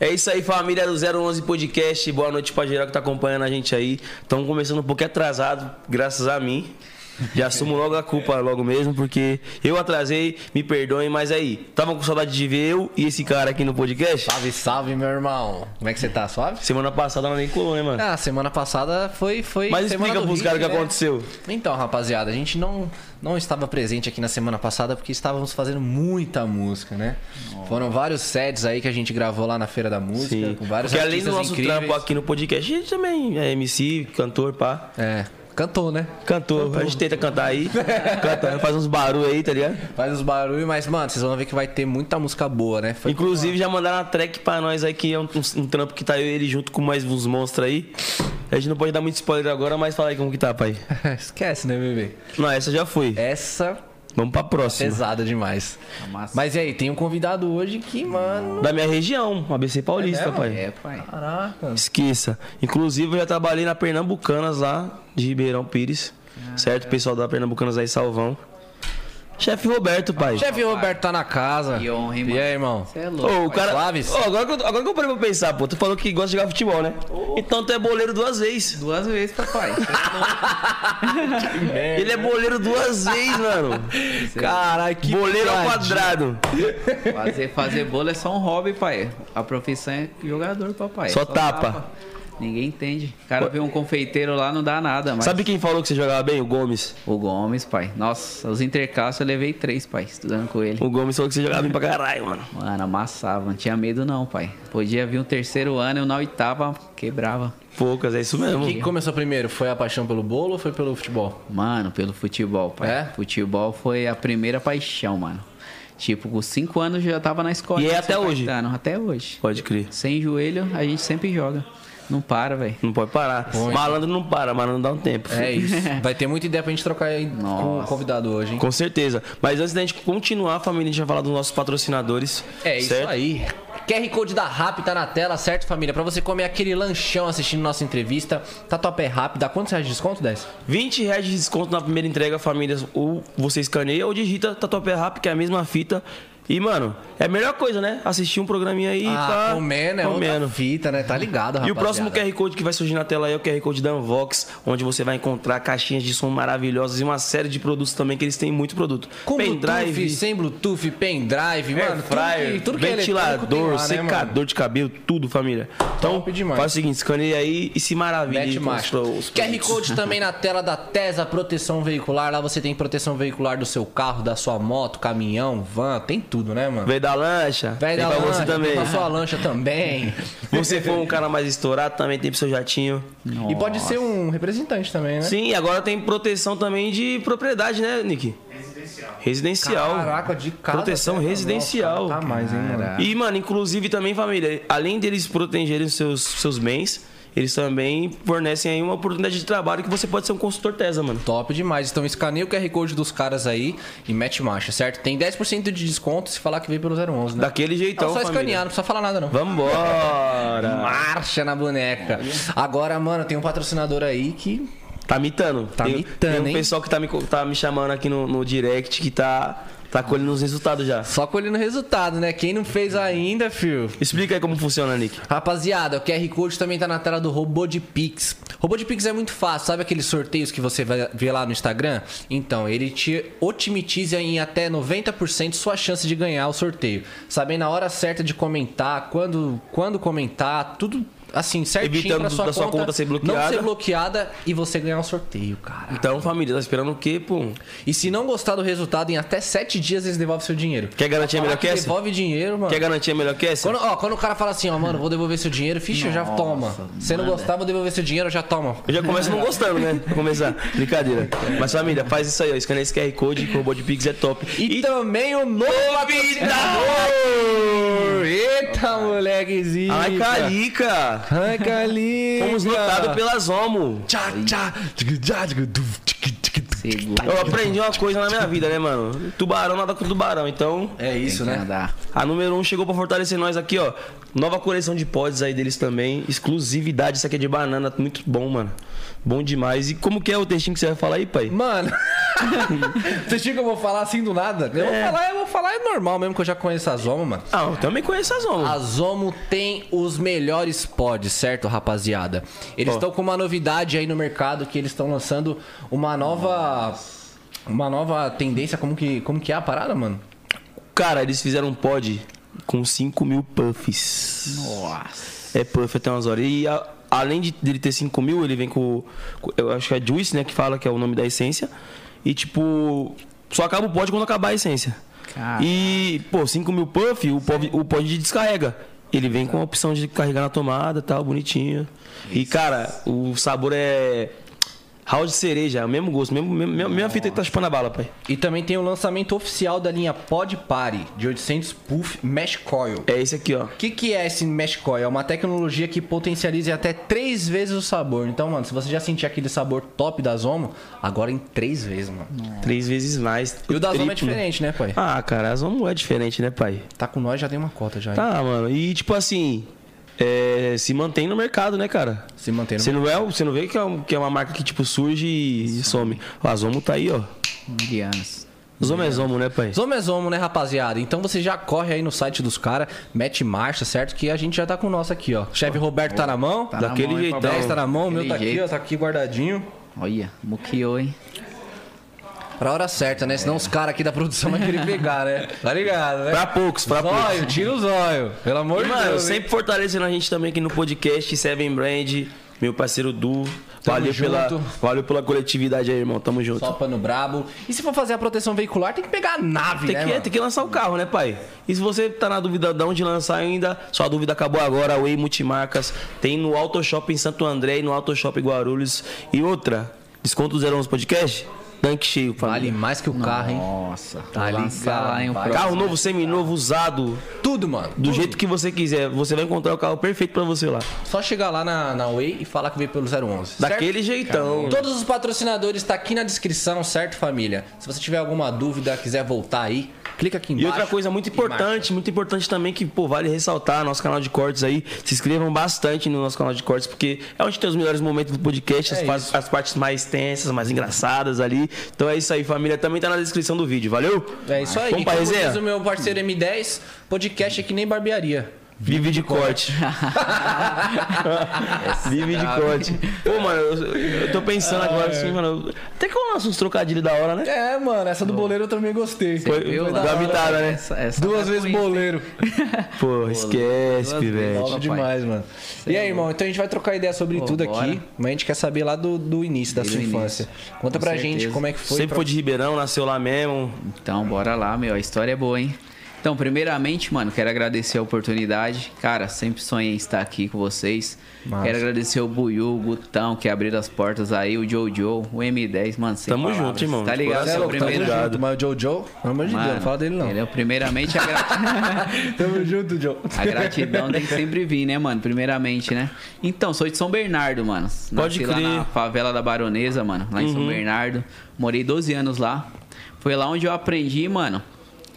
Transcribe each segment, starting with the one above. É isso aí, família do 011 Podcast. Boa noite pra geral que tá acompanhando a gente aí. Estamos começando um pouquinho atrasado, graças a mim. Já assumo logo a culpa, logo mesmo, porque eu atrasei, me perdoem, mas aí, tava com saudade de ver eu e esse cara aqui no podcast? Salve, salve, meu irmão. Como é que você tá? Suave? Semana passada ela nem colou, né, mano? Ah, semana passada foi. foi Mas semana explica do pros hit, caras o que né? aconteceu. Então, rapaziada, a gente não, não estava presente aqui na semana passada porque estávamos fazendo muita música, né? Foram vários sets aí que a gente gravou lá na Feira da Música, Sim. com vários Porque além do artistas nosso incríveis. trampo aqui no podcast, a gente também é MC, cantor, pá. É, cantou, né? Cantor, a gente tenta cantar aí, canta, faz uns barulhos aí, tá ligado? Faz os barulhos, mas, mano, vocês vão ver que vai ter muita música boa, né? Foi Inclusive, já mandaram a track pra nós aí, que é um, um- um trampo que tá eu e ele junto com mais uns monstros aí. A gente não pode dar muito spoiler agora, mas fala aí como que tá, pai. Esquece, né, bebê? Não, essa já foi. Essa Vamos pra próxima. pesada demais. Tá massa. Mas e aí, tem um convidado hoje que, mano. Da minha região, ABC Paulista, É mesmo? pai. É, pai. Caraca. Esqueça. Inclusive, eu já trabalhei na Pernambucanas lá, de Ribeirão Pires. Ah, é. Certo? Pessoal da Pernambucanas aí, salvão. Chefe Roberto, pai. Chefe Roberto tá na casa. Que honra, hein, E mano? aí, irmão? Você é Ô, louco. o pai. cara. Suaves? Ô, agora, que eu, agora que eu parei pra pensar, pô. Tu falou que gosta de jogar futebol, né? Então tu é boleiro duas vezes. Duas vezes, papai. Ele né? é boleiro duas vezes, mano. Caralho, que boleiro ao piadinha. quadrado. fazer, fazer bolo é só um hobby, pai. A profissão é jogador, papai. Só tapa. Ninguém entende. O cara vê um confeiteiro lá, não dá nada, mas... Sabe quem falou que você jogava bem? O Gomes. O Gomes, pai. Nossa, os intercassos eu levei três, pai, estudando com ele. O Gomes falou que você jogava bem pra caralho, mano. Mano, amassava. Não tinha medo não, pai. Podia vir um terceiro ano, eu na oitava quebrava. Poucas, é isso mesmo. O que começou primeiro? Foi a paixão pelo bolo ou foi pelo futebol? Mano, pelo futebol, pai. É? Futebol foi a primeira paixão, mano. Tipo, com cinco anos eu já tava na escola. E é em até São hoje? Caetano, até hoje. Pode crer. Sem joelho, a gente sempre joga. Não para, velho. Não pode parar. Bom, Malandro não para, malandro dá um tempo. É isso. Vai ter muita ideia pra gente trocar aí com o Nossa. convidado hoje, hein? Com certeza. Mas antes da gente continuar, família, a gente vai falar dos nossos patrocinadores. É isso certo? aí. QR Code da Rap tá na tela, certo, família? Pra você comer aquele lanchão assistindo nossa entrevista. Tá top é rápido. Dá quantos reais de desconto, 10? 20 reais de desconto na primeira entrega, família. Ou você escaneia ou digita Tatuapé Rap, que é a mesma fita. E, mano, é a melhor coisa, né? Assistir um programinha aí e tá comendo, é outra fita, né? Tá ligado, E rapaziada. o próximo QR Code que vai surgir na tela aí é o QR Code da Unvox, onde você vai encontrar caixinhas de som maravilhosas e uma série de produtos também, que eles têm muito produto. Com Bluetooth, sem Bluetooth, pendrive, é mano. tudo que- fryer, tudo que é eletrônico tem ventilador, lá, né, mano? secador de cabelo, tudo, família. Então, Top demais. faz o seguinte, escaneia aí e se maravilha. Mete com marcha. os- os QR produtos. Code também na tela da Tesa Proteção Veicular. Lá você tem proteção veicular do seu carro, da sua moto, caminhão, van, tem tudo, né, mano? Vem da lancha, tem Vem da pra lancha, você também. tem pra sua lancha também. Você for um cara mais estourado, também tem pro seu jatinho. E pode ser um representante também, né? Sim, e agora tem proteção também de propriedade, né, Nick? Residencial. Residencial. Caraca, de casa. é um Proteção até, mano. residencial. Nossa, tá mais, hein, mano? E, mano, inclusive também, família, além deles protegerem os seus, seus bens, eles também fornecem aí uma oportunidade de trabalho que você pode ser um consultor TESA, mano. Top demais. Então escaneia o QR Code dos caras aí e mete marcha, certo? Tem 10% de desconto se falar que veio pelo 011, né? Daquele jeitão, Então, só família. escanear, não precisa falar nada, não. Vambora! Marcha na boneca. Agora, mano, tem um patrocinador aí que Tá mitando. Tá tem, mitando, Tem um hein? pessoal que tá me, co- tá me chamando aqui no, no direct que tá, tá colhendo os resultados já. Só colhendo resultado, né? Quem não fez ainda, fio. Explica aí como funciona, Nick. Rapaziada, o QR Code também tá na tela do Robô de Pix. Robô de Pix é muito fácil, sabe aqueles sorteios que você vai ver lá no Instagram? Então, ele te otimiza em até 90% sua chance de ganhar o sorteio. Sabendo a hora certa de comentar, quando, quando comentar, tudo assim, certinho Evitando pra sua da sua conta, conta ser não bloqueada. ser bloqueada e você ganhar o sorteio, cara. Então, família, tá esperando o quê, pô? E se não gostar do resultado, em até 7 dias eles devolvem seu dinheiro. Ah, Quer garantia É melhor que essa? Devolve dinheiro, mano. Quer garantia melhor que essa? Quando, ó, quando o cara fala assim, ó, mano, vou devolver seu dinheiro, ficha, já toma. Se não gostar, vou devolver seu dinheiro, já toma. Eu já começo não gostando, né? Pra começar. Brincadeira. Mas família, faz isso aí, ó. Escaneia esse QR Code que o robô de Pix é top. E, também o novo tá Convidador! Eita, molequezinho! Ai, Calica! Ai, Calica! Fomos notados pela Zomo. Tchá, tchá, tchic, tchá, tchic, tuf, tchic, tchic, tuf. Segura. Eu aprendi uma coisa na minha vida, né, mano? Tubarão nada com tubarão. Então, É isso, Tem que né? nadar. a número 1 um chegou pra fortalecer nós aqui, ó. Nova coleção de pods aí deles também. Exclusividade, isso aqui é de banana. Muito bom, mano. Bom demais. E como que é o textinho que você vai falar aí, pai? Mano, você acha que eu vou falar assim do nada? Eu vou falar, eu vou eu falar é normal mesmo, que eu já conheço a Zoma, mano. Ah, eu também conheço as ondas. A Zomo tem os melhores pods, certo, rapaziada? Eles Ó. estão com uma novidade aí no mercado que eles estão lançando uma nova. Uma nova tendência. Como que, como que é a parada, mano? Cara, eles fizeram um pod com 5 mil puffs. Nossa. É puff até umas horas. E a- além de dele ter 5 mil, ele vem com. com- Eu acho que é Juice, né? Que fala que é o nome da essência. E tipo. Só acaba o pod quando acabar a essência. Cara. E, pô, 5 mil puff, o pod, o pod descarrega. Ele vem com a opção de carregar na tomada tal, bonitinho. E, cara, o sabor é. House de cereja, é o mesmo gosto, mesmo, mesmo- mesma fita que tá chupando a bala, pai. E também tem o lançamento oficial da linha Pod Party de 800 Puff Mesh Coil. É esse aqui, ó. O que, que é esse mesh coil? É uma tecnologia que potencializa em até três vezes o sabor. Então, mano, se você já sentir aquele sabor top da Zomo, agora em três vezes, mano. Três vezes mais. É. E o da Zomo é triplo. diferente, né, pai? Ah, cara, a Zomo é diferente, né, pai? Tá com nós, já tem uma cota já. hein? Tá, mano. E tipo assim, é, se mantém no mercado, né, cara? Se mantendo. Você não, é, você não vê que é, um- que é uma marca que, tipo, surge e some. Ó, a Zomo tá aí, ó. Milianos. Zomo é Zomo, né, pai? Zomo é Zomo, né, rapaziada? Então você já corre aí no site dos caras, mete marcha, certo? Que a gente já tá com o nosso aqui, ó. Chefe Roberto tá na mão. Tá Tá na Daquele mão, hein, jeitão. papai? 10 tá na mão, o meu tá Daquele aqui, ó, jeito. tá aqui guardadinho. Olha, muqueou, hein? Pra hora certa, né? Senão os caras aqui da produção vão querer pegar, né? Tá ligado, né? É. Pra poucos, pra poucos. Zóio, tira o zóio. Pelo amor de Mano, Deus. hein? sempre fortalecendo a gente também aqui no podcast, Seven Brand, meu parceiro Du. Valeu pela, junto. valeu pela coletividade aí, irmão. Tamo junto. Só pano brabo. E se for fazer a proteção veicular, tem que pegar a nave, Tem né, que, mano? tem que lançar o carro, né, pai? E se você tá na dúvida de onde lançar ainda, sua dúvida acabou agora, a Way Multimarcas. Tem no Auto Shop em Santo André e no Auto Shop Guarulhos. E outra, desconto 011 podcast? Tanque cheio, Vale família. mais que o carro, hein? Nossa. Tá Tá ligado, lançar lá, hein, o pai. próximo. Carro novo, seminovo, usado, Tudo, mano. do jeito que você quiser. Você vai encontrar o carro perfeito pra você lá. Só chegar lá na, na Way e falar que veio pelo 011. certo? Daquele jeitão. Todos os patrocinadores tá aqui na descrição, certo, família? Se você tiver alguma dúvida, quiser voltar aí, clica E aqui embaixo. outra coisa muito importante, muito importante também que, pô, vale ressaltar, nosso canal de cortes aí, se inscrevam bastante no nosso canal de cortes, porque é onde tem os melhores momentos do podcast, É as, partes, as partes mais tensas, mais engraçadas ali. Então é isso aí, família, também tá na descrição do vídeo, valeu? É isso aí. Vamos pra Como diz o resenha? meu parceiro M10, podcast é que nem barbearia. Vive de corte. Vive é de corte. Pô, mano, eu, eu tô pensando Ah, agora assim, mano, até que eu lanço uns trocadilhos da hora, né? É, mano, essa do boleiro eu também gostei. Foi, viu foi lá? da mitada, né? Essa- essa Duas tá vezes com isso, hein? boleiro. Pô, esquece, pivete. Top papai. demais, mano. e aí, irmão, então a gente vai trocar ideia sobre Pô, tudo aqui, bora. mas a gente quer saber lá do, do início da Desde sua o infância. início. Conta Com pra certeza. gente como é que foi. Sempre pra- foi de Ribeirão, nasceu lá mesmo. Então, bora lá, meu. A história é boa, hein? Então, primeiramente, mano, quero agradecer a oportunidade. Cara, sempre sonhei em estar aqui com vocês. Massa. Quero agradecer o Buiu, o Gutão, que abriram as portas aí, o Jojo, o M10, mano. Sem Tamo palavras. junto, irmão. Tá De ligado? coração, Zé Esse é Louco, o tamo primeiro. obrigado. junto, mas o Jojo, pelo amor de Deus, não Mano, fala dele não. Ele é o primeiramente a gra- um Tamo junto, Joe. A gratidão tem que sempre vir, né, mano? Primeiramente, né? Então, sou de São Bernardo, mano. Nasci Pode lá crer. na favela da Baronesa, mano. Lá em Uhum. São Bernardo. Morei 12 anos lá. Foi lá onde eu aprendi, mano.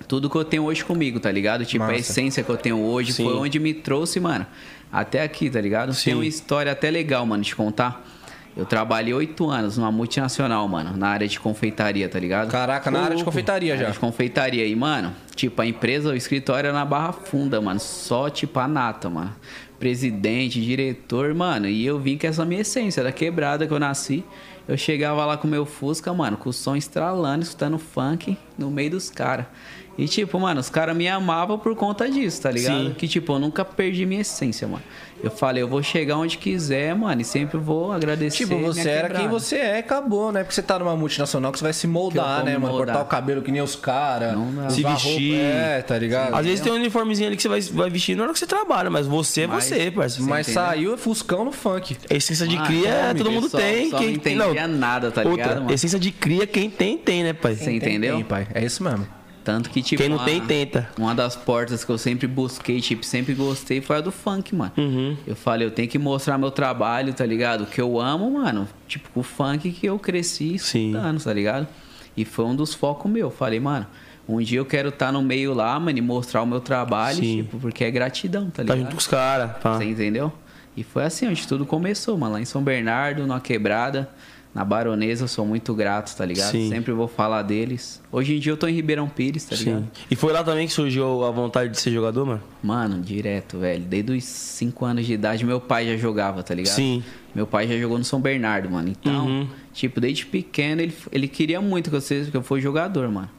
Tudo que eu tenho hoje comigo, tá ligado? Tipo, a Massa. essência que eu tenho hoje foi Sim. onde me trouxe, mano. Até aqui, tá ligado? Sim. Tem uma história até legal, mano, de contar. Eu trabalhei oito anos numa multinacional, mano, na área de confeitaria, tá ligado? Caraca, na área de confeitaria já. Área de confeitaria. E, mano, tipo, a empresa, o escritório era na Barra Funda, mano. Só, tipo, a nata, mano. Presidente, diretor, mano. E eu vim com essa minha essência da quebrada que eu nasci. Eu chegava lá com meu Fusca, mano, com o som estralando, escutando funk no meio dos caras. E, tipo, mano, os caras me amavam por conta disso, tá ligado? Sim. Que, tipo, eu nunca perdi minha essência, mano. Eu falei, eu vou chegar onde quiser, mano, e sempre vou agradecer. Tipo, minha você era quem quebrada. você é, acabou, né? Porque você tá numa multinacional que você vai se moldar, vou né, me mano? moldar. Cortar o cabelo que nem os caras. Não dá. Se vestir. É, tá ligado? Às vezes tem um uniformezinho ali que você vai, vai vestir na hora que você trabalha, mas você é você, parceiro. Mas entendeu? saiu Fuscão no funk. A essência de Ah, cria é, homem, todo mundo só- tem. só quem não tem, entendia nada, tá Outra, ligado, mano? essência de cria, quem tem, tem, né, pai? Você entendeu? Tem, pai. É isso mesmo. Tanto que, tipo. Quem não uma- tem, tenta. Uma das portas que eu sempre busquei, tipo, sempre gostei foi a do funk, mano. Uhum. Eu falei, eu tenho que mostrar meu trabalho, tá ligado? Que eu amo, mano. Tipo, o funk que eu cresci Sim. escutando, tá ligado? E foi um dos focos meu. Falei, mano, um dia eu quero estar no meio lá, mano, e mostrar o meu trabalho, Sim. tipo, porque é gratidão, tá Tá ligado? junto com os caras. Você entendeu? E foi assim onde tudo começou, mano. Lá em São Bernardo, numa quebrada. na Baronesa, eu sou muito grato, tá ligado? Sim. Sempre vou falar deles. Hoje em dia eu tô em Ribeirão Pires, tá ligado? Sim. E foi lá também que surgiu a vontade de ser jogador, mano? Mano, direto, velho. Desde os 5 anos de idade, meu pai já jogava, tá ligado? Sim. Meu pai já jogou no São Bernardo, mano. Então, Uhum. tipo, desde pequeno, ele, ele queria muito que eu, seja, que eu fosse jogador, mano.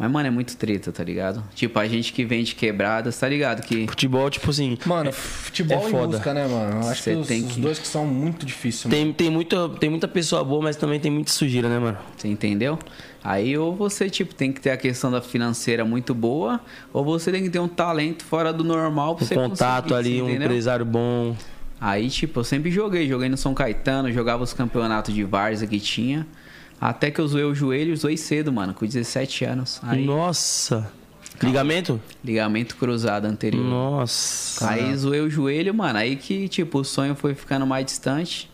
Mas, mano, é muito treta, tá ligado? Tipo, a gente que vem de quebradas, tá ligado? Que Futebol, tipo assim. Mano, futebol é e foda. música, né, mano? Eu Acho Cê que os, tem os que- dois que são muito né? difíceis, mano. Tem, tem, muita, tem muita pessoa boa, mas também tem muita sujeira, né, mano? Você entendeu? Aí ou você, tipo, tem que ter a questão da financeira muito boa, ou você tem que ter um talento fora do normal pra Um você contato conseguir, ali, você um entendeu? empresário bom. Aí, tipo, eu sempre joguei. Joguei no São Caetano, jogava os campeonatos de várzea que tinha. Até que eu zoei o joelho, zoei cedo, mano, com 17 anos. Aí, Nossa! Ligamento? ligamento cruzado anterior. Nossa! Aí zoei o joelho, mano. Aí que, tipo, o sonho foi ficando mais distante.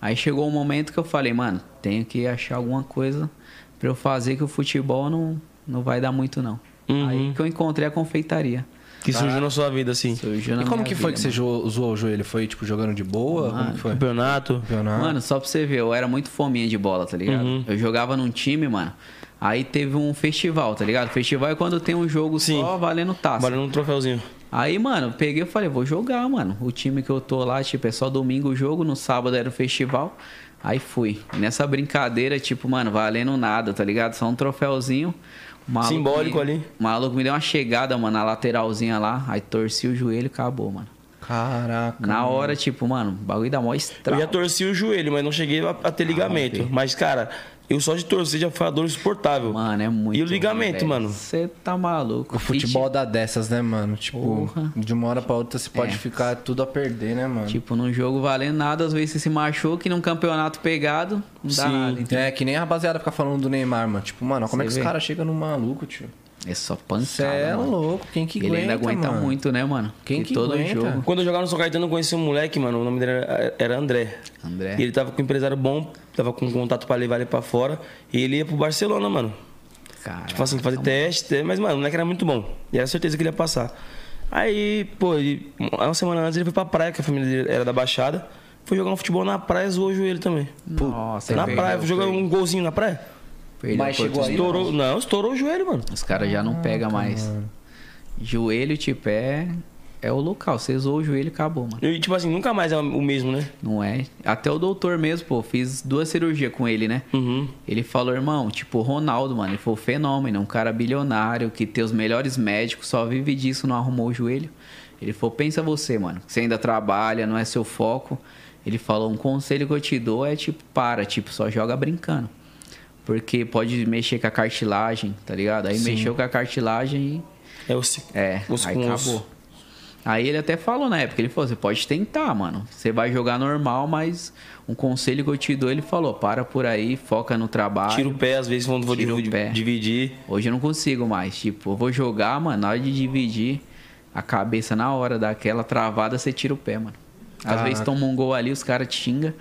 Aí chegou um momento que eu falei, mano, tenho que achar alguma coisa pra eu fazer que o futebol não, não vai dar muito, não. Uhum. Aí que eu encontrei a confeitaria. Que surgiu na sua vida, assim. Surgiu na E como minha que foi vida, que você jo- zoou o joelho? Foi, tipo, jogando de boa? Como que foi? Campeonato. Campeonato? Mano, só pra você ver, eu era muito fominha de bola, tá ligado? Uhum. Eu jogava num time, mano. Aí teve um festival, tá ligado? Festival é quando tem um jogo Sim. só valendo taça. Bora num troféuzinho. Aí, mano, eu peguei e falei, vou jogar, mano. O time que eu tô lá, tipo, é só domingo o jogo, no sábado era o festival. Aí fui. Nessa brincadeira, tipo, mano, valendo nada, tá ligado? Só um troféuzinho. O maluco Simbólico me- ali. O maluco me deu uma chegada, mano, na lateralzinha lá. Aí torci o joelho e acabou, mano. Caraca. Na hora, tipo, mano, o bagulho dá mó Eu estrago. já torci o joelho, mas não cheguei a, a ter ligamento. filho. mas, cara, eu só de torcer já foi uma dor insuportável. Mano, é muito. E o ligamento, mano? Você tá maluco. O futebol dá dessas, né, mano? Tipo, Porra. É. de uma hora pra outra você pode ficar tudo a perder, né, mano? E, tipo, num jogo valendo nada, às vezes você se machuca e num campeonato pegado, não dá nada. entendeu? é, que nem a rapaziada fica falando do Neymar, mano. Tipo, mano, como é que Você os vê? caras chegam no maluco, tio? É só pancada. Você é mano. louco, quem que Ele aguenta, ainda aguenta mano? muito, né, mano? Quem que Porque todo aguenta? jogo. Quando eu jogava no São Caetano, eu conheci um moleque, mano. O nome dele era, era André. André. E ele tava com um empresário bom, tava com um contato pra levar ele pra fora. E ele ia pro Barcelona, mano. Cara. Tipo assim, fazer teste, teste, mas, mano, o moleque era muito bom. E era certeza que ele ia passar. Aí, pô, ele, uma semana antes ele foi pra praia, que a família dele era da Baixada. Foi jogar um futebol na praia e zoou o joelho também. Nossa, é na perdeu, praia, foi jogar um golzinho na praia. Perdeu Mas a chegou aí, Ah, tá, oportunidade. Estourou, não, estourou o joelho, mano. Os caras já não pegam mais. Joelho, tipo, é. É o local. Você zoou o joelho e acabou, mano. E, tipo assim, nunca mais é o mesmo, né? Não é. Até o doutor mesmo, pô, fiz duas cirurgias com ele, né? Uhum. Ele falou, irmão, tipo, o Ronaldo, mano, ele foi um fenômeno, um cara bilionário, que tem os melhores médicos, só vive disso, não arrumou o joelho. Ele falou, pensa você, mano, que você ainda trabalha, não é seu foco. Ele falou, um conselho que eu te dou é, tipo, para, tipo, só joga brincando. Porque pode mexer com a cartilagem, tá ligado? Aí mexeu com a cartilagem e É o ci- é, osso aí com acabou. osso. Aí ele até falou na época, ele falou, você pode tentar, mano. Você vai jogar normal, mas um conselho que eu te dou, ele falou, para por aí, foca no trabalho. Tira o pé, às vezes, quando vou Tira o dividir- pé. dividir. Hoje eu não consigo mais, tipo, eu vou jogar, mano, na hora de dividir a cabeça na hora daquela travada, você tira o pé, mano. Às vezes toma um gol ali, os caras te xingam,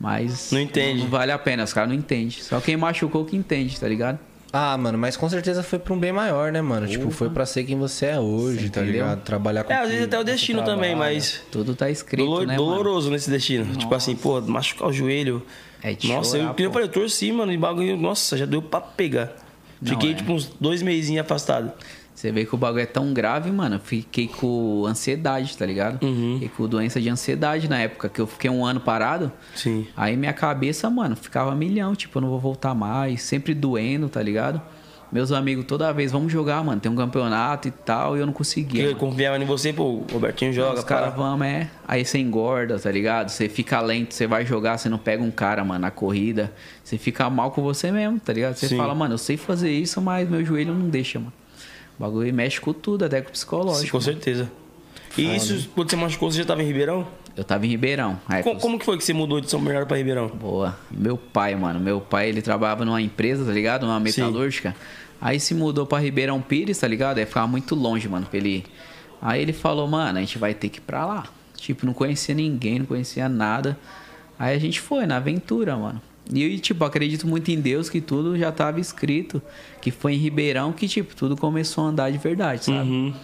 mas Não entende. Não vale a pena, os caras não entendem. Só quem machucou que entende, tá ligado? Ah, mano, mas com certeza foi pra um bem maior, né, mano? Tipo, foi pra ser quem você é hoje, tá entendeu? ligado? Trabalhar com É, às quem vezes até o você destino também, trabalha. mas. Tudo tá escrito, Dolor- né, mano? doloroso nesse destino. Tipo assim, pô, machucar o joelho. É de Nossa, chorar, eu, que nem eu pô. falei, eu torci, mano, e bagulho, nossa, já deu pra pegar. Não, Fiquei, é. tipo, uns dois meizinhos afastado. Você vê que o bagulho é tão grave, mano. eu Fiquei com ansiedade, tá ligado? Fiquei com doença de ansiedade na época, que eu fiquei um ano parado. Sim. Aí minha cabeça, mano, ficava milhão, tipo, eu não vou voltar mais, sempre doendo, tá ligado? Meus amigos, toda vez, vamos jogar, mano, tem um campeonato e tal, e eu não conseguia. Porque eu mano. confiava em você, pô, o Robertinho joga, Os caras cara. vão, é. Aí você engorda, tá ligado? Você fica lento, você vai jogar, você não pega um cara, mano, na corrida. Você fica mal com você mesmo, tá ligado? Você Sim. fala, mano, eu sei fazer isso, mas meu joelho não deixa, mano. O bagulho mexe com tudo, até com o psicológico. Com certeza. E né? isso, quando você machucou, você já tava em Ribeirão? Eu tava em Ribeirão. Aí, Co- Como, que foi que você mudou de São Bernardo pra Ribeirão? Boa. Meu pai, mano. Meu pai, ele trabalhava numa empresa, tá ligado? Uma metalúrgica. Aí se mudou pra Ribeirão Pires, tá ligado? Aí ficava muito longe, mano, pra ele ir. Aí ele falou, mano, a gente vai ter que ir pra lá. Tipo, não conhecia ninguém, não conhecia nada. Aí a gente foi na aventura, mano. E eu, tipo, acredito muito em Deus que tudo já tava escrito. Que foi em Ribeirão que, tipo, tudo começou a andar de verdade, sabe?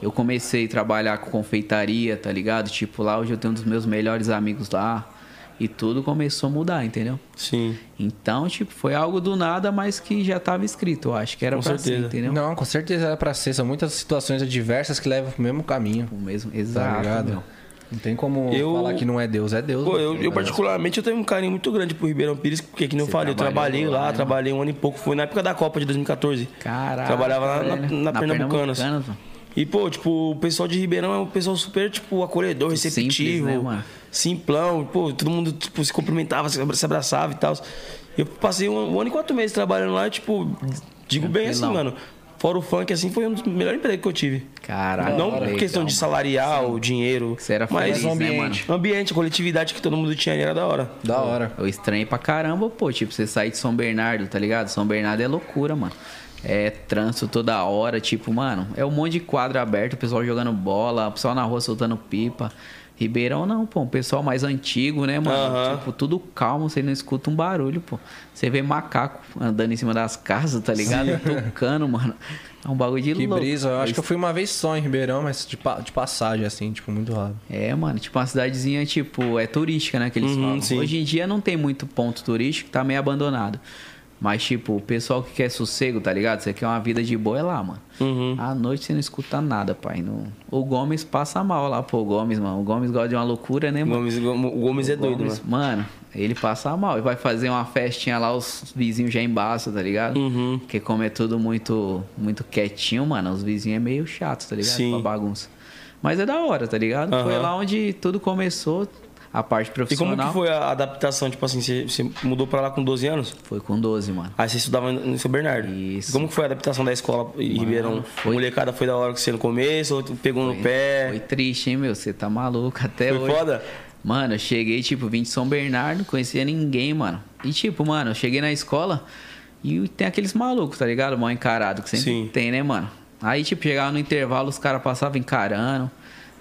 Eu comecei a trabalhar com confeitaria, tá ligado? Tipo, lá hoje eu tenho um dos meus melhores amigos lá. E tudo começou a mudar, entendeu? Sim. Então, tipo, foi algo do nada, mas que já tava escrito, eu acho que era Com pra ser, certeza. entendeu? Não, com certeza era pra ser. São muitas situações adversas que levam pro mesmo caminho. O mesmo, Tá exato. ligado? meu. Não tem como Eu- falar que não é Deus, é Deus. Pô, né? eu, eu particularmente eu tenho um carinho muito grande pro Ribeirão Pires, porque que nem eu Você falei, eu trabalhou trabalhei lá, lá, né, trabalhei um ano e pouco, foi na época da Copa de 2014. Caraca. Trabalhava lá na, velho. na, assim. Pernambucanas. Pernambucanas, mano. E, pô, tipo, o pessoal de Ribeirão é um pessoal super, tipo, acolhedor, receptivo, simples, né, mano? simplão. Pô, todo mundo, tipo, se cumprimentava, se abra- se abraçava e tal. Eu passei um, um ano e quatro meses trabalhando lá e, tipo, digo bem assim, Tranquilão. mano. Fora o funk, assim, foi um dos melhores empregos que eu tive. Caraca. Não legal, questão de mano. salarial, dinheiro. Você era mas o feliz, né, mano? ambiente. o ambiente, a coletividade que todo mundo tinha ali era da hora. Da hora. Eu estranhei pra caramba, pô. Tipo, você sair de São Bernardo, tá ligado? São Bernardo é loucura, mano. É trânsito toda hora, tipo, mano, é um monte de quadro aberto, o pessoal jogando bola, o pessoal na rua soltando pipa. Ribeirão não, pô, um pessoal mais antigo, né, mano? Aham. Tipo, tudo calmo, você não escuta um barulho, pô. Você vê macaco andando em cima das casas, tá ligado? Tocando, mano. É um bagulho de Que louco. brisa. Eu acho que eu fui uma vez só em Ribeirão, mas de, pa- de passagem, assim, tipo, muito raro. É, mano, tipo uma cidadezinha, tipo, é turística, né, que eles Uhum, falam. sim. Hoje em dia não tem muito ponto turístico, tá meio abandonado. Mas, tipo, o pessoal que quer sossego, tá ligado? Você quer uma vida de boa, é lá, mano. Uhum. À noite você não escuta nada, pai. Não... O Gomes passa mal lá, pô, o Gomes, mano. O Gomes gosta de uma loucura, né, O mano? Gomes, o Gomes é doido, Gomes, mano. mano, ele passa mal. E vai fazer uma festinha lá, os vizinhos já embaçam, tá ligado? Uhum. Porque como é tudo muito, muito quietinho, mano, os vizinhos é meio chato, tá ligado? Sim. Com a bagunça. Mas é da hora, tá ligado? Foi Aham. lá onde tudo começou, a parte E como profissional. que foi a adaptação? Tipo assim, você, você mudou pra lá com 12 anos? Foi com 12, mano. Aí você estudava em São Bernardo. Isso. Como que foi a adaptação da escola em Ribeirão? foi- A molecada foi da hora que você no começo, ou tu pegou no pé. Foi triste, hein, meu? Você tá maluco até É. Foi hoje. foda? Mano, eu cheguei, tipo, vim de São Bernardo, conhecia ninguém, mano. E, tipo, mano, eu cheguei na escola e tem aqueles malucos, tá ligado? Mal encarado, que sempre Sim. tem, né, mano? Aí, tipo, chegava no intervalo, os caras passavam encarando.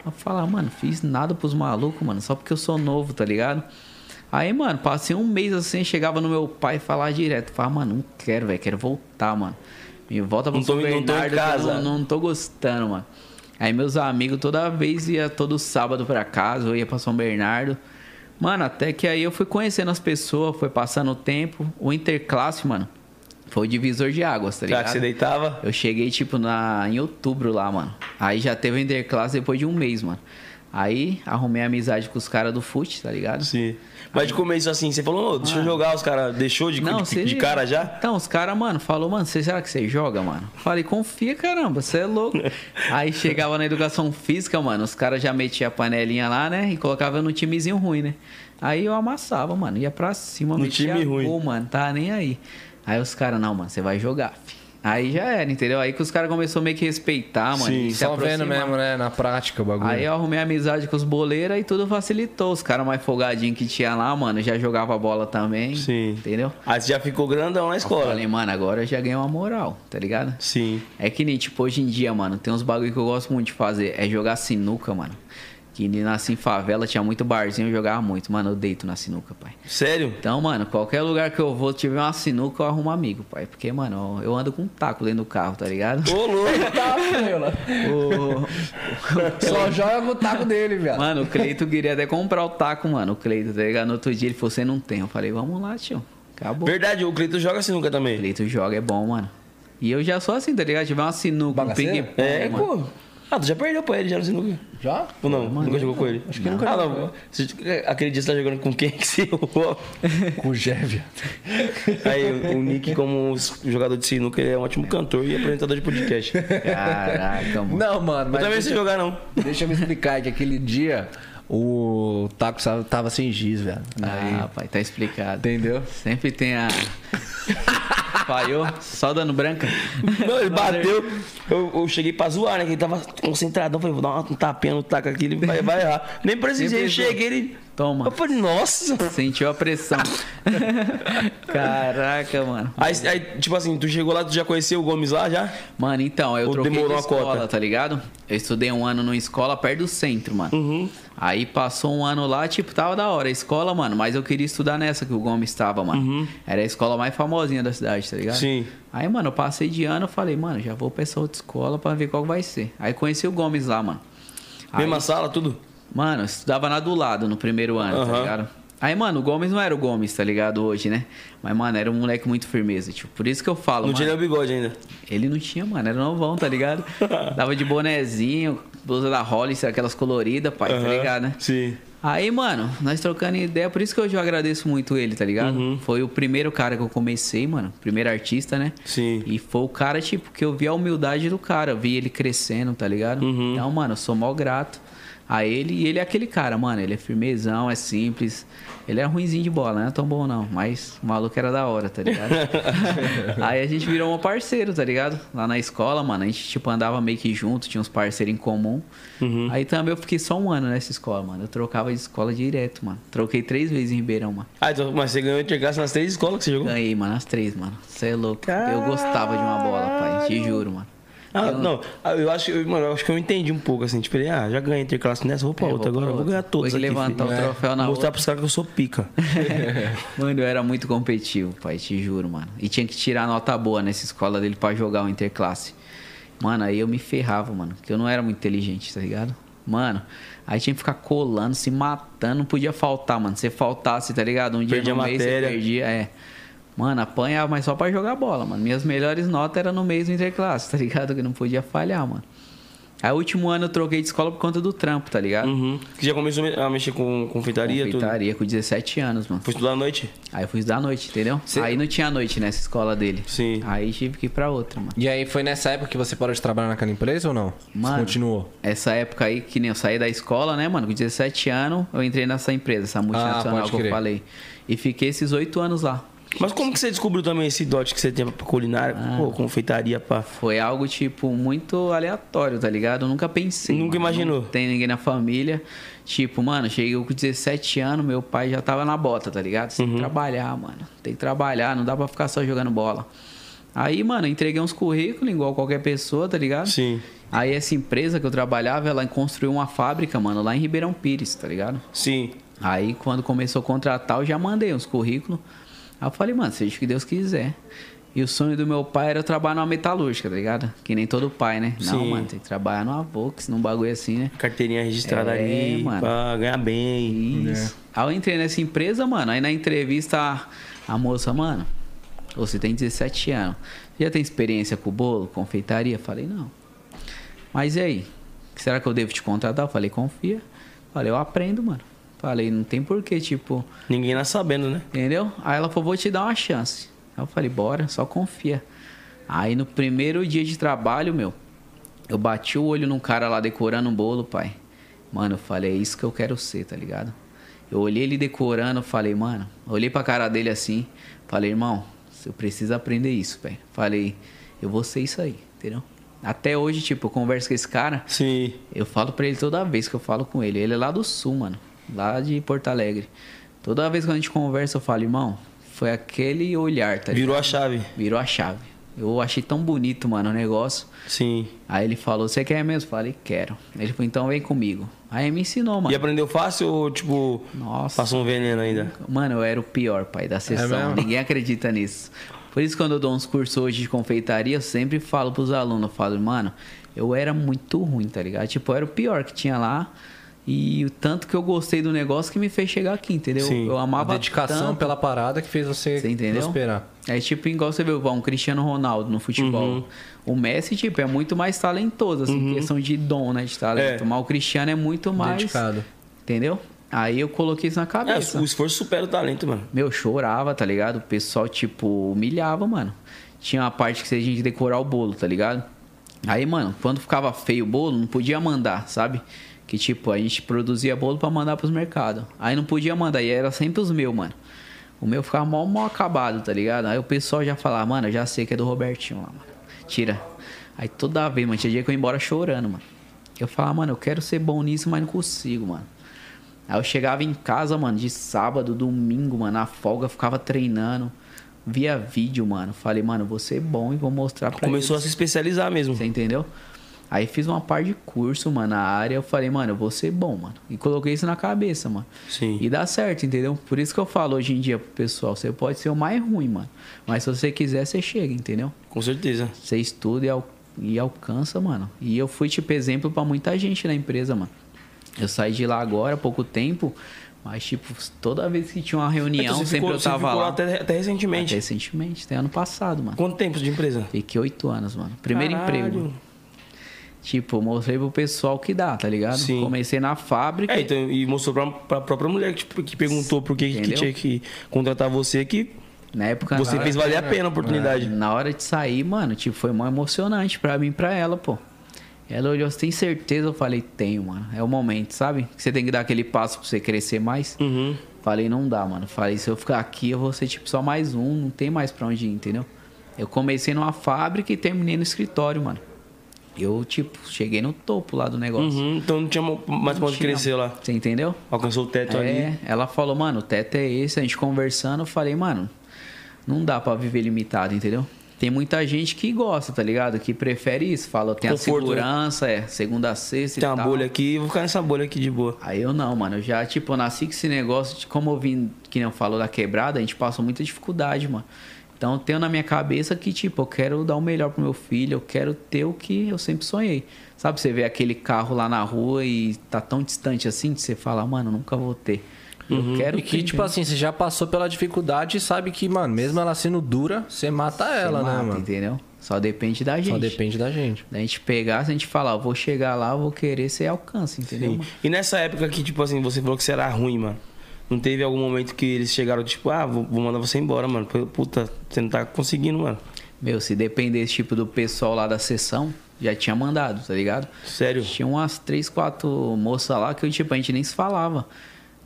Eu falava, mano, fiz nada pros malucos, mano, só porque eu sou novo, tá ligado? Aí, mano, passei um mês assim, chegava no meu pai falar direto. Falava, mano, não quero, velho, quero voltar, mano. Me volta pro Não tô- não São tô em Bernardo, que eu casa. não- não tô gostando, mano. Aí meus amigos toda vez ia todo sábado pra casa, eu ia pra São Bernardo. Mano, até que aí eu fui conhecendo as pessoas, foi passando o tempo. O interclasse, mano, foi o divisor de águas, tá Já ligado? que você deitava? Eu cheguei, tipo, na, em outubro lá, mano. Aí já teve o interclasse depois de um mês, mano. Aí arrumei amizade com os caras do FUT, tá ligado? Sim. Mas de começo assim, você falou, "Ô, deixa eu jogar, os caras deixou de, de- cê- de cara já? Então, os caras, mano, falou, mano, cê, será que você joga, mano? Falei, confia, caramba, você é louco. Aí chegava na educação física, mano, os caras já metiam a panelinha lá, né? E colocava eu num timezinho ruim, né? Aí eu amassava, mano, ia pra cima, No metia time ruim. gol, mano, tá nem aí. Aí os caras, não, mano, você vai jogar, fi. Aí já era, entendeu? Aí que os caras começaram meio que respeitar, mano. Sim. e se Só vendo aproximar. mesmo, né? Na prática o bagulho. Aí eu arrumei amizade com os boleiros e tudo facilitou. Os caras mais folgadinhos que tinha lá, mano, já jogava bola também. Sim. Entendeu? Aí você já ficou grandão na Eu escola. Falei, mano, agora eu já ganhei uma moral, tá ligado? Sim. É que nem, tipo, hoje em dia, mano, tem uns bagulho que eu gosto muito de fazer. É jogar sinuca, mano. Que nem nasci em favela, tinha muito barzinho, eu jogava muito. Mano, eu deito na sinuca, pai. Sério? Então, mano, qualquer lugar que eu vou, tiver uma sinuca, eu arrumo amigo, pai. Porque, mano, eu eu ando com um taco dentro do carro, tá ligado? Ô, louco. Tá, né? Só joga o taco dele, viado. Mano, o Cleito queria até comprar o taco, mano. O Cleito, tá ligado? No outro dia ele falou, você não tem. Eu falei, vamos lá, tio. Acabou. Verdade, o Cleiton joga sinuca O também. Cleito joga, é bom, mano. E eu já sou assim, tá ligado? Tiver uma sinuca, um Bagaceiro? ping-pong, É, mano. pô. Ah, tu já perdeu pra ele já no sinuca? Já? Ou não? Mano, nunca jogou não. com ele? Acho que nunca Ah, não. Você- Aquele dia você tá jogando com quem que você jogou? Com o Gé, viado. Aí, o- o Nick, como s- jogador de sinuca, ele é um ótimo cantor e apresentador de podcast. Eu Caraca, mano. Não, mano, mas. também não sei jogar, não. Deixa eu me explicar é que aquele dia o Taco sa- tava sem giz, velho. Ah, pai, tá explicado. Entendeu? Sempre tem a. Falhou, só dando branca. Não, ele bateu. Eu, eu cheguei pra zoar, né? Que ele tava concentradão. Falei, vou dar uma- um tapinha no taco aqui, ele vai, vai errar. Nem precisei, Nem eu precisou. cheguei, ele. Toma. Eu falei, nossa. Sentiu a pressão. Caraca, mano. Aí, aí, tipo assim, tu chegou lá, tu já conheceu o Gomes lá já? Mano, então, eu Ou troquei demorou de a escola, cota? tá ligado? Eu estudei um ano numa escola perto do centro, mano. Uhum. Aí passou um ano lá, tipo, tava da hora a escola, mano. Mas eu queria estudar nessa que o Gomes tava, mano. Era a escola mais famosinha da cidade, tá ligado? Uhum. Sim. Aí, mano, eu passei de ano, eu falei, mano, já vou pra essa outra escola pra ver qual que vai ser. Aí conheci o Gomes lá, mano. Aí- Mesma sala, tudo? Mano, eu estudava na do lado no primeiro ano, tá Aham. ligado? Aí, mano, o Gomes não era o Gomes, tá ligado? Hoje, né? Mas, mano, era um moleque muito firmeza. Tipo, por isso que eu falo, Não mano. tinha nem o bigode ainda. Ele não tinha, mano. Era novão, tá ligado? Tava de bonezinho, blusa da Hollis, aquelas coloridas, pai, tá Aham, ligado, né? Sim. Aí, mano, nós trocando ideia, por isso que hoje eu agradeço muito ele, tá ligado? Foi o primeiro cara que eu comecei, mano. Primeiro artista, né? Sim. E foi o cara, tipo, que eu vi a humildade do cara, eu vi ele crescendo, tá ligado? Então, mano, eu sou mó grato a ele. E ele é aquele cara, mano, ele é firmezão, é simples. Ele é ruimzinho de bola, não é tão bom não, mas o maluco era da hora, tá ligado? Aí a gente virou um parceiro, tá ligado? Lá na escola, mano, a gente, tipo, andava meio que junto, tinha uns parceiros em comum. Aí também eu fiquei só um ano nessa escola, mano. Eu trocava de escola direto, mano. Troquei três vezes em Ribeirão, mano. Ah, então, mas você ganhou interclasse nas três escolas que você jogou? Ganhei, mano, as três, mano. Você é louco. Eu gostava de uma bola, pai. Te juro, mano. Ah, não, ah, eu acho, eu- mano, eu acho que eu entendi um pouco, assim, tipo, ele, ah, já ganhei interclasse nessa, vou pra É, outra, vou agora pra eu vou outra. ganhar todas Vou aqui, levantar filho. o É. troféu na Mostrar outra. pros caras que eu sou pica. mano, eu era muito competitivo, pai. Te juro, mano. E tinha que tirar nota boa nessa escola dele pra jogar o interclasse. Mano, aí eu me ferrava, mano. Porque eu não era muito inteligente, tá ligado? Mano, aí tinha que ficar colando, se matando. Não podia faltar, mano. Se faltasse, tá ligado? Um dia Perdia no a mês, matéria. você perdia. É. Mano, apanhava, mas só pra jogar bola, mano. Minhas melhores notas eram no mês do interclasse, tá ligado? Que não podia falhar, mano. Aí, último ano, eu troquei de escola por conta do trampo, tá ligado? Uhum. Que já começou a mexer com confeitaria, tudo. Confeitaria com 17 anos, mano. Foi estudar à noite? Aí eu fui estudar à noite, entendeu? Aí não tinha noite nessa escola dele. Sim. Aí tive que ir pra outra, mano. E aí foi nessa época que você parou de trabalhar naquela empresa ou não? Você Mano. Continuou. Essa época aí que nem eu saí da escola, né, mano? Com 17 anos, eu entrei nessa empresa, Ah, essa multinacional pode que eu crer. falei. E fiquei esses oito anos lá. Mas como que você descobriu também esse dote que você tem pra culinária, Ah. pô, confeitaria, pá? Foi algo, tipo, muito aleatório, tá ligado? Eu nunca pensei. Nunca mano. imaginou. Não tem ninguém na família. Tipo, mano, cheguei com 17 anos, meu pai já tava na bota, tá ligado? Você Uhum. tem que trabalhar, mano. Tem que trabalhar, não dá pra ficar só jogando bola. Aí, mano, eu entreguei uns currículos igual qualquer pessoa, tá ligado? Sim. Aí essa empresa que eu trabalhava, ela construiu uma fábrica, mano, lá em Ribeirão Pires, tá ligado? Sim. Aí quando começou a contratar, eu já mandei uns currículos. Aí eu falei, mano, seja o que Deus quiser. E o sonho do meu pai era eu trabalhar numa metalúrgica, tá ligado? Que nem todo pai, né? Não, Sim. mano, tem que trabalhar numa Vox, num bagulho assim, né? Carteirinha registrada É, ali, mano. pá, ganhar bem. Isso. Aí eu entrei nessa empresa, mano. Aí na entrevista a, a moça, mano, você tem 17 anos. Você já tem experiência com bolo, confeitaria? Falei, não. Mas e aí? Será que eu devo te contratar? Eu Falei, confia. Falei, eu aprendo, mano. Falei, não tem porquê, tipo, Ninguém nasce sabendo, né? Entendeu? Aí ela falou, vou te dar uma chance. Aí eu falei, bora, só confia. Aí no primeiro dia de trabalho, meu, eu bati o olho num cara lá decorando um bolo, pai. Mano, eu falei, é isso que eu quero ser, tá ligado? Eu olhei ele decorando, eu falei, mano, eu olhei pra cara dele assim, falei, irmão, eu preciso aprender isso, velho. Falei, eu vou ser isso aí, entendeu? Até hoje, tipo, eu converso com esse cara, Sim. eu falo pra ele toda vez que eu falo com ele. Ele é lá do sul, mano. Lá de Porto Alegre. Toda vez que a gente conversa, eu falo, irmão, foi aquele olhar, tá ligado? Virou a chave. Virou a chave. Eu achei tão bonito, mano, o negócio. Sim. Aí ele falou, você quer mesmo? Eu Falei, quero. Ele falou, então vem comigo. Aí me ensinou, mano. E aprendeu fácil ou, tipo, Nossa. passou um veneno ainda? Mano, eu era o pior, pai, da sessão. mesmo? Ninguém acredita nisso. Por isso, quando eu dou uns cursos hoje de confeitaria, eu sempre falo pros alunos, eu falo, mano, eu era muito ruim, tá ligado? Tipo, eu era o pior que tinha lá. E o tanto que eu gostei do negócio que me fez chegar aqui, entendeu? Sim. eu amava a dedicação tanto. pela parada que fez você, Você entendeu? prosperar. É tipo igual você vê ó, um Cristiano Ronaldo no futebol. O Messi, tipo, é muito mais talentoso, assim, em questão de dom, né? De talento. É. Mas o Cristiano é muito mais. Dedicado. Entendeu? Aí eu coloquei isso na É, cabeça. o esforço supera o talento, mano. Meu, eu chorava, tá ligado? O pessoal, tipo, humilhava, mano. Tinha uma parte que se a gente decorar o bolo, tá ligado? Aí, mano, quando ficava feio o bolo, não podia mandar, sabe? Que tipo, a gente produzia bolo pra mandar pros mercados. Aí não podia mandar, e era sempre os meus, mano. O meu ficava mal, mal acabado, tá ligado? Aí o pessoal já falava, mano, eu já sei que é do Robertinho lá, mano. Tira. Aí toda vez, mano, tinha dia que eu ia embora chorando, mano. Eu falava, mano, eu quero ser bom nisso, mas não consigo, mano. Aí eu chegava em casa, mano, de sábado, domingo, mano, na folga, ficava treinando, via vídeo, mano. Falei, mano, vou ser bom e vou mostrar pra Começou a eles. se especializar mesmo. Você entendeu? Aí fiz uma par de curso, mano, na área. Eu falei, mano, eu vou ser bom, mano. E coloquei isso na cabeça, mano. Sim. E dá certo, entendeu? Por isso que eu falo hoje em dia pro pessoal, você pode ser o mais ruim, mano. Mas se você quiser, você chega, entendeu? Com certeza. Você estuda e, al- e alcança, mano. E eu fui, tipo, exemplo pra muita gente na empresa, mano. Eu saí de lá agora, há pouco tempo, Mas, tipo, toda vez que tinha uma reunião, Então, você sempre ficou- eu você tava ficou lá. Até, até Até recentemente. recentemente, até ano passado, mano. Quanto tempo de empresa? Fiquei oito anos, mano. Primeiro Caralho. emprego. Tipo, eu mostrei pro pessoal que dá, tá ligado? Sim. Comecei na fábrica. É, então, e mostrou pra, pra própria mulher que, tipo, que perguntou por que, que Entendeu? tinha que contratar você que Na época. você na, fez valer a pena a oportunidade. na hora de sair, mano, tipo, foi mó emocionante pra mim e pra ela, pô. Ela olhou, você tem certeza? Eu falei, tenho, mano. É o momento, sabe? Que Você tem que dar aquele passo pra você crescer mais. Uhum. Falei, não dá, mano. Falei, se eu ficar aqui, eu vou ser tipo só mais um, não tem mais pra onde ir, entendeu? Eu comecei numa fábrica e terminei no escritório, mano. Eu, tipo, cheguei no topo lá do negócio. Uhum, Então não tinha mo- mais pra onde Tinha- crescer lá. Você entendeu? Alcançou o teto ali. É, ela falou, mano, o teto é esse, a gente conversando, eu falei, mano, não dá pra viver limitado, entendeu? Tem muita gente que gosta, tá ligado? Que prefere isso. Fala, tem a Conforto, né? segurança, é, segunda a sexta Tem e uma tal. bolha aqui, vou ficar nessa bolha aqui de boa. Aí eu não, mano. Eu já, tipo, eu nasci com esse negócio de como eu vim, que nem eu falo da quebrada, a gente passou muita dificuldade, mano. Então eu tenho na minha cabeça que, tipo, eu quero dar o melhor pro meu filho, eu quero ter o que eu sempre sonhei. Sabe, você vê aquele carro lá na rua e tá tão distante assim que você fala, mano, nunca vou ter. Eu quero E que, ter, tipo entendeu? assim, você já passou pela dificuldade e sabe que, mano, mesmo ela sendo dura, você mata Você ela, mata, né, mano? entendeu? Só depende da gente. Só depende da gente. Da gente pegar, se a gente falar, eu vou chegar lá, eu vou querer, você alcança, entendeu? Sim. mano? E nessa época que, tipo assim, você falou que você era ruim, mano. Não teve algum momento que eles chegaram, tipo, ah, vou, vou mandar você embora, mano. Puta, você não tá conseguindo, mano. Meu, se dependesse, tipo, do pessoal lá da sessão, já tinha mandado, tá ligado? Sério. Tinha umas três, quatro moças lá que, eu, tipo, a gente nem se falava.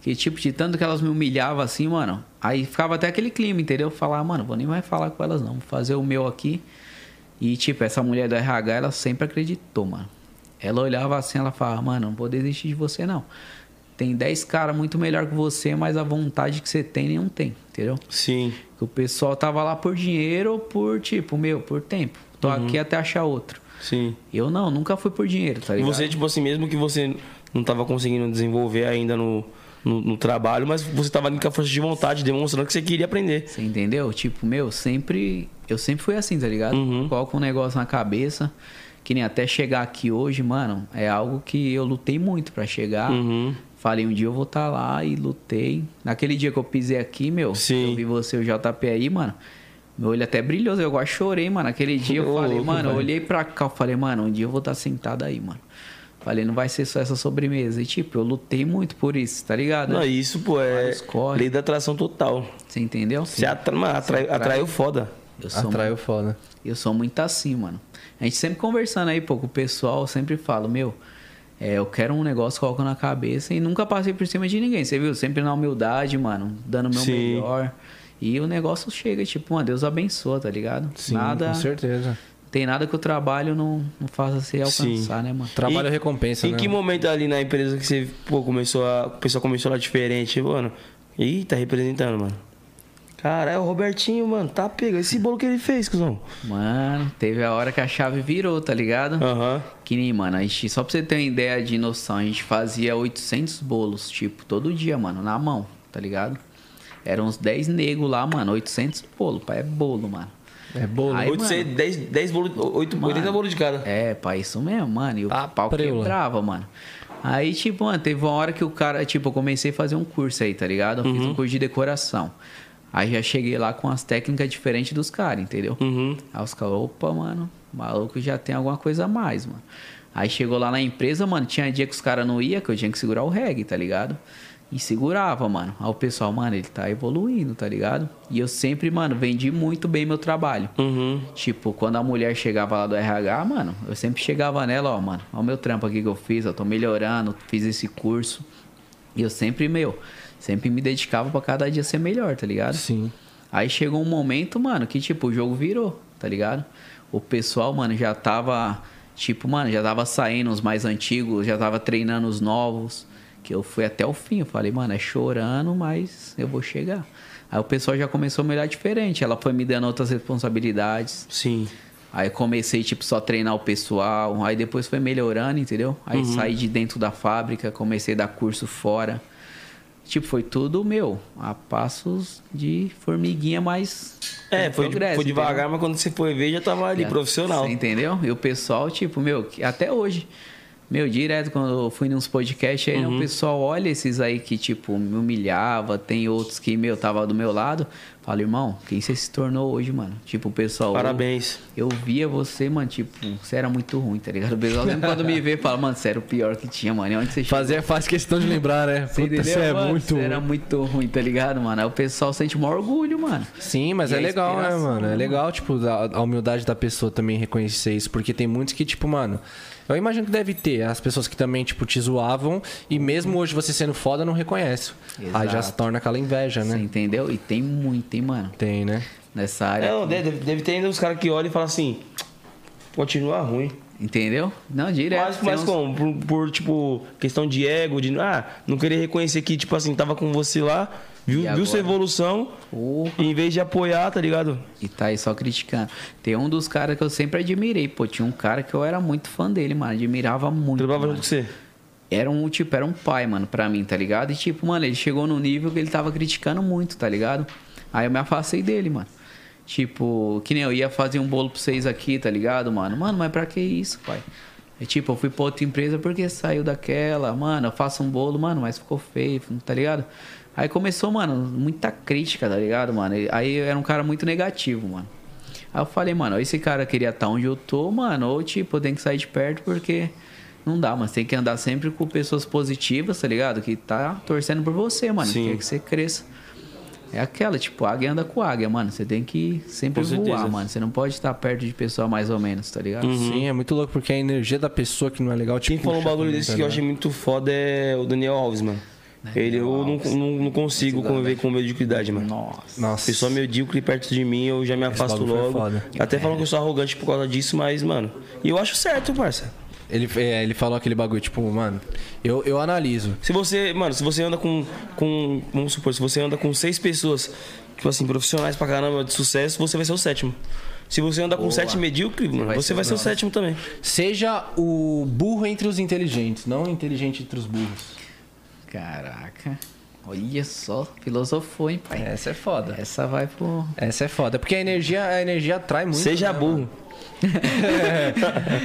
Que, tipo, de tanto que elas me humilhavam assim, mano. Aí ficava até aquele clima, entendeu? Falar, mano, vou nem mais falar com elas, não. Vou fazer o meu aqui. E, tipo, essa mulher do RH, ela sempre acreditou, mano. Ela olhava assim, ela falava, mano, não vou desistir de você, não. Tem 10 caras muito melhor que você, mas a vontade que você tem, nenhum tem, entendeu? Sim. Que o pessoal tava lá por dinheiro ou por, tipo, meu, por tempo. Tô aqui até achar outro. Sim. Eu não, nunca fui por dinheiro, tá E ligado? você, tipo assim, mesmo que você não tava conseguindo desenvolver ainda no, no, no trabalho, mas você tava ali com a força de vontade, demonstrando que você queria aprender. Você entendeu? Tipo, meu, sempre. Eu sempre fui assim, tá ligado? Uhum. Coloco um negócio na cabeça. Que nem até chegar aqui hoje, mano, é algo que eu lutei muito pra chegar. Uhum. Falei, um dia eu vou estar lá e lutei. Naquele dia que eu pisei aqui, meu, Sim. eu vi você e o JP aí, mano. Meu olho até brilhou, eu quase chorei, mano. Aquele dia eu Ô, falei, louco, mano, eu velho. olhei pra cá, eu falei, mano, um dia eu vou estar sentado aí, mano. Falei, não vai ser só essa sobremesa. E tipo, eu lutei muito por isso, tá ligado? Não, isso, pô, é Vários corre. lei da atração total. Você entendeu? Você atra... mano, atrai- atraiu foda. Eu sou um Atraiu foda. Eu sou muito assim, mano. A gente sempre conversando aí, pô, com o pessoal, eu sempre falo, meu, é, eu quero um negócio, coloco na cabeça e nunca passei por cima de ninguém, você viu? Sempre na humildade, mano, dando o meu Sim. melhor. E o negócio chega, tipo, mano, Deus abençoa, tá ligado? Sim, nada, com certeza. tem nada que o trabalho não, não faça se alcançar, né, mano? Trabalho E- recompensa, em né? que momento ali na empresa que você, pô, começou a. O pessoal começou lá diferente, mano. Ih, tá representando, mano. Caralho, é o Robertinho, mano, tá pega. Esse bolo que ele fez, cuzão. Mano, teve a hora que a chave virou, tá ligado? Aham. Que nem, mano, a gente, só pra você ter uma ideia de noção, a gente fazia 800 bolos, tipo, todo dia, mano, na mão, tá ligado? Eram uns 10 negros lá, mano, 800 bolo, pai, é bolo, mano. É bolo. Aí, 800, 10, 10 bolos, 8, Mano. 80 bolos de cada. É, pai, isso mesmo, mano, e o Tá pau preula. quebrava, mano. Aí, tipo, mano, teve uma hora que o cara, tipo, eu comecei a fazer um curso aí, tá ligado? Eu fiz Uhum. um curso de decoração. Aí já cheguei lá com as técnicas diferentes dos caras, entendeu? Uhum. Aí os caras, opa, mano, o maluco já tem alguma coisa a mais, mano. Aí chegou lá na empresa, mano, tinha dia que os caras não iam, que eu tinha que segurar o reggae, tá ligado? E segurava, mano. Aí o pessoal, mano, ele tá evoluindo, tá ligado? E eu sempre, mano, vendi muito bem meu trabalho. Uhum. Tipo, quando a mulher chegava lá do RH, mano, eu sempre chegava nela, ó, mano, ó o meu trampo aqui que eu fiz, eu tô melhorando, fiz esse curso. E eu sempre, meu, sempre me dedicava pra cada dia ser melhor, tá ligado? Sim. Aí chegou um momento, mano, que tipo, o jogo virou, tá ligado? O pessoal, mano, já tava. Tipo, mano, já tava saindo os mais antigos, já tava treinando os novos. Que eu fui até o fim. Eu falei, mano, é chorando, mas eu vou chegar. Aí o pessoal já começou a me olhar diferente. Ela foi me dando outras responsabilidades. Sim. Aí comecei, tipo, só a treinar o pessoal. Aí depois foi melhorando, entendeu? Aí Uhum. saí de dentro da fábrica, comecei a dar curso fora. Tipo, foi tudo meu, a passos de formiguinha, mas. É, com foi, de- progresso, foi devagar, entendeu? É. tá mas quando você foi ver, já tava ali, profissional. Você entendeu? E o pessoal, tipo, meu, que até hoje. Meu, direto quando eu fui nos podcasts aí, né, Uhum. o pessoal olha esses aí que, tipo, me humilhava, tem outros que, meu, tava do meu lado. Fala, irmão, quem você se tornou hoje, mano? Tipo, o pessoal. Parabéns. Eu via você, mano, tipo, você era muito ruim, tá ligado? O pessoal sempre quando me vê fala, mano, você era o pior que tinha, mano. E onde você chegou? Fazer faz questão de lembrar, né? Puta, Você entendeu, você é mano? muito. Você era muito ruim, tá ligado, mano? Aí o pessoal sente o maior orgulho, mano. Sim, mas E é a legal, né, inspiração, mano? É né, legal, tipo, a, a humildade da pessoa também reconhecer isso. Porque tem muitos que, tipo, mano. Eu imagino que deve ter as pessoas que também, tipo, te zoavam. E mesmo hoje você sendo foda, não reconhece. Aí já se Uhum. Exato. torna aquela inveja, Você né? entendeu? E tem muito, hein, mano? Tem, né? Nessa área. Não, deve, deve ter ainda uns caras que olham e falam assim, continua ruim. Entendeu? Não, direto. Mas, tem mas uns- como? Por, por, tipo, questão de ego, de ah, não querer reconhecer que, tipo assim, tava com você lá, viu, E viu sua agora? evolução, Porra. e em vez de apoiar, tá ligado? E tá aí só criticando. Tem um dos caras que eu sempre admirei, pô. Tinha um cara que eu era muito fã dele, mano. Admirava muito. Trabalhava junto mano. com você. Era um, tipo, era um pai, mano, pra mim, tá ligado? E tipo, mano, ele chegou num nível que ele tava criticando muito, tá ligado? Aí eu me afastei dele, mano. Tipo, que nem eu ia fazer um bolo pra vocês aqui, tá ligado, mano? Mano, mas pra que isso, pai? É tipo, eu fui pra outra empresa porque saiu daquela, mano, eu faço um bolo, mano, mas ficou feio, tá ligado? Aí começou, mano, muita crítica, tá ligado, mano? E- Aí eu era um cara muito negativo, mano. Aí eu falei, mano, ou esse cara queria estar onde eu tô, mano, ou tipo, eu tenho que sair de perto porque não dá, mas tem que andar sempre com pessoas positivas, tá ligado? Que tá torcendo por você, mano. Sim. Quer que você cresça. É aquela, tipo, águia anda com águia, mano. Você tem que sempre Com certeza. voar, mano. Você não pode estar perto de pessoa mais ou menos, tá ligado? Sim, é muito louco, porque a energia da pessoa que não é legal, Quem tipo. falou um bagulho desse que eu achei muito foda é o Daniel Alves, mano. Né? Ele, eu não, não, não consigo conviver com mediocridade, mano. Nossa. Nossa. Pessoa medíocre perto de mim, eu já me afasto bagulho foi logo. foda. É. Até falam que eu sou arrogante por causa disso, mas, mano, e eu acho certo, parça. Ele, é, ele falou aquele bagulho, tipo, mano, eu, eu analiso. Se você, mano, se você anda com, com. Vamos supor, se você anda com seis pessoas, tipo assim, profissionais pra caramba de sucesso, você vai ser o sétimo. Se você anda com sete medíocre, mano, vai você ser vai o ser o nosso. sétimo também. Seja o burro entre os inteligentes, não o inteligente entre os burros. Caraca. Olha só. Filosofou, hein, pai? Essa é foda. Essa vai pro. Essa é foda, porque a energia, a energia atrai muito. Seja né, burro. mano?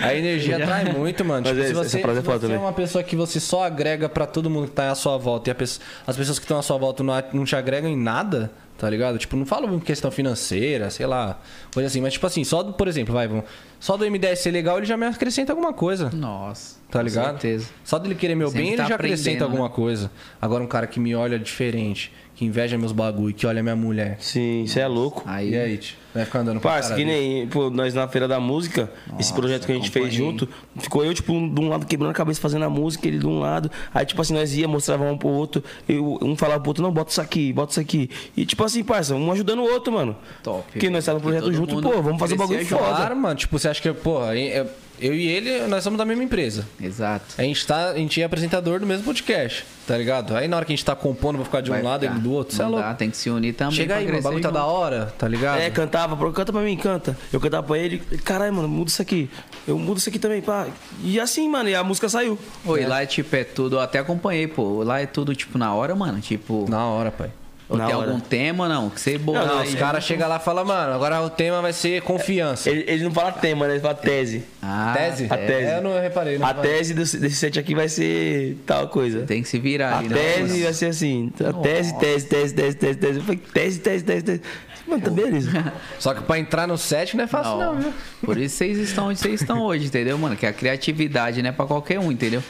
A energia atrai muito, mano. Mas Tipo, é, se essa você, frase é se foda você é também. uma pessoa que você só agrega pra todo mundo que tá à sua volta e a pessoa- as pessoas que estão à sua volta não, a- não te agregam em nada, tá ligado? Tipo, não falo em questão financeira, sei lá, coisa assim, mas tipo assim, só do, por exemplo, vai, vamos, só do MDS ser legal, ele já me acrescenta alguma coisa. Nossa. Tá com ligado? certeza. Só dele querer meu Sempre bem, tá ele já acrescenta aprendendo, alguma coisa. Agora um cara que me olha diferente, que inveja meus bagulho, que olha minha mulher. Sim, você é louco. Aí. E aí, tio? Vai ficar andando com a Parça, cara que dele? nem pô, nós na Feira da Música, esse projeto que a gente fez acompanhei. junto, ficou eu, tipo, de um lado quebrando a cabeça fazendo a música, ele de um lado. Aí, tipo assim, nós ia, mostrava um pro outro, eu, um falava pro outro, não, bota isso aqui, bota isso aqui. E, tipo assim, parça, um ajudando o outro, mano. Top. Porque nós estávamos no E projeto todo junto, mundo pô, vamos fazer um bagulho crescia foda. Claro, mano. Tipo, você acha que, porra, eu, eu e ele, nós somos da mesma empresa. Exato. A gente, tá, a gente é apresentador do mesmo podcast, tá ligado? Aí na hora que a gente tá compondo, vou ficar de um Vai lado e ficar. do outro, você é Não louco. dá, tem que se unir também. Chega pra aí, mano, o crescer bagulho tá junto. da hora, tá ligado? É, cantava, pro- canta pra mim, canta. Eu cantava pra ele, caralho, mano, muda isso aqui. Eu mudo isso aqui também, pá. E assim, mano, e a música saiu. Oi, lá é tipo, é tudo. Eu até acompanhei, pô. Lá é tudo, tipo, na hora, mano. Tipo, Na hora, pai. ou Na tem hora. algum tema, não? Que você bolar Não, não, aí. Os caras chegam lá e falam, mano, agora o tema vai ser confiança. Ele, ele não fala tema, né? Ele fala tese. Ah, tese? a tese. É, eu não reparei. Não A reparei. tese desse, desse set aqui vai ser tal coisa. Tem que se virar A ali, né? tese vai Mano? ser assim. A tese, tese, tese, tese, tese, tese. Eu falei, tese, tese, tese, tese. Mano, tá beleza. Só que pra entrar no set não é fácil não, né? viu? Por isso vocês estão onde vocês estão hoje, entendeu, mano? Que a criatividade não é pra qualquer um, entendeu?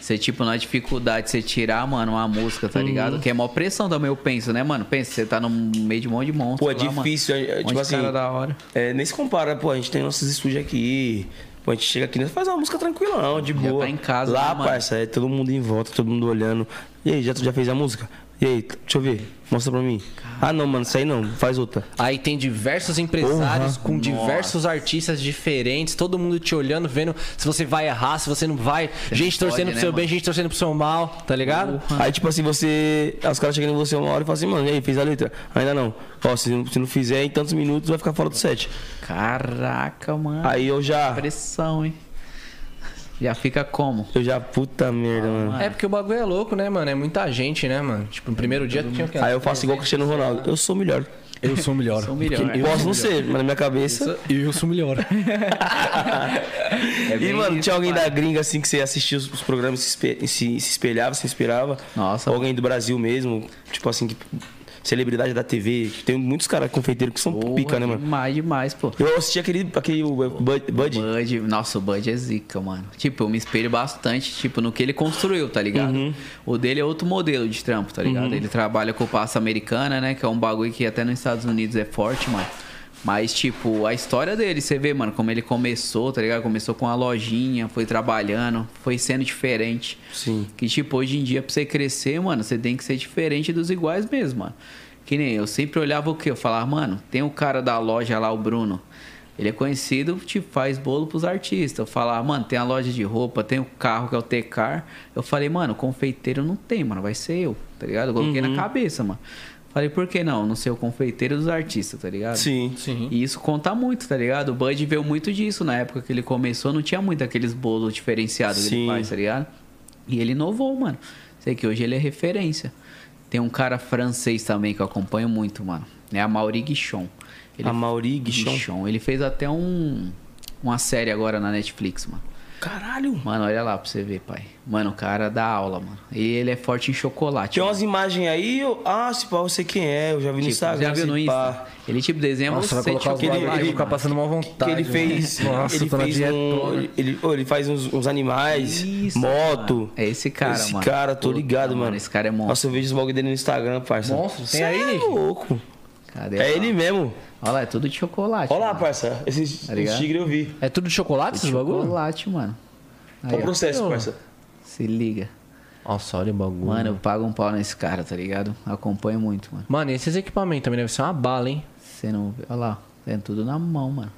Você, tipo, na dificuldade, você tirar, mano, uma música, Hum. tá ligado? Que é mó pressão também, eu penso, né, mano? Pensa, você tá no meio de um monte de monstro. Pô, é lá, mano. difícil, é, é, Um monte tipo de assim- cara da hora. É, nem se compara, pô, a gente tem nossos estúdios aqui. Pô, a gente chega aqui, nós faz uma música tranquila, não, de boa. tá em casa, Lá, né, mano? parça, é todo mundo em volta, todo mundo olhando. E aí, já, tu já fez a música? E aí, t- deixa eu ver, mostra pra mim. Ah, não, mano, isso aí não, faz outra. Aí tem diversos empresários com diversos artistas diferentes, todo mundo te olhando, vendo se você vai errar, se você não vai. gente não pode, torcendo pro né, seu bem, mano? gente torcendo pro seu mal, tá ligado? Aí, tipo assim, você. Os caras chegam em você uma hora e falam assim, mano, e aí, fez a letra? Ainda não. Ó, se, não- se não fizer em tantos minutos, vai ficar fora do set. Caraca, mano. Aí eu já. Pressão, hein? Já fica como? Eu já, puta merda, mano. É porque o bagulho é louco, né, mano? É muita gente, né, mano? Tipo, no primeiro dia tu tinha o quê? Aí Ah, eu faço igual o Cristiano Ronaldo. Eu sou um né? o melhor. Eu sou um melhor. Sou melhor. Porque Posso não ser, mas na minha cabeça. Eu, eu sou melhor. É e, bem mano, isso, tinha alguém pai. da gringa assim que você assistia os os programas, se, espe- se- se espelhava, se inspirava. Nossa. Alguém do Brasil mesmo, tipo assim, que- celebridade da TV. Tem muitos caras confeiteiros que são Porra, pica, né, mano? Demais, demais, pô. Eu assisti aquele, aquele Bud, Bud. Bud, nossa, o Bud é zica, mano. Tipo, eu me espelho bastante, tipo, no que ele construiu, tá ligado? Uhum. O dele é outro modelo de trampo, tá ligado? Ele trabalha com pasta americana, né? Que é um bagulho que até nos Estados Unidos é forte, mano. Mas, tipo, a história dele, você vê, mano, como ele começou, tá ligado? Começou com a lojinha, foi trabalhando, foi sendo diferente. Sim. Que, tipo, hoje em dia, pra você crescer, mano, você tem que ser diferente dos iguais mesmo, mano. Que nem eu sempre olhava o que? Eu falava, mano, tem o cara da loja lá, o Bruno. Ele é conhecido, te faz bolo pros artistas. Eu falava, mano, tem a loja de roupa, tem o carro que é o Tecar. Eu falei, mano, confeiteiro não tem, mano, vai ser eu, tá ligado? Eu coloquei Uhum. na cabeça, mano. Falei, por que não? Não ser o confeiteiro dos artistas, tá ligado? Sim. E isso conta muito, tá ligado? O Bud veio muito disso na época que ele começou, não tinha muito aqueles bolos diferenciados que Sim. ele faz, tá ligado? E ele inovou, mano. Sei que hoje ele é referência. Tem um cara francês também que eu acompanho muito, mano. É a Mauri Guichon. Ele A Mauri Guichon? Ele fez até um uma série agora na Netflix, mano. Caralho. Mano, olha lá pra você ver, pai. Mano, o cara dá aula, mano. E ele é forte em chocolate. Tinha mano. umas imagens aí, eu... ah, se pá, eu sei quem é, eu já vi no Tipo, Instagram. já viu se no pá. Insta? Ele tipo desenha Nossa, vai você, colocar os tipo, ele- bagulho e ele- ficar passando mal Que vontade. ele né? fez. Nossa, ele eu tô na fez dieta um, toda. ele, oh, ele faz uns, uns animais, é Isso, moto. mano. É esse cara, esse mano. Esse cara, tô Puta, ligado, mano, mano. esse cara é monstro. Nossa, eu vejo os blog dele no Instagram, parça. Monstro? Tem Cê aí, é Nick? louco. Cadê? É ele mesmo. Olha lá, é tudo de chocolate. Olha lá, mano. parça. Esses Tá tigres ligado? tigre eu vi. É tudo de chocolate esses bagulho? Chocolate, mano. Aí, Qual o ó, processo, eu- parça? se liga. Nossa, olha o bagulho. Mano, Mano, eu pago um pau nesse cara, tá ligado? Acompanho muito, mano. esses equipamentos também devem ser uma bala, hein? Você não vê. Olha lá, ó. tem tudo na mão, mano.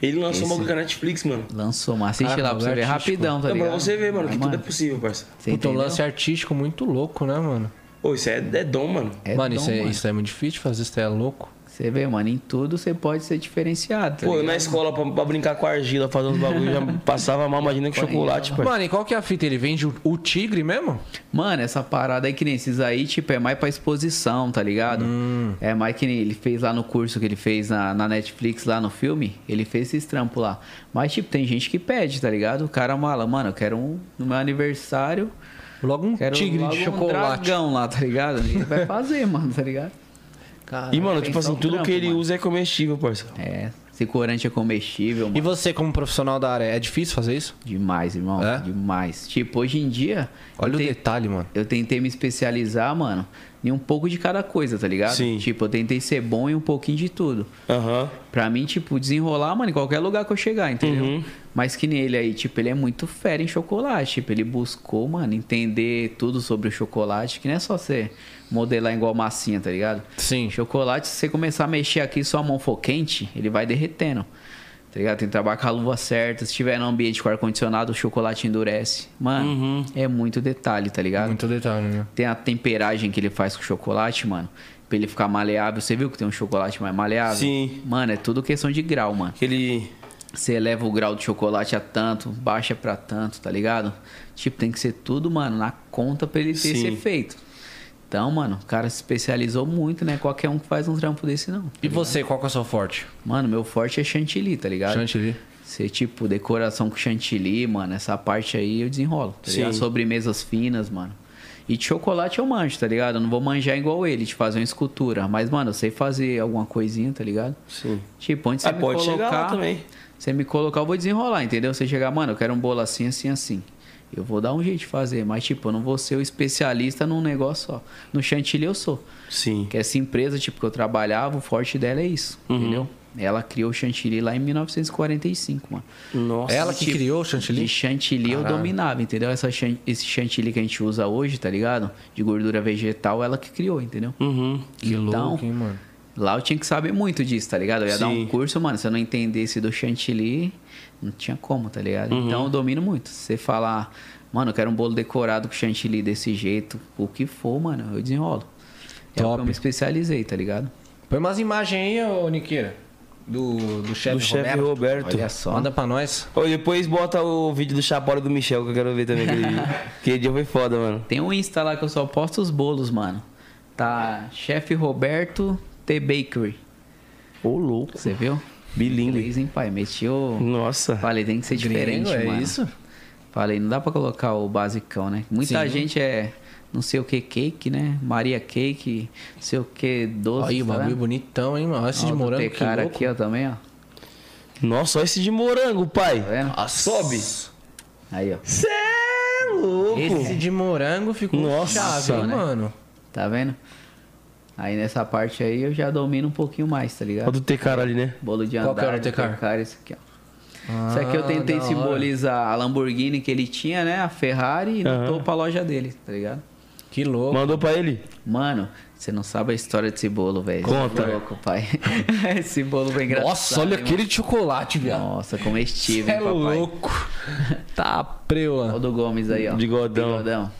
Ele lançou Esse- uma coisa na Netflix, mano. Lançou, mano. Assiste Caraca, lá pra você ver bagulho artístico. rapidão, tá Não, ligado? pra você ver, mano, Vai, que tudo é possível, parça. Puta, Você um entendeu? lance artístico muito louco, né, mano? Ô, isso é, é dom, mano. É mano, dom, isso, é, mano. isso é muito difícil de fazer, isso é louco. Você vê, mano, em tudo você pode ser diferenciado. Tá Pô, eu ligado? na escola pra, pra brincar com argila, fazer uns bagulho, já passava mal, imagina que chocolate, parça. Mano, e qual que é a fita? Ele vende o, o tigre mesmo? Mano, essa parada aí que nem esses aí, tipo, é mais pra exposição, tá ligado? Hum. É mais que nem ele fez lá no curso que ele fez na, na Netflix, lá no filme. Ele fez esses trampos lá. Mas, tipo, tem gente que pede, tá ligado? O cara mala, mano, eu quero um no meu aniversário. Logo um Quero tigre logo de um chocolate. dragão lá, tá ligado? Ele vai fazer, mano, tá ligado? E, mano, tipo Pensar assim, o tudo trampo, que ele mano. usa é comestível, parça. É, esse corante é comestível, E mano. você, como profissional da área, é difícil fazer isso? Demais, irmão. É? Demais. Tipo, hoje em dia. Olha eu o tenho- detalhe, mano. Eu tentei me especializar, mano, em um pouco de cada coisa, tá ligado? Sim. Tipo, eu tentei ser bom em um pouquinho de tudo. Aham. Pra mim, tipo, desenrolar, mano, em qualquer lugar que eu chegar, entendeu? Mas que nele aí, tipo, ele é muito fera em chocolate. Tipo, ele buscou, mano, entender tudo sobre o chocolate, que não é só você modelar igual massinha, tá ligado? Sim. Chocolate, se você começar a mexer aqui e sua mão for quente, ele vai derretendo. Tá ligado? Tem que trabalhar com a luva certa. Se tiver no ambiente com ar-condicionado, o chocolate endurece. Mano, é muito detalhe, tá ligado? Muito detalhe, né? Tem a temperagem que ele faz com o chocolate, mano. Pra ele ficar maleável. Você viu que tem um chocolate mais maleável? Sim. Mano, é tudo questão de grau, mano. Aquele. Você eleva o grau do chocolate a tanto, baixa pra tanto, tá ligado? Tipo, tem que ser tudo, mano, na conta pra ele ter esse Sim. efeito. Então, mano, o cara se especializou muito, né? Qualquer um que faz um trampo desse, não. E você, qual que é o seu forte? Mano, meu forte é chantilly, tá ligado? Chantilly. Ser tipo decoração com chantilly, mano, essa parte aí eu desenrolo, tá Sim. ligado? Sobremesas finas, mano. E de chocolate eu manjo, tá ligado? Eu não vou manjar igual ele, de fazer uma escultura. Mas, mano, eu sei fazer alguma coisinha, tá ligado? Sim. Tipo, onde você Ah, me pode chegar colocar. lá também. Você me colocar, eu vou desenrolar, entendeu? Você chegar, mano, eu quero um bolo assim, assim, assim. Eu vou dar um jeito de fazer, mas tipo, eu não vou ser o especialista num negócio só. No chantilly eu sou. Sim. Que essa empresa, tipo, que eu trabalhava, o forte dela é isso, Uhum. entendeu? Ela criou o chantilly lá em 1945, mano. Nossa. Ela que tipo, criou o chantilly? De chantilly eu dominava, entendeu? Essa chan- esse chantilly que a gente usa hoje, tá ligado? De gordura vegetal, ela que criou, entendeu? Uhum. Que Então, louco, hein, mano? Lá eu tinha que saber muito disso, tá ligado? Eu ia dar um Sim. curso, mano, se eu não entendesse do chantilly, não tinha como, tá ligado? Uhum. Então eu domino muito. Se você falar, mano, eu quero um bolo decorado com chantilly desse jeito, o que for, mano, eu desenrolo. É o Top. que eu me especializei, tá ligado? Põe umas imagens aí, ô Niqueira. Do, do chefe Do chefe Roberto. Roberto. Olha só. Manda pra nós. Ô, depois bota o vídeo do chapório do Michel, que eu quero ver também aquele vídeo. Aquele dia foi foda, mano. Tem um Insta lá que eu só posto os bolos, mano. Tá chefe Roberto T. Bakery. Ô, louco. Você viu? Bilingue. Inglês, hein, pai? Meteu. Nossa. Falei, tem que ser diferente, Gringo, é mano. isso? Falei, não dá pra colocar o basicão, né? Muita Sim. gente é não sei o que cake, né? Maria cake, não sei o que doce. Olha, o tá bagulho vendo? bonitão, hein, mano? Olha esse Ó, de do morango, que Tecara louco. aqui, ó, também, ó. Nossa, olha esse de morango, pai. Tá vendo? Nossa. Sobe. Aí, ó. Cê é louco. Esse de morango ficou Nossa, chave, hein, né? mano? Tá vendo? Aí nessa parte aí eu já domino um pouquinho mais, tá ligado? Olha do Tecara ali, né? Bolo de andar. Qual que era é o de Tecar? Tecar, esse aqui, ó. Isso aqui eu tentei Ah, da hora. simbolizar a Lamborghini que ele tinha, né? A Ferrari e no Aham. topo a loja dele, tá ligado? Que louco. Mandou pra ele? Mano, você não sabe a história desse bolo, velho. Conta. Você é louco, pai. Esse bolo foi engraçado. Nossa, olha hein, aquele de chocolate, mano? viado. Nossa, comestível, Cê hein, é papai. louco. Tá preula. Olha o do Gomes aí, ó. Bigodão. Bigodão.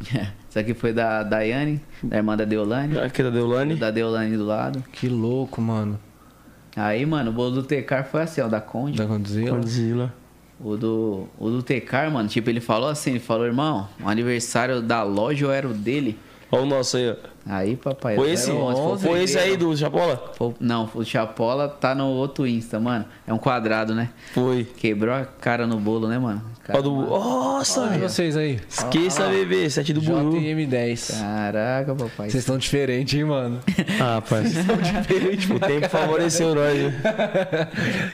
Isso aqui foi da Daiane, da irmã da Deolane. Aqui da Deolane. Da Deolane do lado. Que louco, mano. Aí, mano, o bolo do Tecar foi assim, ó, da Conde. Da Godzilla. Godzilla. O do, o do Tecar, mano, tipo, ele falou assim, ele falou, irmão, o aniversário da loja ou era o dele? Olha o nosso aí, ó. Aí, papai. Foi era esse? onze, foi o Foi esse aí primeiro. do Chapola? Foi- Não, o Chapola tá no outro Insta, mano. É um quadrado, né? Foi. Quebrou a cara no bolo, né, mano? Ó Cara- do... Nossa, Olha velho. vocês aí. Esqueça, bebê. Sete do né? Buru. JM10. Caraca, papai. Vocês estão diferentes, hein, mano? Ah, pai. O tempo favoreceu nós, né?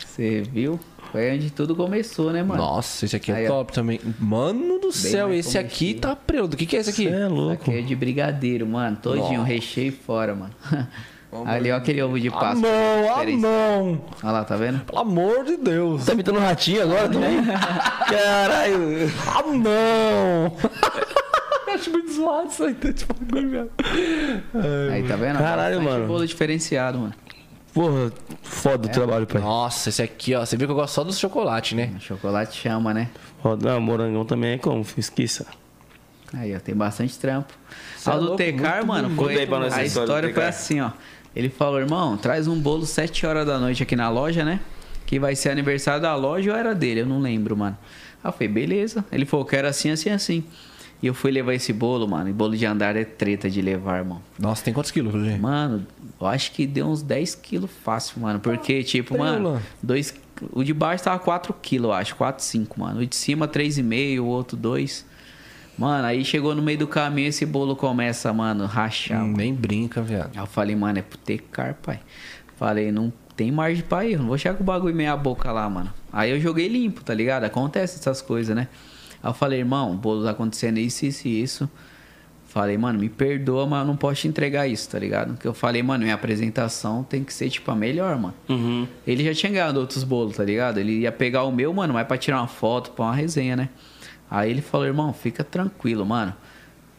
Você viu? Foi onde tudo começou, né, mano? Nossa, esse aqui é Aí, ó. top também. Mano do céu, mais esse aqui comestível. tá preula. O que, que é esse aqui? Cê é Isso louco. aqui é de brigadeiro, mano. Todinho, Nossa. recheio fora, mano. Ali, ó, aquele ovo de A Páscoa. mão, a Diferente. mão. Olha lá, tá vendo? Pelo amor de Deus. Tá imitando um ratinho agora também? Caralho. Ah, não! Acho muito zoado isso aí, tá tipo bagulho, viado. Aí, tá vendo? Caralho, Bastante mano. bolo diferenciado, mano. Porra, foda o trabalho, pai. Nossa, esse aqui, ó. Você viu que eu gosto só do chocolate, né? Chocolate chama, né? Foda. Não, morangão também é como? filho? Esqueça. Aí, ó, tem bastante trampo. Cê é Ao do louco, Tecar, muito mano, bonito. foi, Conta aí pra nós a a história do história foi Tecar. assim, ó. Ele falou, irmão, traz um bolo 7 horas da noite aqui na loja, né? Que vai ser aniversário da loja ou era dele, eu não lembro, mano. Aí eu falei, beleza. Ele falou, quero assim, assim, assim. E eu fui levar esse bolo, mano. E bolo de andar é treta de levar, irmão. Nossa, tem quantos quilos, Lê? Mano, eu acho que deu uns 10 quilos fácil, mano. Porque, tipo, Tranquilo. mano, dois, o de baixo tava 4 quilos, eu acho. 4, 5, mano. O de cima, 3,5, o outro 2. Mano, aí chegou no meio do caminho, esse bolo começa, mano, rachar. mano. Hum, Nem brinca, viado. Aí eu falei, mano, é pro Tecar, pai. Falei, não tem margem pra erro. Não vou chegar com o bagulho meia boca lá, mano. Aí eu joguei limpo, tá ligado? Acontece essas coisas, né? Aí eu falei, irmão, o bolo tá acontecendo isso, isso e isso. Falei, mano, me perdoa, mas eu não posso te entregar isso, tá ligado? Porque eu falei, mano, minha apresentação tem que ser, tipo, a melhor, mano. Uhum. Ele já tinha ganhado outros bolos, tá ligado? Ele ia pegar o meu, mano, mas pra tirar uma foto, pra uma resenha, né? Aí ele falou, irmão, fica tranquilo, mano.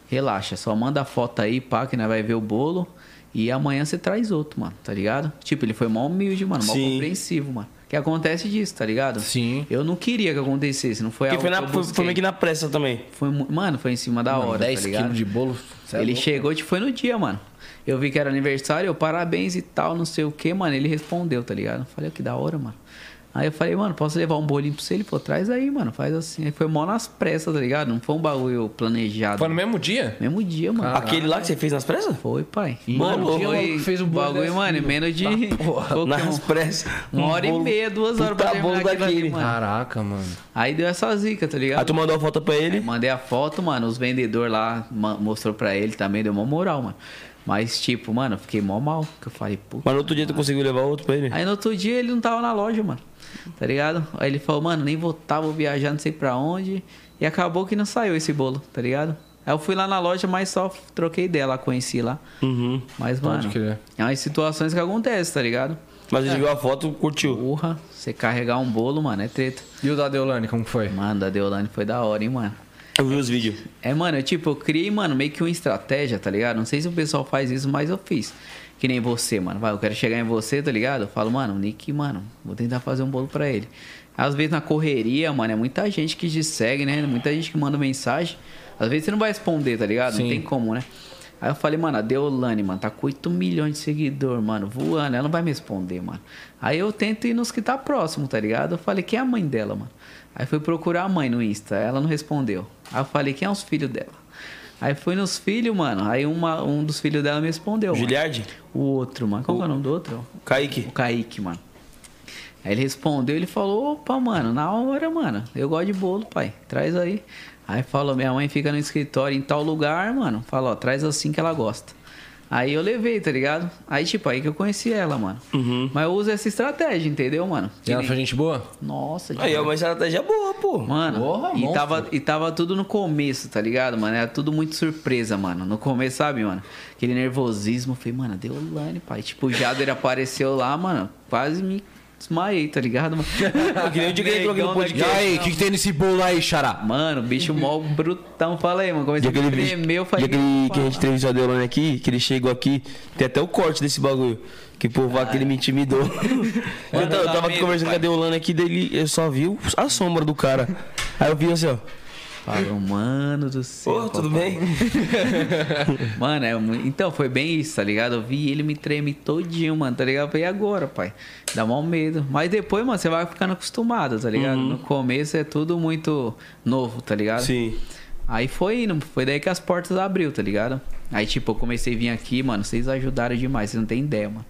Relaxa, só manda a foto aí, pá, que nós vai ver o bolo. E amanhã você traz outro, mano, tá ligado? Tipo, ele foi mó humilde, mano, mó Sim. compreensivo, mano. Que acontece disso, tá ligado? Sim. Eu não queria que acontecesse, não foi Porque algo foi, na, que eu foi, foi busquei. meio que na pressa também. Foi mu- mano, foi em cima da hora, tá ligado? quilos de bolo. cê é ele louco. chegou, tipo, foi no dia, mano. Eu vi que era aniversário, eu parabéns e tal, não sei o que, mano. Ele respondeu, tá ligado? Eu falei, ó, que da hora, mano. Aí eu falei, mano, posso levar um bolinho pra você? Ele falou, traz aí, mano, faz assim. Aí foi mó nas pressas, tá ligado? Não foi um bagulho planejado. Foi no mesmo dia? mesmo dia, mano. Aquele lá que você fez nas pressas? Foi, pai. Mano, Mano, que foi louco, fez um bolo bagulho, desse, mano, em filho. menos de... Qualquer Nas um- pressas. Uma Um hora e bolo- meia, duas horas puta pra terminar bolo aquilo ali, daquele. mano. Caraca, mano. Aí deu essa zica, tá ligado? Aí Ah, tu mandou a foto pra ele. Mandei a foto, mano. Os vendedores lá ma- mostrou pra ele também, deu uma moral, mano. Mas, tipo, mano, eu fiquei mó mal. Que eu falei, puta. Mas no outro dia tu conseguiu levar outro pra ele? Aí no outro dia ele não tava na loja, mano. Tá ligado? Aí ele falou, mano, nem voltar, vou viajar, não sei pra onde. E acabou que não saiu esse bolo, tá ligado? Aí eu fui lá na loja, mas só troquei dela, conheci lá. Uhum. Mas, mano, crer. é umas situações que acontecem, tá ligado? Mas ele viu a foto, curtiu. Porra, você carregar um bolo, mano, é treta. E o da Deolane, como que foi? Mano, da Deolane foi da hora, hein, mano. Eu vi os vídeos. É, mano, eu, tipo, eu criei, mano, meio que uma estratégia, tá ligado? Não sei se o pessoal faz isso, mas eu fiz. Que nem você, mano. Vai, eu quero chegar em você, tá ligado? Eu falo, mano, o Nick, mano, vou tentar fazer um bolo pra ele. Às vezes na correria, mano, é muita gente que te segue, né? Muita gente que manda mensagem. Às vezes você não vai responder, tá ligado? Não Sim. tem como, né? Aí eu falei, mano, a Deolane, mano, tá com 8 milhões de seguidor, mano, voando, ela não vai me responder, mano. Aí eu tento ir nos que tá próximo, tá ligado? Eu falei, quem é a mãe dela, mano? Aí fui procurar a mãe no Insta, ela não respondeu. Aí eu falei, quem é os filhos dela? Aí fui nos filhos, mano. Aí uma, um dos filhos dela me respondeu. mano. Juliardi? O outro, mano. Qual que é o nome do outro? Kaique. O Kaique, mano. Aí ele respondeu, ele falou, opa, mano, na hora, mano. Eu gosto de bolo, pai. Traz aí. Aí falou, minha mãe fica no escritório em tal lugar, mano. Falou, ó, traz assim que ela gosta. Aí eu levei, tá ligado? Aí, tipo, aí que eu conheci ela, mano. Mas eu uso essa estratégia, entendeu, mano? E ela foi gente boa? Nossa, Aí é uma estratégia boa, pô. Mano, Porra, e, monstro. tava, e tava tudo no começo, tá ligado, mano? Era tudo muito surpresa, mano. No começo, sabe, mano? Aquele nervosismo. Eu Falei, mano, deu line, pai. Tipo, o Jader apareceu lá, mano. Quase me desmaiei, tá ligado, mano? Que nem o Diego entrou aqui no Negão podcast. E aí, o que, que tem nesse bolo aí, xará? Mano, bicho mó brutão. Falei, mano. Dia Comecei a que, ele, tremer, eu falei. dia que, ele- que a gente entrevistou a Deolane aqui, que ele chegou aqui, tem até o corte desse bagulho. Que povo aqui, ele me intimidou. eu, tava- eu tava aqui medo, conversando com a pai. Deolane aqui, dele eu só vi o- a sombra do cara. Aí eu vi assim, ó. Falou, mano do céu. Ô, tudo papai." bem? Mano, é mu- então foi bem isso, tá ligado? Eu vi ele me treme todinho, mano, tá ligado? Eu falei, e agora, pai? Dá mal medo. Mas depois, mano, você vai ficando acostumado, tá ligado? Uhum. No começo é tudo muito novo, tá ligado? Sim. Aí foi indo, foi daí que as portas abriu, tá ligado? Aí, tipo, eu comecei a vir aqui, mano, vocês ajudaram demais, vocês não tem ideia, mano.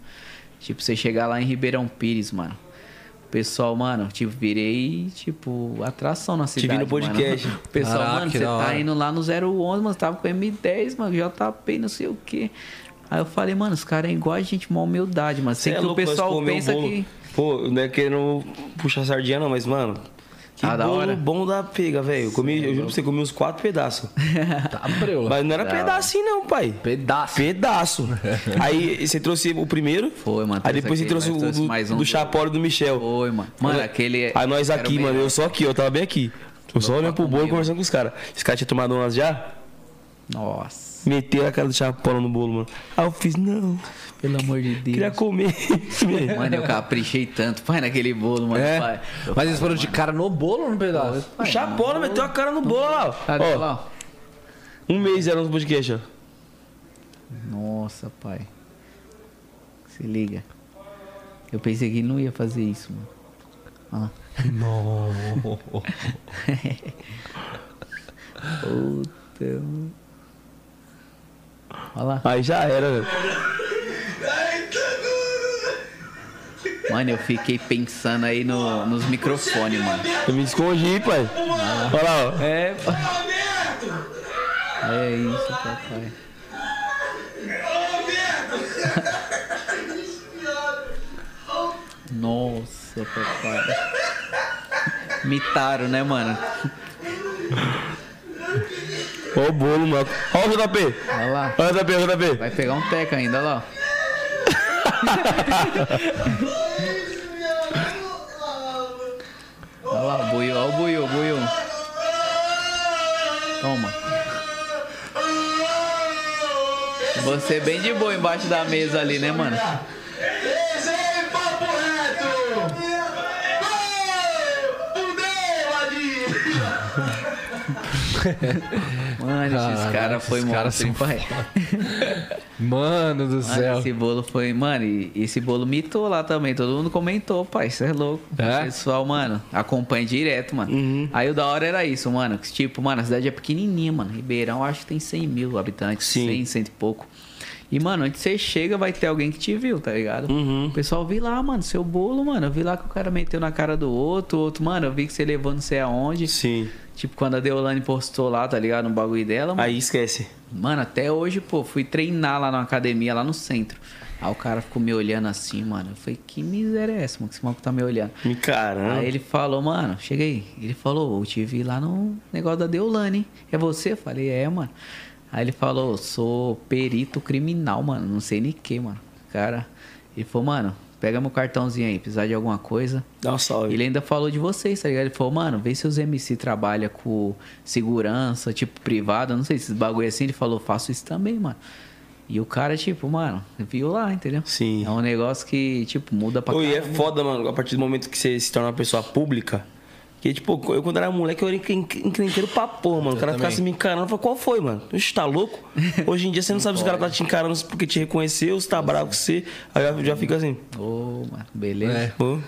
Tipo, você chegar lá em Ribeirão Pires, mano. O pessoal, mano, tipo, virei, tipo, atração na cidade. vi no podcast. Mano. O pessoal, Caraca, mano, que você da tá hora. indo lá no 011, mano, você tava com M10, mano, JP, não sei o quê. Aí eu falei, mano, os caras é igual a gente, uma humildade, mano. Sei Cê é que o louco, nós pessoal comeu pensa bolo. que. Pô, não é querendo puxar sardinha, não, mas, mano. Que Ah, da bolo hora. bom da pega, velho. Eu, comi- eu juro pra você, comi uns quatro pedaços. Tá, preula. Mas não era pedacinho, não, é pai. Pedaço. Pedaço. aí você trouxe o primeiro. Foi, mano, Aí trouxe depois você trouxe aquele, mas o trouxe do, mais um do do- chapório do Michel. Foi, mano. Mano, aquele. é- Aí nós era o aqui, mano. melhor. Eu só aqui, eu tava bem aqui. Eu só olhando pro bolo e conversando com os caras. Os caras tinham tomado umas já? Nossa, Meteu a cara do chapório no bolo, mano. Aí eu fiz, não, pelo amor de Deus. queria comer. Mano, eu caprichei tanto, pai, naquele bolo, mano. É. Pai. Eu Mas eles foram de cara no bolo ou no pedaço? o chapório meteu a cara no bolo lá. ó. Cadê Ó, lá? um mês era no podcast, ó. Nossa, pai. Se liga. Eu pensei que ele não ia fazer isso, mano. Olha lá. Puta. mano. Olha lá. Aí já era, velho. Mano, eu fiquei pensando aí no, nos microfones, mano. Eu me escondi, pai. Olha lá, ó. É, Ah, pai. É isso, papai. Nossa, papai. Mitaram, né, mano? Ó o bolo, mano. Ó o JP. Olha lá. Olha o JP, olha o JP. Vai pegar um teca ainda, olha lá. Olha lá, o buiu, olha o buiu, o buiu. Toma. Você bem de boa embaixo da mesa ali, né, mano? Esse é papo reto! Gol! Fudeu, Adinho! Mano, esses Caraca, caras foi esses mó caras são tripa. Mano do Mano, céu. esse bolo foi. Mano, e e esse bolo mitou lá também. Todo mundo comentou, pai. Isso é louco. É? O pessoal, mano, acompanha direto, mano. Aí o da hora era isso, mano. que, Tipo, mano, a cidade é pequenininha, mano. Ribeirão acho que tem 100 mil habitantes. Sim. 100, cento e pouco. E, mano, onde você chega vai ter alguém que te viu, tá ligado? O pessoal, vi lá, mano, seu bolo, mano. Eu vi lá que o cara meteu na cara do outro. o outro, mano, eu vi que você levou não sei aonde. Sim. Tipo, quando a Deolane postou lá, tá ligado? No bagulho dela, mano. Aí esquece. Mano, até hoje, pô, fui treinar lá na academia, lá no centro. Aí o cara ficou me olhando assim, mano. Eu falei, que miséria é essa, mano? Que esse maluco tá me olhando. Me caramba. Aí ele falou, mano, chega aí. Ele falou, eu te vi lá no negócio da Deolane, hein? É você? Eu falei, é, mano. Aí ele falou, sou perito criminal, mano. Não sei nem que, mano. Cara, ele falou, mano, pega meu cartãozinho aí, precisar de alguma coisa. Dá um salve. Ele ainda falou de vocês, tá ligado? Ele falou, mano, vê se os MC trabalham com segurança, tipo, privada, não sei, esses bagulho assim. Ele falou, faço isso também, mano. E o cara, tipo, mano, viu lá, entendeu? Sim. É um negócio que, tipo, muda pra Pô, e é caramba. foda, mano, a partir do momento que você se torna uma pessoa pública. Que, tipo, eu quando era moleque, eu era encren- encrenqueiro pra porra, mano. O cara também. ficasse me encarando, eu falava, qual foi, mano? Ixi, tá louco? Hoje em dia você não, sabe se o cara tá te encarando porque te reconheceu, se tá bravo com você. Aí eu já fica assim, Ô, mano, beleza. É. pô.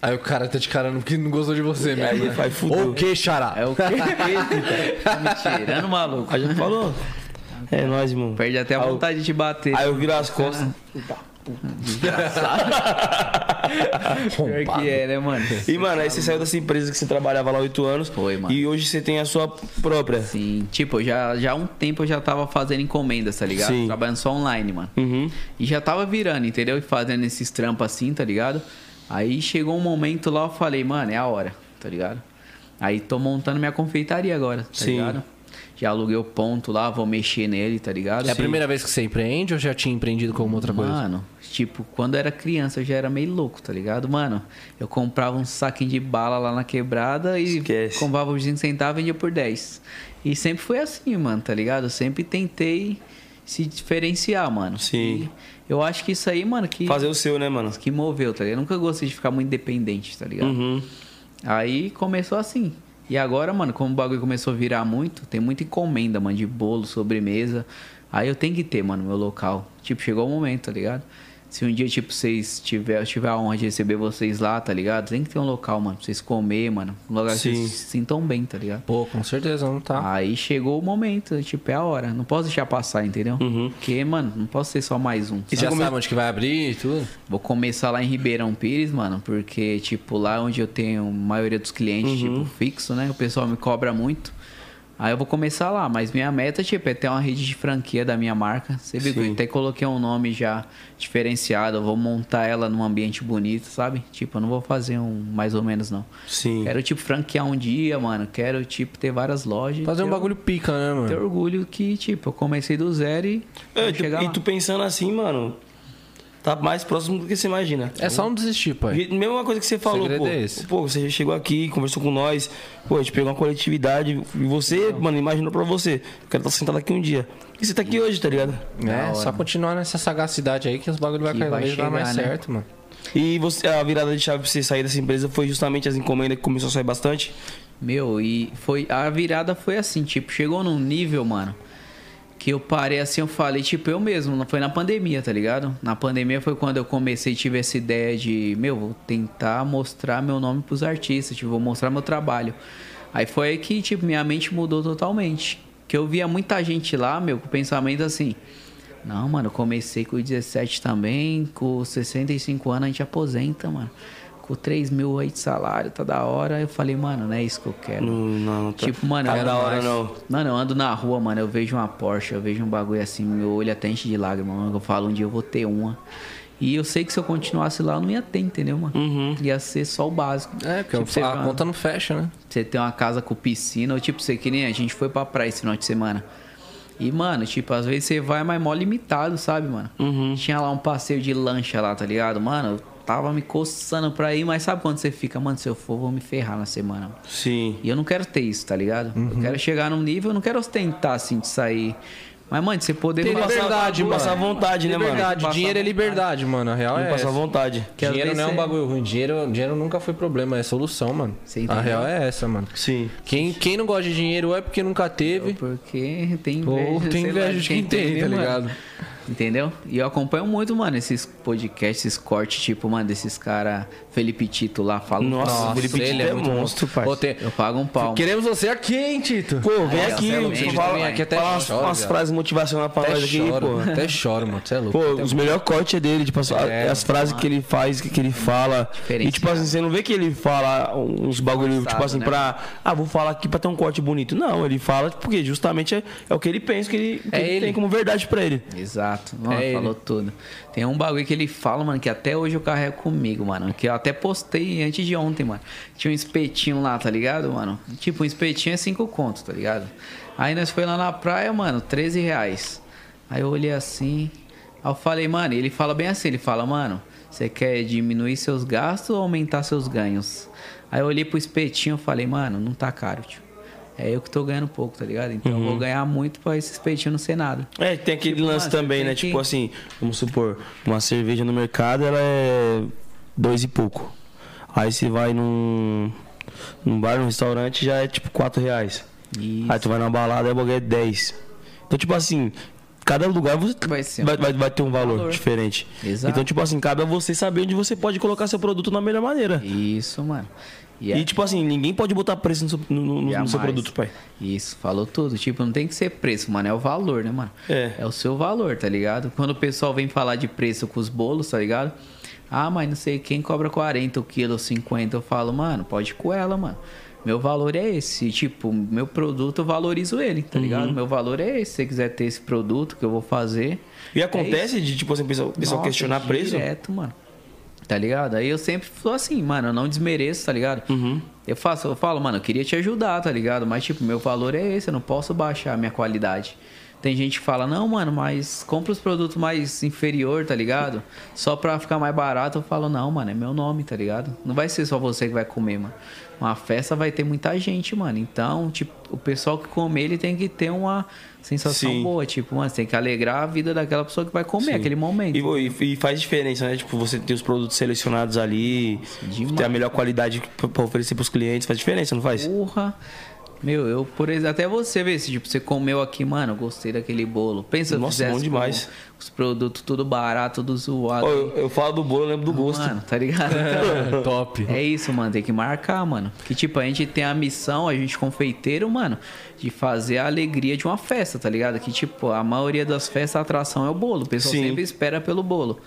Aí o cara tá de cara no que não gostou de você, Aí mesmo. vai, fudeu. Ou o que, xará? É o que? tá me tirando, maluco. Aí já falou. É nóis, irmão. Perde até a Aí eu- vontade de te bater. Aí eu viro as costas. Desgraçado. Pior que é, né, mano? E, mano, aí você saiu dessa empresa que você trabalhava lá oito anos. Foi, mano. E hoje você tem a sua própria. É Sim, tipo, já, já há um tempo eu já tava fazendo encomendas, tá ligado? Sim. Trabalhando só online, mano. Uhum. E já tava virando, entendeu? E fazendo esses trampos assim, tá ligado? Aí chegou um momento lá, eu falei, mano, é a hora, tá ligado? Aí tô montando minha confeitaria agora, tá Sim. ligado? Já aluguei o ponto lá, vou mexer nele, tá ligado? É a primeira vez que você empreende ou já tinha empreendido com alguma outra coisa? Mano, tipo, quando eu era criança eu já era meio louco, tá ligado? Mano, eu comprava um saquinho de bala lá na quebrada e Esquece. comprava um por 20 centavos e vendia por 10. E sempre foi assim, mano, tá ligado? Eu sempre tentei se diferenciar, mano. Sim. E eu acho que isso aí, mano, que, Fazer o seu, né, mano? que moveu, tá ligado? Eu nunca gostei de ficar muito independente, tá ligado? Uhum. Aí começou assim. E agora, mano, como o bagulho começou a virar muito, tem muita encomenda, mano, de bolo, sobremesa. Aí eu tenho que ter, mano, meu local. Tipo, chegou o momento, tá ligado? Se um dia, tipo, vocês tiver, eu tiver a honra de receber vocês lá, tá ligado? Tem que ter um local, mano, pra vocês comer, mano. Um lugar que Sim. vocês se sintam bem, tá ligado? Pô, com certeza, não tá. Aí chegou o momento, tipo, é a hora. Não posso deixar passar, entendeu? Porque, mano, não posso ser só mais um. Uhum. E já sabe onde que vai abrir e tudo? Vou começar lá em Ribeirão Pires, mano, porque, tipo, lá onde eu tenho a maioria dos clientes, tipo, fixo, né? O pessoal me cobra muito. Aí eu vou começar lá, mas minha meta, tipo, é ter uma rede de franquia da minha marca. Você viu que eu até coloquei um nome já diferenciado, eu vou montar ela num ambiente bonito, sabe? Tipo, eu não vou fazer um mais ou menos, não. Sim. Quero, tipo, franquear um dia, mano. Quero, tipo, ter várias lojas. Fazer um Ter- bagulho pica, né, mano? Ter orgulho que, tipo, eu comecei do zero e. É, vou e tu- chegar e lá. tu pensando assim, mano, tá mais próximo do que você imagina. É só não desistir, pai. E Mesma coisa que você falou, segredo pô. é esse. Pô, você chegou aqui, conversou com nós, pô, a gente pegou uma coletividade. E você, mano, imaginou pra você. Eu quero estar sentado aqui um dia. E você tá aqui hoje, tá ligado? É, só continuar nessa sagacidade aí que os bagulhos vai Que cada vai vez dar mais chegar, né? certo, mano. E você, a virada de chave pra você sair dessa empresa foi justamente as encomendas que começou a sair bastante. Meu, e foi a virada foi assim, tipo, chegou num nível, mano, que eu parei assim, eu falei, tipo, eu mesmo, foi na pandemia, tá ligado? Na pandemia foi quando eu comecei, tive essa ideia de, meu, vou tentar mostrar meu nome pros artistas, tipo, vou mostrar meu trabalho. Aí foi aí que, tipo, minha mente mudou totalmente. Que eu via muita gente lá, meu, com o pensamento assim, não, mano, eu comecei com 17 também, com 65 anos a gente aposenta, mano. Com 3 mil aí de salário, tá da hora. Eu falei, mano, não é isso que eu quero. Não, não, tá. Tipo, mano, Tá eu da ando hora, mais- não. Mano, eu ando na rua, mano, eu vejo uma Porsche, eu vejo um bagulho assim, meu olho até enche de lágrima, mano. Eu falo, um dia eu vou ter uma. E eu sei que se eu continuasse lá, eu não ia ter, entendeu, mano? Uhum. Ia ser só o básico. É, porque Tipo, você a vai- conta não fecha, né? você tem uma casa com piscina, ou tipo, você que nem a gente foi pra praia esse final de semana. E, mano, tipo, às vezes você vai, mas mó limitado, sabe, mano? Tinha lá um passeio de lancha lá, tá ligado? Mano, eu tava me coçando pra ir, mas sabe quando você fica, mano, se eu for, vou me ferrar na semana. mano. Sim. E eu não quero ter isso, tá ligado? Eu quero chegar num nível, eu não quero ostentar, assim, de sair. Mas, mano, você poder... Tem fazer- liberdade, mano. Passar vontade, né, mano? Liberdade, Passar dinheiro é vontade. liberdade, mano. A real é. Passar essa. vontade. Que às Dinheiro vezes não é um você- bagulho ruim. Dinheiro, dinheiro nunca foi problema, é solução, mano. Você entendeu? A real é essa, mano. Sim. Quem, quem não gosta de dinheiro ou é porque nunca teve. Porque tem Ou inveja, tem sei lá, inveja de quem tem, tá mano. ligado? Entendeu? E eu acompanho muito, mano, esses podcasts, esses cortes, tipo, mano, desses cara Felipe Tito lá um falando. Nossa, o Felipe ele Tito é é, muito monstro, Ô, parceiro. tem- Eu pago um pau. Queremos você aqui, hein, Tito? Pô, vem Aí, aqui, Marcelo Mendes também fala, aqui até fala umas, chora, umas viado. frases motivacionais pra Até nós aqui, choro, pô. mano. Até choro, mano. Você é louco. Pô, os melhores cortes é dele, tipo, as, É, as frases que ele faz, que, que ele fala. E tipo assim, você não vê que ele fala uns bagulho, Forçado, tipo assim, né? pra. Ah, vou falar aqui pra ter um corte bonito. Não, ele fala porque justamente é, é o que ele pensa, que ele, que É ele ele. tem como verdade pra ele. Exato. Mano, ele. falou tudo. Tem um bagulho que ele fala, mano, que até hoje eu carrego comigo, mano. Que eu até postei antes de ontem, mano. Tinha um espetinho lá, tá ligado, mano? Tipo, um espetinho é cinco conto, tá ligado? Aí nós foi lá na praia, mano, 13 reais. Aí eu olhei assim. Aí eu falei, mano, e ele fala bem assim, ele fala, mano, você quer diminuir seus gastos ou aumentar seus ganhos? Aí eu olhei pro espetinho e falei, mano, não tá caro, tio. É eu que tô ganhando pouco, tá ligado? Então eu vou ganhar muito pra esse espetinho não ser nada. É, tem aquele Tipo, lance mano, também, tem né? que- Tipo assim, vamos supor, uma cerveja no mercado, ela é dois e pouco. Aí você vai num, num bar, num restaurante, já é tipo quatro reais. E Aí tu vai na balada, aí o bagulho é 10. Então, tipo assim, Cada lugar você Vai ser um vai, vai- vai ter um valor, valor. diferente. Exato. Então, tipo assim, cabe a você saber onde você pode colocar seu produto na melhor maneira. Isso, mano. E, E, tipo assim, ninguém pode botar preço no seu, no- no- no é. Jamais. seu produto, pai. Isso, falou tudo. Tipo, não tem que ser preço, mano. É o valor, né, mano? É. o seu valor, tá ligado? Quando o pessoal vem falar de preço com os bolos, tá ligado? Ah, mas não sei quem cobra 40 o quilo, 50. Eu falo, mano, pode ir com ela, mano. Meu valor é esse. E, Tipo, meu produto, eu valorizo ele, tá Uhum. ligado? Meu valor é esse. Se você quiser ter esse produto que eu vou fazer. E acontece de, tipo assim, o pessoal, o pessoal É Nossa, é. questionar preço. Direto, mano. Tá ligado? Aí eu sempre sou assim, mano, eu não desmereço, tá ligado? Uhum. Eu faço, eu falo, mano, eu queria te ajudar, tá ligado? Mas, tipo, meu valor é esse, eu não posso baixar a minha qualidade. Tem gente que fala, não, mano, mas compra os produtos mais inferior, tá ligado? Só pra ficar mais barato, eu falo, não, mano, é meu nome, tá ligado? Não vai ser só você que vai comer, mano. Uma festa vai ter muita gente, mano. Então, tipo, o pessoal que comer, ele tem que ter uma sensação Sim. boa. Tipo, mano, você tem que alegrar a vida daquela pessoa que vai comer É aquele momento. né? E, e- e faz diferença, né? Tipo, você ter os produtos selecionados ali, ter a melhor qualidade pra pra oferecer pros clientes, faz diferença, não faz? Porra. Meu, eu, por exemplo, até você vê se tipo, você comeu aqui, mano, eu gostei daquele bolo. Pensa se eu Nossa, fizesse bom com demais. Os produtos tudo barato, tudo zoado. Ó, eu, eu falo do bolo, eu lembro do gosto. Mano, tá ligado? Top. É isso, mano, tem que marcar, mano. Que tipo, a gente tem a missão, a gente confeiteiro, mano, de fazer a alegria de uma festa, tá ligado? Que tipo, a maioria das festas a atração é o bolo. O pessoal Sim. sempre espera pelo bolo.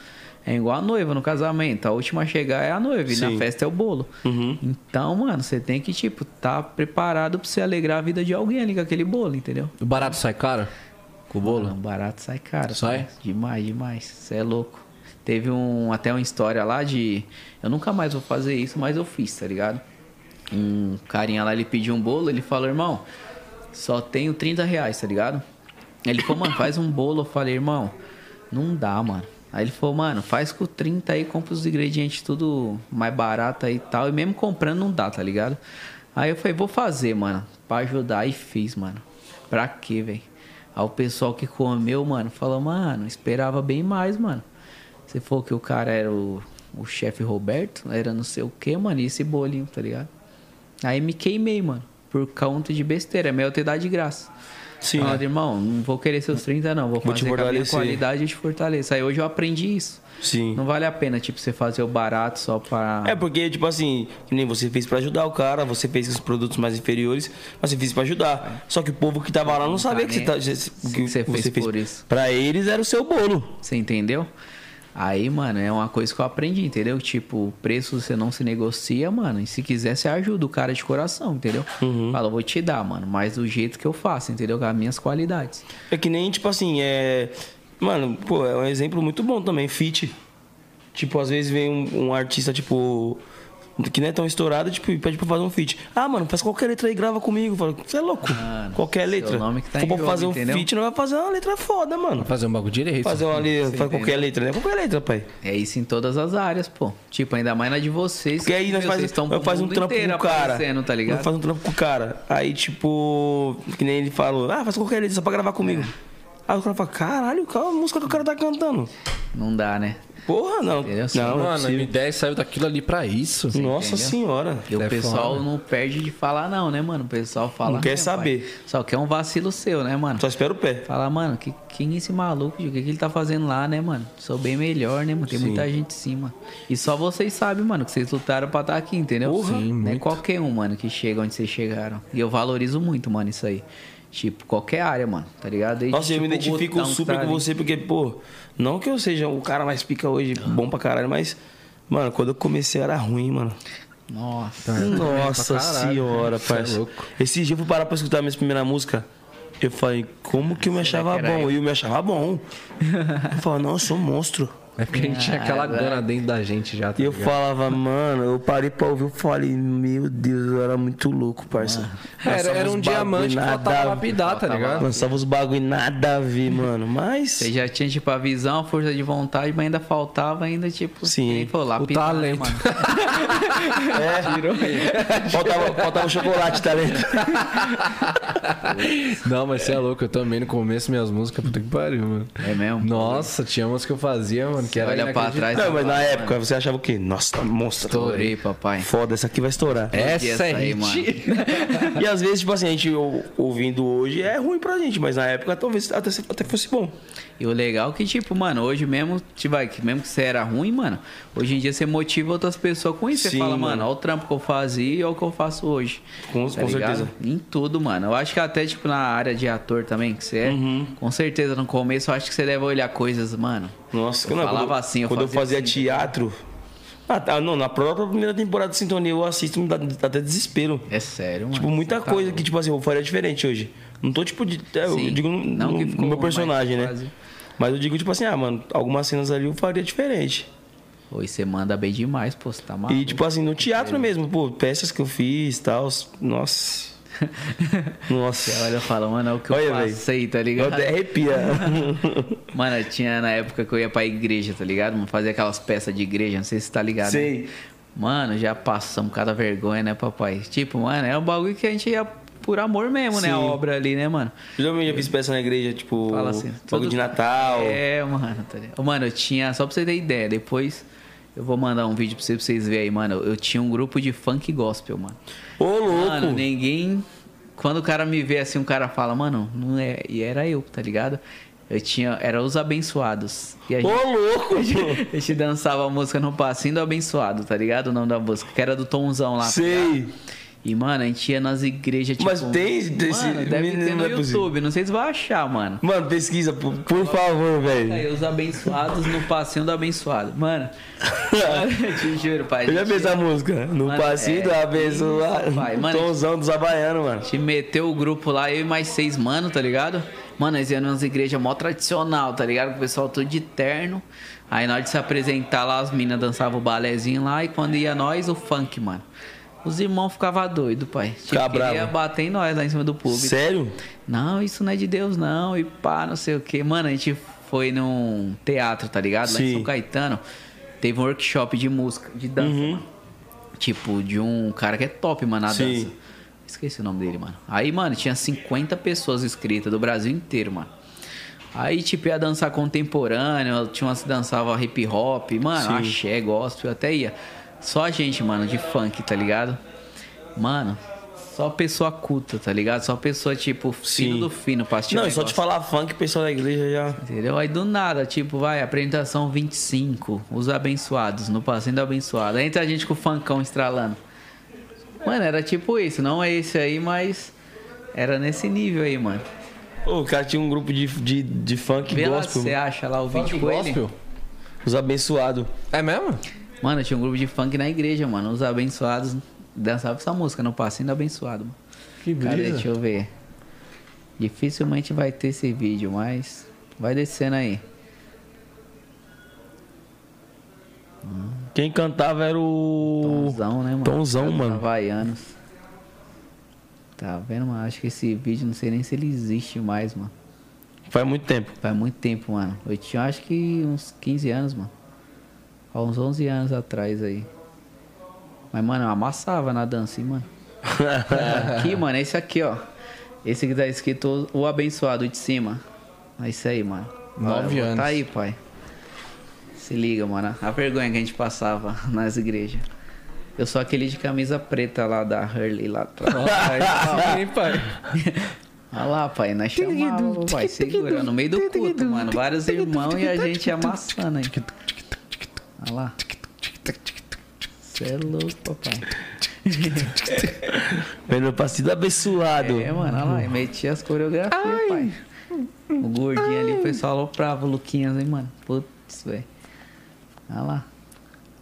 É igual a noiva no casamento, a última a chegar é a noiva e Sim. Uhum. na festa é o bolo. Então, mano, você tem que tipo, tá preparado pra você alegrar a vida de alguém ali com aquele bolo, entendeu? O barato sai caro? Com o bolo? Mano, barato sai caro. Sai? cara. Demais, demais. Você é louco. Teve um, até uma história lá de. Eu nunca mais vou fazer isso, mas eu fiz, tá ligado? Um carinha lá, ele pediu um bolo, ele falou, irmão, só tenho 30 reais, tá ligado? Ele falou, mano, faz um bolo. Eu falei, irmão, não dá, mano. Aí ele falou, mano, faz com 30 aí, compra os ingredientes tudo mais barato aí e tal. E mesmo comprando não dá, tá ligado? Aí eu falei, vou fazer, mano, pra ajudar. E fiz, mano. Pra quê, velho? Aí o pessoal que comeu, mano, falou, mano, esperava bem mais, mano. Se for que o cara era o, o chefe Roberto, era não sei o que, mano, e esse bolinho, tá ligado? Aí me queimei, mano, por conta de besteira. É melhor ter dado de graça. Sim. é. Falado, irmão, não vou querer seus 30, não. Vou, Vou te fazer com a minha fortalecer. qualidade e te fortaleça. Aí hoje eu aprendi isso. Sim. Não vale a pena, tipo, você fazer o barato só pra. É porque, tipo assim, que nem você fez pra ajudar o cara, você fez com os produtos mais inferiores, mas você fez pra ajudar. Só que o povo que tava lá não sabia que você, tá, nem- que que você fez por isso. Pra eles era o seu bolo. Você entendeu? Aí, mano, é uma coisa que eu aprendi, entendeu? Tipo, o preço você não se negocia, mano. E se quiser, você ajuda o cara de coração, entendeu? Uhum. Fala, eu vou te dar, mano. Mas do jeito que eu faço, entendeu? Com as minhas qualidades. É que nem, tipo assim, é. Mano, pô, é um exemplo muito bom também, fit. Tipo, às vezes vem um, um artista, tipo. Que não é tão estourado, tipo, e pede pra fazer um feat. Ah, mano, faz qualquer letra aí, grava comigo. Fala, você é louco. Mano, qualquer seu letra. nome que tá Se em for pra jogo, fazer um entendeu? feat, não vai fazer uma letra foda, mano. Fazer um bagulho direito. Fazer uma letra, faz qualquer letra, né? Qualquer letra, pai. É isso em todas as áreas, pô. Tipo, ainda mais na de vocês. Porque aí nós vocês faz, estão nós pro faz um mundo trampo com inteiro o cara. aparecendo, tá Nós ligado? Faz um trampo com o cara. Aí, tipo, que nem ele falou, ah, faz qualquer letra só pra gravar comigo. É. Aí o cara fala, caralho, qual a música que o cara tá cantando? Não dá, né? Porra, não. Entendeu? Sim, Não, não é Assim, Mano, a possível. M10 saiu daquilo ali pra isso. Nossa entendeu? senhora. E o É pessoal foda. não perde de falar, não, né, mano? O pessoal fala. Não quer né, pai? saber. Só quer um vacilo seu, né, mano? Só espera o pé. Falar, mano, que, quem é esse maluco? tio? O que, que ele tá fazendo lá, né, mano? Sou bem melhor, né, mano? Tem muita gente sim, mano. E só vocês sabem, mano, que vocês lutaram pra estar aqui, entendeu? Porra. Sim, Não é muito. qualquer um, mano, que chega onde vocês chegaram. E eu valorizo muito, mano, isso aí. Tipo, qualquer área, mano, tá ligado? Desde, Nossa, eu me tipo, o identifico botão que super tá com ali. você, porque, pô, não que eu seja o cara mais pica hoje, bom pra caralho, mas, mano, quando eu comecei era ruim, mano. Nossa. Nossa Ah, é pra caralho, senhora, cara. Cê é parça. louco. Esse dia eu fui parar pra escutar a minha primeira música. Eu falei, como que eu me achava que era bom? E eu me achava bom. Eu falava, não, eu sou um monstro. É porque a gente tinha aquela grana dentro da gente já. tá Ah, E eu ligado? falava, mano, eu parei pra ouvir, eu falei, meu Deus, eu era muito louco, parça. Era, era uns um bagulho diamante que nada faltava a ver. lapidar, tá ligado? Lançava os bagulho nada a ver, mano. Mas. Você já tinha, tipo, a visão, a força de vontade, mas ainda faltava, ainda, tipo, Sim. quem for lá, O pitar, né, talento. mano? É, faltava, faltava chocolate, tá ligado? Não, mas você é louco, eu também no começo minhas músicas, puta que pariu, mano. É mesmo? Nossa, tinha umas que eu fazia, mano, Você olha pra trás. Não, e mas fala, na época você achava o quê? Nossa, tá monstro. Estourei, papai. Foda, essa aqui vai estourar. Essa é essa aí, mano. hit. E às vezes, tipo assim, a gente ou- ouvindo hoje é ruim pra gente, mas na época talvez até, se- até fosse bom. E o legal é que, tipo, mano, hoje mesmo, tipo, vai, que mesmo que você era ruim, mano, hoje em dia você motiva outras pessoas com isso. Você Sim, fala, mano. mano, olha o trampo que eu fazia e olha o que eu faço hoje. Tá Com- com ligado? certeza. Em tudo, mano. Eu acho que até, tipo, na área de ator também, que você é, Uhum. com certeza, no começo, eu acho que você deve olhar coisas, mano. Nossa, Eu falava assim, eu quando fazia eu fazia assim, teatro. Ah, tá, não, na própria primeira temporada de Sintonia eu assisto, me dá, dá até desespero. É sério, mano. Tipo, muita Você tá coisa louco. que, tipo assim, eu faria diferente hoje. Não tô, tipo, de, é, eu Sim. digo no, Não que no- ficou no meu mais personagem, né? quase. Mas eu digo, tipo assim, ah, mano, algumas cenas ali eu faria diferente. Oi, você manda bem demais, pô, você tá maluco. E, tipo assim, no teatro mesmo, pô, peças que eu fiz e tal. Nossa. Nossa. Você olha e fala, mano, é o que eu Olha, passei, tá Eu ligado? até arrepia. Mano, eu tinha na época que eu ia pra igreja, tá ligado? Mano, Fazia aquelas peças de igreja, não sei se você tá ligado. Sei. né? Mano, já passamos cada vergonha, né, papai? Tipo, mano, é um bagulho que a gente ia por amor mesmo, né? A Sim. obra ali, né, mano? Geralmente eu já fiz peça na igreja, tipo, Fala assim. fogo todo- de Natal. É, mano, tá ligado? Mano, eu tinha, só pra você ter ideia, depois eu vou mandar um vídeo pra vocês, pra vocês verem aí, mano. Eu tinha um grupo de funk gospel, mano. Ô, louco! Mano, ninguém. Quando o cara me vê assim, um cara fala, mano, não é. E era eu, tá ligado? Eu tinha. Era os abençoados. E a Ô, gente- louco! pô. a gente dançava a música no passinho do abençoado, tá ligado? O nome da música, que era do Tomzão lá. Sei. E, mano, a gente ia nas igrejas, tipo... Mas tem desse- Mano, deve menino, ter no não é possível. YouTube, não sei se vai achar, mano. Mano, pesquisa, por, por favor, velho. Aí, os abençoados no passinho do abençoado. Mano, eu te juro, pai. a Eu já gente- fiz a música. No Mano, passinho é, do isso, pai. abençoado. Mano, Tomzão dos abaianos, mano. A gente meteu o grupo lá, eu e mais seis mano, tá ligado? Mano, nós íamos nas igrejas mó tradicional, tá ligado? Com o pessoal todo de terno. Aí na hora de se apresentar lá, as minas dançavam o balézinho lá. E quando ia nós, o funk, mano. Os irmãos ficavam doidos, pai. Tipo, Ficava queria bravo. bater em nós lá em cima do público. Sério? Não, isso não é de Deus, não. E pá, não sei o que. Mano, a gente foi num teatro, tá ligado? Lá em Sim. São Caetano. Teve um workshop de música, de dança, Uhum. mano. Tipo, de um cara que é top, mano, na Sim. dança. Esqueci o nome dele, mano. Aí, mano, tinha 50 pessoas inscritas do Brasil inteiro, mano. Aí, tipo, ia dançar contemporâneo, tinha umas que dançava hip hop, mano, Sim. axé, gospel, até ia. Só a gente, mano, de funk, tá ligado? Mano, só pessoa culta, tá ligado? Só pessoa, tipo, fino Sim. do fino pra assistir Não, o e só te negócio. falar funk, o pessoal da igreja já. Entendeu? Aí do nada, tipo, vai, apresentação 25, os abençoados, no passinho do abençoado. Aí entra a gente com o funkão estralando. Mano, era tipo isso, não é esse aí, mas era nesse nível aí, mano. Ô, o cara tinha um grupo de, de, de funk Vê lá, é gospel. você acha lá o vídeo com ele? Gospel? Os abençoados. É mesmo? Mano, tinha um grupo de funk na igreja, mano. Os abençoados dançavam essa música no passinho do abençoado, mano. Que Cadê? Deixa brisa. eu ver. Dificilmente vai ter esse vídeo, mas vai descendo aí. Quem cantava era o. Tomzão, né, mano? Tomzão, Cara dos mano. Havaianos. Tá vendo, mano? Acho que esse vídeo, não sei nem se ele existe mais, mano. Faz muito tempo. Faz muito tempo, mano. Eu tinha, acho que uns 15 anos, mano. Há uns 11 anos atrás aí. Mas, mano, eu amassava na dança, hein, mano. aqui, mano, esse aqui, ó. Esse que tá escrito O Abençoado de cima. É isso aí, mano. Nove Ó, anos. Tá aí, pai. Se liga, mano. A vergonha que a gente passava nas igrejas. Eu sou aquele de camisa preta lá da Hurley lá atrás. Sim, pai. Olha lá, pai, nós chamávamos, pai, segura, no meio do culto, mano. Vários irmãos e a gente amassando aí. Olha lá. Você é louco, papai. Pelo partido abençoado. É, mano, olha lá, e metia as coreografias, pai. O gordinho ali, o pessoal aloprava, o Luquinhas, hein, mano. Putz, velho. Olha lá.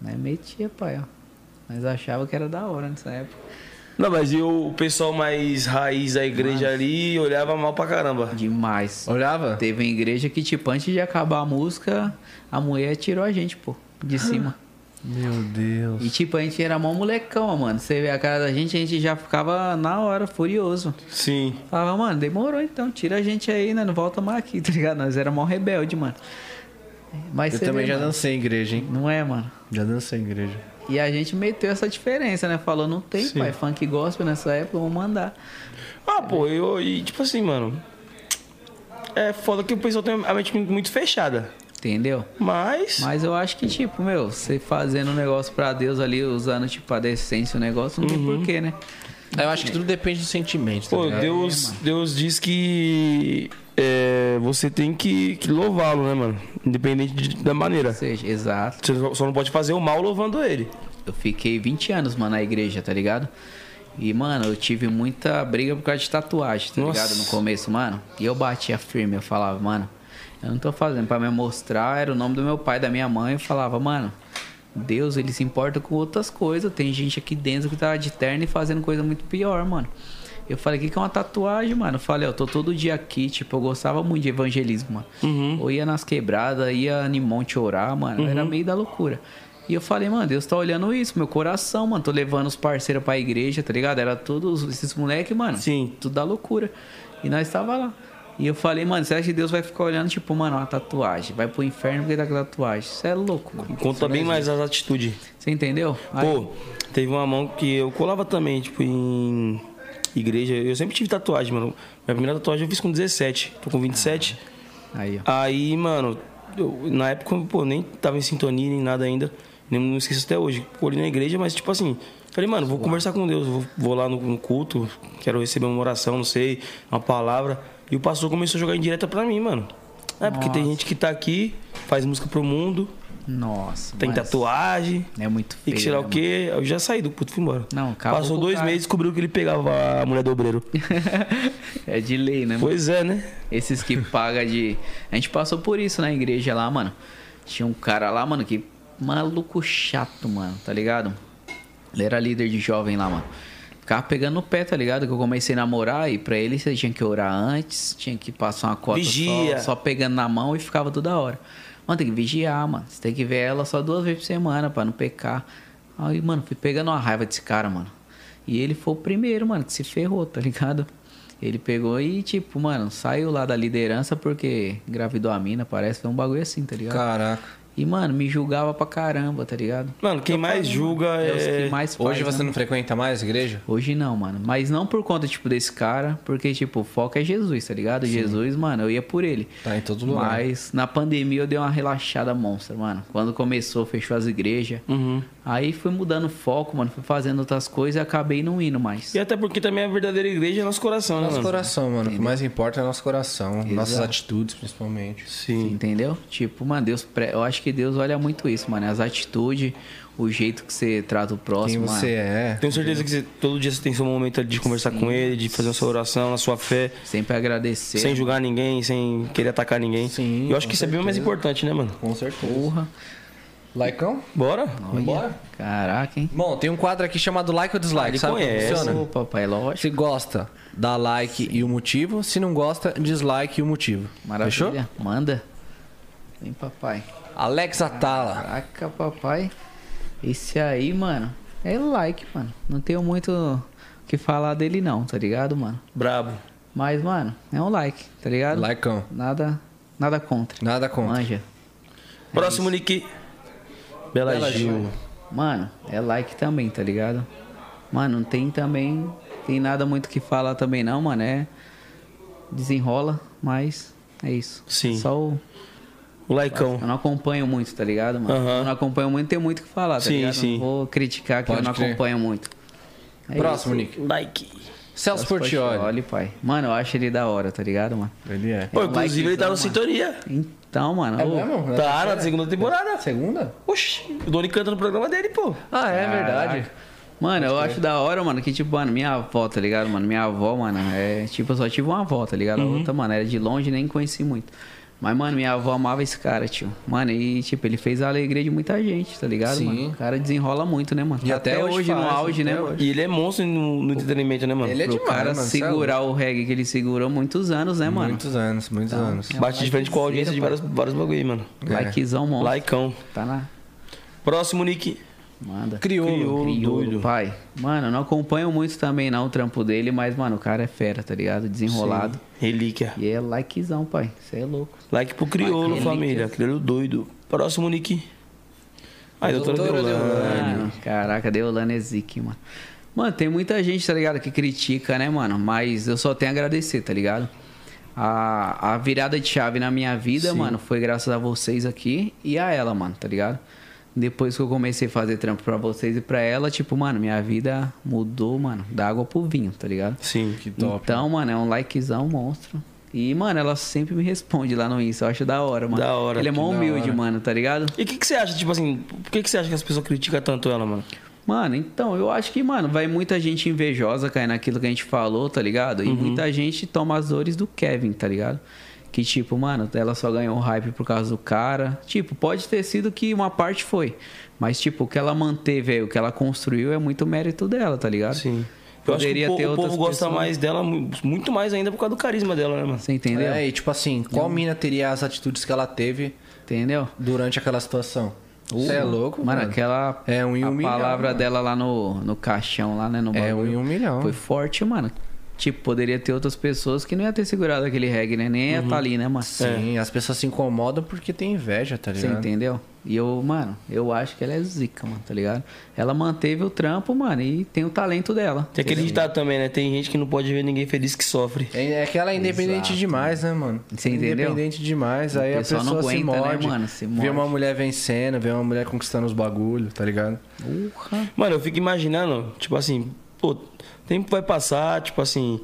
Nós metia, pai, ó. Nós achava que era da hora nessa época. Não, mas e o pessoal mais raiz da igreja ali olhava mal pra caramba. Demais. Olhava? Teve uma igreja que, tipo, antes de acabar a música, a mulher tirou a gente, pô, de cima. Meu Deus. E, tipo, a gente era mó molecão, mano. Você vê a cara da gente, a gente já ficava na hora, furioso. Sim. Falava, mano, demorou então, tira a gente aí, né? Não volta mais aqui, tá ligado? Nós era mó rebelde, mano. Mas Eu você também vê, já é mano, dancei em igreja, hein? Não é, mano? Já dancei em igreja. E a gente meteu essa diferença, né? Falou, não tem, pai, funk gospel nessa época, vamos mandar. Ah, pô, eu. E tipo assim, mano. É foda que o pessoal tem a mente muito fechada. Entendeu? Mas. Mas eu acho que, tipo, meu, você fazendo um negócio pra Deus ali, usando, tipo, a decência o negócio, não tem porquê, né? Eu acho que tudo depende do sentimento. tá Pô, ligado? Deus, Deus diz que é, você tem que, que louvá-lo, né, mano? Independente de- da maneira. Ou seja, exato. Você só- só não pode fazer o mal louvando ele. Eu fiquei 20 anos, mano, na igreja, tá ligado? E, mano, eu tive muita briga por causa de tatuagem, tá Nossa. ligado? No começo, mano. E eu batia firme, eu falava, mano, eu não tô fazendo pra me mostrar, era o nome do meu pai, da minha mãe. Eu falava, mano, Deus, ele se importa com outras coisas. Tem gente aqui dentro que tá de terno e fazendo coisa muito pior, mano. Eu falei, o que, que é uma tatuagem, mano? Eu falei, eu tô todo dia aqui, tipo, eu gostava muito de evangelismo, mano. Eu ia nas quebradas, ia em monte orar, mano. Era meio da loucura. E eu falei, mano, Deus tá olhando isso, meu coração, mano. Tô levando os parceiros pra igreja, tá ligado? Era todos esses moleque, mano. Sim. Tudo da loucura. E nós tava lá. E eu falei, mano, será que Deus vai ficar olhando, tipo, mano, uma tatuagem? Vai pro inferno porque tá com tatuagem. Você é louco, mano. Conta bem é. mais as atitudes. Você entendeu? Aí- Pô, teve uma mão que eu colava também, tipo, em igreja. Eu sempre tive tatuagem, mano. Minha primeira tatuagem eu fiz com 17. Tô com 27. Aí, ó. Aí, mano, eu- na época, pô, nem tava em sintonia nem nada ainda. Nem, não esqueço até hoje. Colhi na igreja, mas tipo assim, falei, mano, vou conversar com Deus, vou, vou lá no, no culto, quero receber uma oração, não sei, uma palavra. E o pastor começou a jogar indireta pra mim, mano. É, porque tem gente que tá aqui, faz música pro mundo, Nossa. tem mas tatuagem. É muito feio. E que sei lá né, o quê, eu já saí do culto, fui embora. Não, acabou Passou com o dois cara. meses, descobriu que ele pegava a mulher do obreiro. mano? é de lei, né, mano? pois é, né? Esses que paga de. A gente passou por isso na igreja lá, mano. Tinha um cara lá, mano, que maluco chato, mano, tá ligado? Ele era líder de jovem lá, mano. Ficava pegando no pé, tá ligado? Que eu comecei a namorar e pra ele você tinha que orar antes, tinha que passar uma cota Vigia. só, só pegando na mão e ficava toda hora. Mano, tem que vigiar, mano. Você tem que ver ela só duas vezes por semana pra não pecar. Aí, mano, fui pegando uma raiva desse cara, mano. E ele foi o primeiro, mano, que se ferrou, tá ligado? Ele pegou e, tipo, mano, saiu lá da liderança porque engravidou a mina, parece. Foi um bagulho assim, tá ligado? Caraca. E, mano, me julgava pra caramba, tá ligado? Mano, quem mais julga É os é. que mais faz, Hoje você né? não frequenta mais a igreja? Hoje não, mano. Mas não por conta, tipo, desse cara, porque, tipo, o foco é Jesus, tá ligado? Jesus, mano, eu ia por ele. Tá em todo lugar. Mas na pandemia eu dei uma relaxada monstra, mano. Quando começou, fechou as igrejas. Uhum. Aí fui mudando o foco, mano. Fui fazendo outras coisas e acabei não indo mais. E até porque também a verdadeira igreja é nosso coração, né, Nosso mano? coração, mano. O que mais importa é nosso coração. Nossas atitudes, principalmente. Sim. Entendeu? Tipo, mano, Deus, pre- eu acho que Deus olha muito isso, mano. As atitudes, o jeito que você trata o Quem próximo. você mano. é. Tenho certeza que você- todo dia você tem seu momento de conversar com ele, de fazer a sua oração, a sua fé, é. Sempre agradecer. sem julgar ninguém, sem querer atacar ninguém. Sim, Eu acho com que isso é bem mais certeza. importante, né, mano? Com certeza. Porra. Laicão? Bora? Vambora? Caraca, hein? Bom, tem um quadro aqui chamado like ou Ah, dislike. Ele sabe como conhece. funciona? Ô, papai, lógico. Se gosta, dá like e o motivo. Se não gosta, dislike e o motivo. Maravilha. Fechou? Manda. Vem, papai. Alexa Tala. Caraca, papai. Esse aí, mano, é like, mano. Não tenho muito o que falar dele, não, tá ligado, mano? Brabo. Mas, mano, é um like, tá ligado? Likeão. Nada, nada contra. Nada contra. Manja. Próximo Nick. Bela, Gil. Mano, é like também, tá ligado? Mano, não tem também. Tem nada muito o que falar também, não, mano. É. Desenrola, mas é isso. Sim. Só o O Laicão. Eu não acompanho muito, tá ligado, mano? Aham. Eu não acompanho muito, tem muito o que falar, tá Sim, ligado? sim. Não vou criticar que Pode eu não crer. acompanho muito. É Próximo, Nick. Like. Celso Portioli. Olha, pai. Mano, eu acho ele da hora, tá ligado, mano? Ele é. Pô, É um inclusive ele tá no likezão, sintonia. Então, mano. ô, Tá na segunda temporada. Segunda? Oxi, o Doni canta no programa dele, pô. Ah, é caraca. verdade. Mano, eu acho da hora, mano, que tipo, mano, minha avó, tá ligado, mano? Minha avó, mano, é. Tipo, eu só tive uma avó, tá ligado? Uhum. A outra, mano, era de longe, nem conheci muito. Mas, mano, minha avó amava esse cara, tio. Mano, e, tipo, ele fez a alegria de muita gente, tá ligado, Sim. mano? O cara desenrola muito, né, mano? E até hoje hoje, no faz, auge, até né, mano? hoje. E ele é monstro no, no entretenimento, né, mano? Ele é pro demais, cara mano, cê é segurar o reggae que ele segurou muitos anos, né, mano? Muitos anos, muitos anos. Bate de frente com a audiência de vários, vários bagulho aí, mano. É. Likezão monstro. Laicão. Tá na. Próximo Nick. Manda. Crioulo. Crioulo, Crioulo, doido. Pai. Mano, eu não acompanho muito também não o trampo dele, mas, mano, o cara é fera, tá ligado? Desenrolado. Relíquia. E é likezão, pai. Você é louco. Like pro crioulo, família. Crioulo doido. Próximo Nick. Aí, doutora, Doutora É, Deolane. Mano, Ah, caraca, Deolane é zique, mano. Mano, tem muita gente, tá ligado, que critica, né, mano? Mas eu só tenho a agradecer, tá ligado? A, a virada de chave na minha vida, Sim. mano, foi graças a vocês aqui e a ela, mano, tá ligado? Depois que eu comecei a fazer trampo pra vocês e pra ela, tipo, mano, minha vida mudou, mano, da água pro vinho, tá ligado? Sim. Que top. Então, mano, é um likezão monstro. E, mano, ela sempre me responde lá no Insta. Eu acho da hora, mano. Da hora, Ele é que mó da humilde, hora. mano, tá ligado? E o que, que você acha, tipo assim, por que, que você acha que as pessoas criticam tanto ela, mano? Mano, então, eu acho que, mano, vai muita gente invejosa cair naquilo que a gente falou, tá ligado? Uhum. E muita gente toma as dores do Kevin, tá ligado? Que, tipo, mano, ela só ganhou hype por causa do cara. Tipo, pode ter sido que uma parte foi. Mas, tipo, o que ela manteve aí, o que ela construiu é muito mérito dela, tá ligado? Sim. Eu Poderia acho que ter o, po- o outras povo gosta pessoas. mais dela, mu- muito mais ainda por causa do carisma dela, né, mano? Você entendeu? É, e tipo assim, qual mina teria as atitudes que ela teve Entendeu? durante aquela situação? Você é louco, Uh, mano. mano. aquela. É um em a um milhão, palavra mano. dela lá no, no caixão, lá, né? No É um bagulho, em um milhão. Foi forte, mano. Tipo, poderia ter outras pessoas que não ia ter segurado aquele reggae, né? Nem ia Uhum. tá ali, né, mano? Sim, as pessoas se incomodam porque tem inveja, tá Você ligado? entendeu? E eu, mano, eu acho que ela é zica, mano, tá ligado? Ela manteve o trampo, mano, e tem o talento dela. Tem aquele ditado também, né? Tem gente que não pode ver ninguém feliz que sofre. É é que ela é independente Exato. demais, né, mano? Você entendeu? Independente demais. Aí a pessoal pessoa não se aguenta, né, morde, mano? Se Vê morde. uma mulher vencendo, vê uma mulher conquistando os bagulhos, tá ligado? Porra. Mano, eu fico imaginando, tipo assim, pô, o tempo vai passar, tipo assim,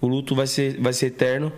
o luto vai ser, vai ser eterno,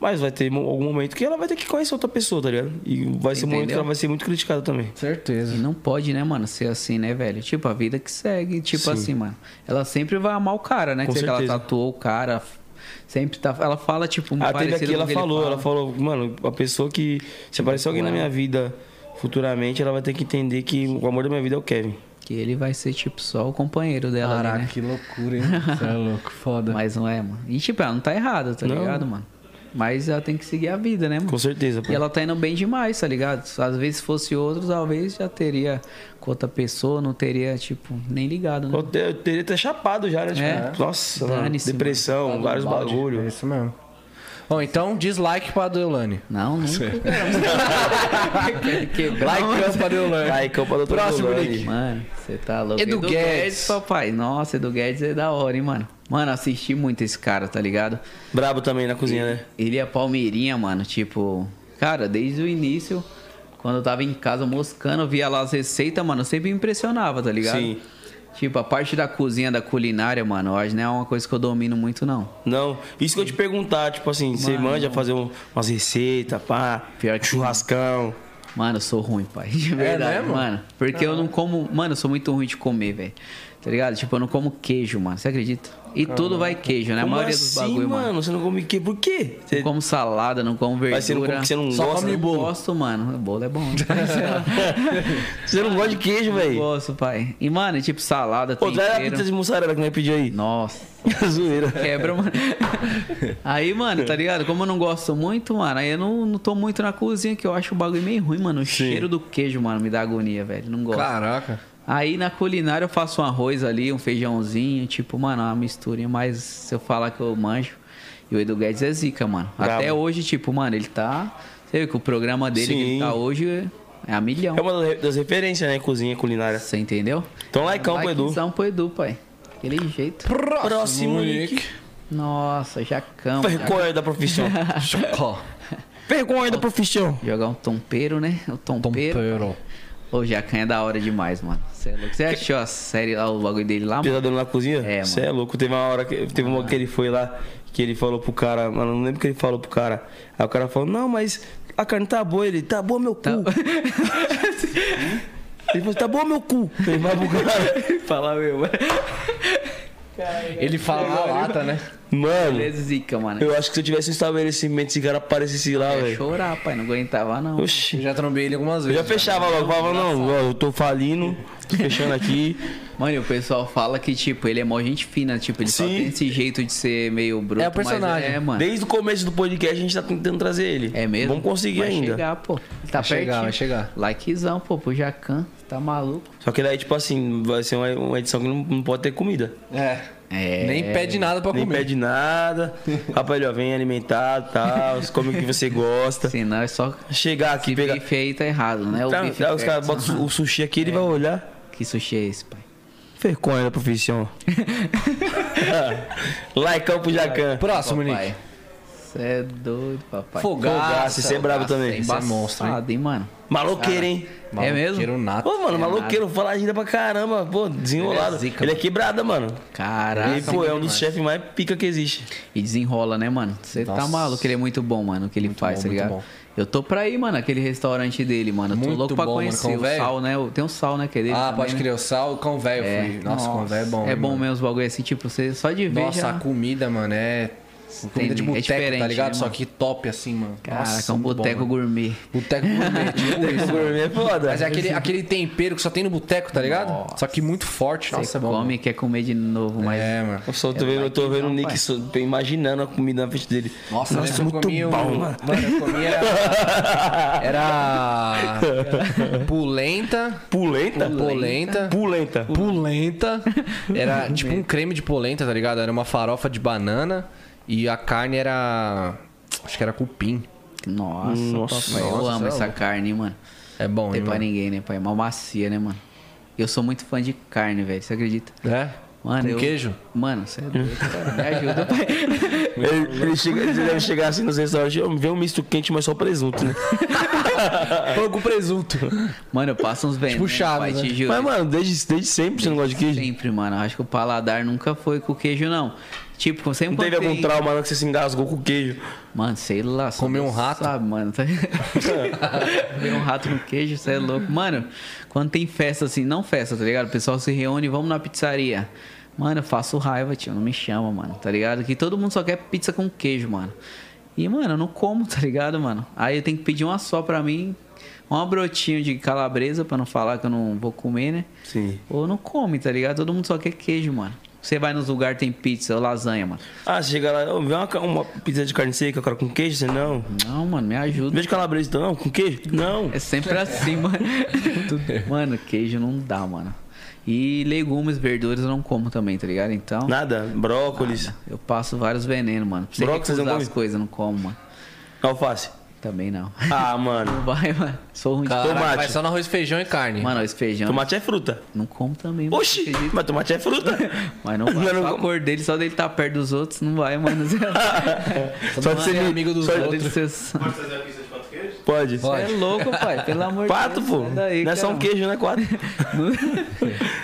mas vai ter mo- algum momento que ela vai ter que conhecer outra pessoa, tá ligado? E vai ser um momento que Entendeu? ela vai ser muito criticada também. E Certeza. não pode, né, mano, ser assim, né, velho? Tipo, a vida que segue, tipo assim, mano. Ela sempre vai amar o cara, né? Com que sei que ela certeza. tatuou o cara. f- Sempre tá. Ela fala, tipo, Ela Ah, teve parecido aqui, com o ela que ele falou, fala. ela falou, mano, a pessoa que. Se aparecer alguém na minha vida futuramente, ela vai ter que entender que o amor da minha vida é o Kevin. Que ele vai ser, tipo, só o companheiro dela, ali, Caraca, né? que loucura, hein? Você é louco, foda. Mas não é, mano. E, tipo, ela não tá errada, tá Não. ligado, mano? Mas ela tem que seguir a vida, né, mano? Com certeza, pô. E ela tá indo bem demais, tá ligado? Às vezes se fosse outro, talvez já teria com outra pessoa, não teria, tipo, nem ligado, né? Eu, te- eu teria até chapado já, né? Tipo, É. Nossa, mano, Dane-se, depressão, mano. vários Balde. É bagulho. isso mesmo. Bom, então dislike pra Deolane. Não, nunca. Quebrar. Like pra Deolane. Like, eu pra doutor Próximo, Dolane. Nick. Mano, você tá louco. Edu Guedes. papai. Nossa, Edu Guedes é da hora, hein, mano. Mano, assisti muito esse cara, tá ligado? Brabo também na cozinha, né? Ele é palmeirinha, mano. Tipo, cara, desde o início, quando eu tava em casa moscando, eu via lá as receitas, mano, eu sempre me impressionava, tá ligado? Sim. Tipo, a parte da cozinha, da culinária, mano, hoje não é uma coisa que eu domino muito, não. Não, isso que eu te perguntar, tipo assim, você manja fazer um- umas receitas, pá, Pior que- churrascão. Mano, eu sou ruim, pai. É De verdade, mesmo? mano. Porque eu não como. Mano, eu sou muito ruim de comer, velho. Tá ligado? Tipo, eu não como queijo, mano. Você acredita? E tudo vai queijo, né? A Como maioria dos assim, bagulho, mano. Você não come quê? Por quê? Você- Não como salada, não como verdura. Mas você não come- você não Só gosta, come né? bolo. gosto, mano. Bolo é bom. Você não gosta de queijo, Eu velho? gosto, pai. E, mano, tipo, salada, Pô, traz a tempero. pizza de mussarela que nós pediu aí. Nossa. Zoeira. Quebra, mano. Aí, mano, tá ligado? Como eu não gosto muito, mano, aí eu não, não tô muito na cozinha, que eu acho o bagulho meio ruim, mano. O cheiro do queijo, mano, me dá agonia, velho. Não gosto. Caraca. Aí na culinária eu faço um arroz ali, um feijãozinho, tipo, mano, uma misturinha, mas se eu falar que eu manjo. E o Edu Guedes é zica, mano. Brabo. Até hoje, tipo, mano, ele tá. Você vê que o programa dele que ele Sim. tá hoje é a milhão. É uma das re- das referências, né? Cozinha culinária. Você entendeu? Então, likeão pro Edu. Likezão pro Edu, pai. Aquele jeito. Próximo, Nick. Nossa, jacão. jacão. Vergonha da profissão. Chocó. Vergonha da profissão. Jogar um tompeiro, né? O tompeiro. Tompeiro. Ô, Jacan é da hora demais, mano. Você é louco. Você achou a série lá, o bagulho dele lá, mano? Pesadelo na cozinha? É, mano. Você é louco. Teve uma hora que teve uma que ele foi lá, que ele falou pro cara, mano, não lembro o que ele falou pro cara. Aí o cara falou, não, mas a carne tá boa, ele, tá boa meu cu. ele falou, tá boa meu cu. Ele vai pro cara. Fala meu, mano. Ele fala na lata, né? Mano, Ele é zica, mano. É eu acho que se eu tivesse um estabelecimento, esse cara aparecesse lá, ia velho. chorar, pai. Não aguentava, não. Eu Oxi. já trombei ele algumas Eu vezes. Tá já fechava logo, falava, não, ó, eu tô falindo, tô fechando aqui. Mano, e o pessoal fala que, tipo, ele é mó gente fina. Tipo, ele só Sim. tem esse jeito de ser meio bruto. É o personagem. Mas é, mano. Desde o começo do podcast a gente tá tentando trazer ele. É mesmo? Vamos conseguir vai ainda. chegar, pô. Ele Tá Vai chegar, pertinho. vai chegar. Likezão, pô, pro Jacan. Tá maluco? Só que daí, tipo assim, vai ser uma, uma edição que não, não pode ter comida. É. É. Nem pede nada pra Nem comer. pede nada. Rapaz, ó, vem alimentado e tal. Come o que você gosta. Senão é só... Chegar aqui, Esse pegar. bife aí tá errado, é né? O Tá, bife tá, os caras Ferguson. botam o sushi aqui, ele vai olhar. Que sushi é esse, pai? Vergonha né, da profissão. Laicão pro Jacan. Próximo, Papai. Nick. Você é doido, papai. Fogaça. Fogaça, isso é brabo também. Isso é monstro, hein? Embaçado, hein, mano. Maloqueiro, hein? É mesmo? Maluqueiro nato. Ô, mano, maloqueiro, fala ainda pra caramba, pô, desenrolado. Ele Ele é é, zica, Tá, quebrada, mano. Caraca. e, pô, é um dos chefes mais pica que existe. E desenrola, né, mano? Você tá Nossa. maluco, ele é muito bom, mano, o que ele faz, bom, tá muito ligado? bom. Eu tô pra ir, mano, aquele restaurante dele, mano. Eu tô Muito louco pra bom, mano, conhecer com o o velho. sal, né? O- Tem um sal, né, que é dele Ah, também, pode né? crer, o sal, o cão velho. eu fui. Nossa, o cão velho é bom. É hein, bom mano? mesmo os bagulho assim, tipo, você só de ver Nossa, já- a comida, mano, é. Comida de Entendi. É boteco, tá diferente, ligado? né, Só mano? que top, assim, mano. Caraca, Nossa, um muito bom, boteco mano. gourmet. Boteco gourmet, tipo isso. Gourmet é foda. Mas é aquele, aquele tempero que só tem no boteco, tá ligado? Só que muito forte. Nossa, Você é bom. come e quer comer de novo, mas... É, mano. Nossa, eu tô vendo, eu tô vendo o Nick, só- tô imaginando a comida na frente dele. Nossa, Nossa eu muito comi um... bom, Mano, mano. eu comi era... era pulenta, Pulenta? polenta, Pulenta. pulenta. Era tipo um creme de polenta, tá ligado? Era uma farofa de banana e a carne era... Acho que era cupim. Nossa, Nossa, papai, eu nossa, amo você é essa louco. carne, hein, mano. É bom, Não tem hein, pra mano? ninguém, né, pai? Mal macia, né, mano? Eu sou muito fã de carne, velho. Você acredita? É? Mano, Com eu... queijo? Mano, você é doido, cara. Me ajuda, pai. Ele, ele chega- ele deve chegar assim nos restaurantes, "Ô, vê um misto quente, mas só presunto, né? Pão com presunto. Mano, eu passo uns venenos, Puxado, pai, né? te juro. Mas, mano, desde, desde sempre você não gosta de queijo? Sempre, mano. Acho que o paladar nunca foi com queijo, não. Tipo, sempre Não teve quando algum tem- trauma não, que você se engasgou com queijo? Mano, sei lá. só Comeu um Deus rato? Sabe, mano. Comeu um rato no queijo, você é louco. Mano, quando tem festa assim, não festa, tá ligado? O pessoal se reúne, vamos na pizzaria. Mano, eu faço raiva, tio. Não me chama, mano, tá ligado? Que todo mundo só quer pizza com queijo, mano. E, mano, eu não como, tá ligado, mano? Aí eu tenho que pedir uma só pra mim. Uma brotinha de calabresa, pra não falar que eu não vou comer, né? Sim. Ou não come, tá ligado? Todo mundo só quer queijo, mano. Você vai nos lugares, tem pizza ou lasanha, mano. Ah, você chega lá, "Ô, vê uma, ca- uma pizza de carne seca, cara, com queijo? Você não. Não, mano, me ajuda. Veja calabresa, então, não, com queijo? Não. É sempre assim, mano. mano, queijo não dá, mano. E legumes, verduras eu não como também, tá ligado? Então, Nada, brócolis, eu passo vários venenos, mano. Pra Você Brócolis não recusar come? as coisas, não como, mano. alface. Também não. Ah, mano, Não vai, mano. Sou ruim de Caraca, Tomate. vai só no arroz, feijão e carne. Mano, esse feijão. tomate é fruta. Não como também, mano. Oxi, Não acredito. mas tomate é fruta. Mas não vai. Mas não só a como. cor dele, só dele estar perto dos outros, não vai, mano. Só mundo de ser é amigo dos só de- outros. Você Pode fazer uma pizza de quanto queijo? Pode. é louco, pai. Pelo amor de Deus. Pato, pô. sai daí, não é só um caramba. queijo, né? Quatro.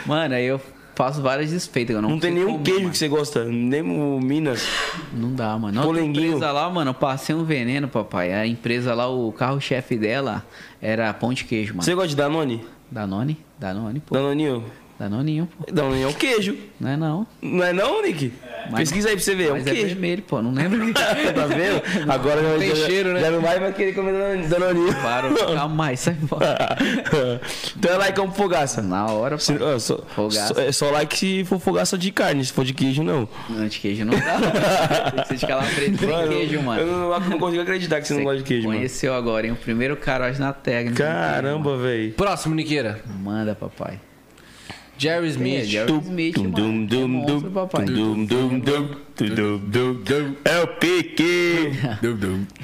mano, aí eu faço várias desfeitas. Eu não, Não tem consigo nenhum comer, queijo mano. que você gosta, nem o Minas. Não dá, mano. Olha, tem Polenguinho. empresa lá, mano, eu passei um veneno, papai. A empresa lá, o carro-chefe dela era pão de queijo, mano. Você gosta de Danone? Danone? Danone, pô. Danoninho? Danoninho, pô. Danone é um queijo. Não é não. Não é não, Nick? Pesquisa aí pra você ver, é um Mas é queijo. vermelho, pô. Não lembro. tá vendo? Agora já, Tem já, cheiro, né? já não vai mais querer comer Danone- Danoninho. Parou. Calma mais, sai fora. então é like como fogaça. Na hora, pô. Se- ah, só, Fogaça. só- é só like se for fogaça de carne, se for de queijo, não. Não, de queijo não dá. Tem que ser de calabresa sem queijo, Eu mano. não, eu não consigo acreditar que você, não gosta de queijo, mano. Conheceu agora, hein? O primeiro carote na né? técnica. Caramba, velho. Próximo, Niqueira. Manda, papai. Jerry Smith. Jerry Smith, mano. Dum, dum, É monstro, dum, papai. dum, dum, dum, dum, dum, dum. É o pique!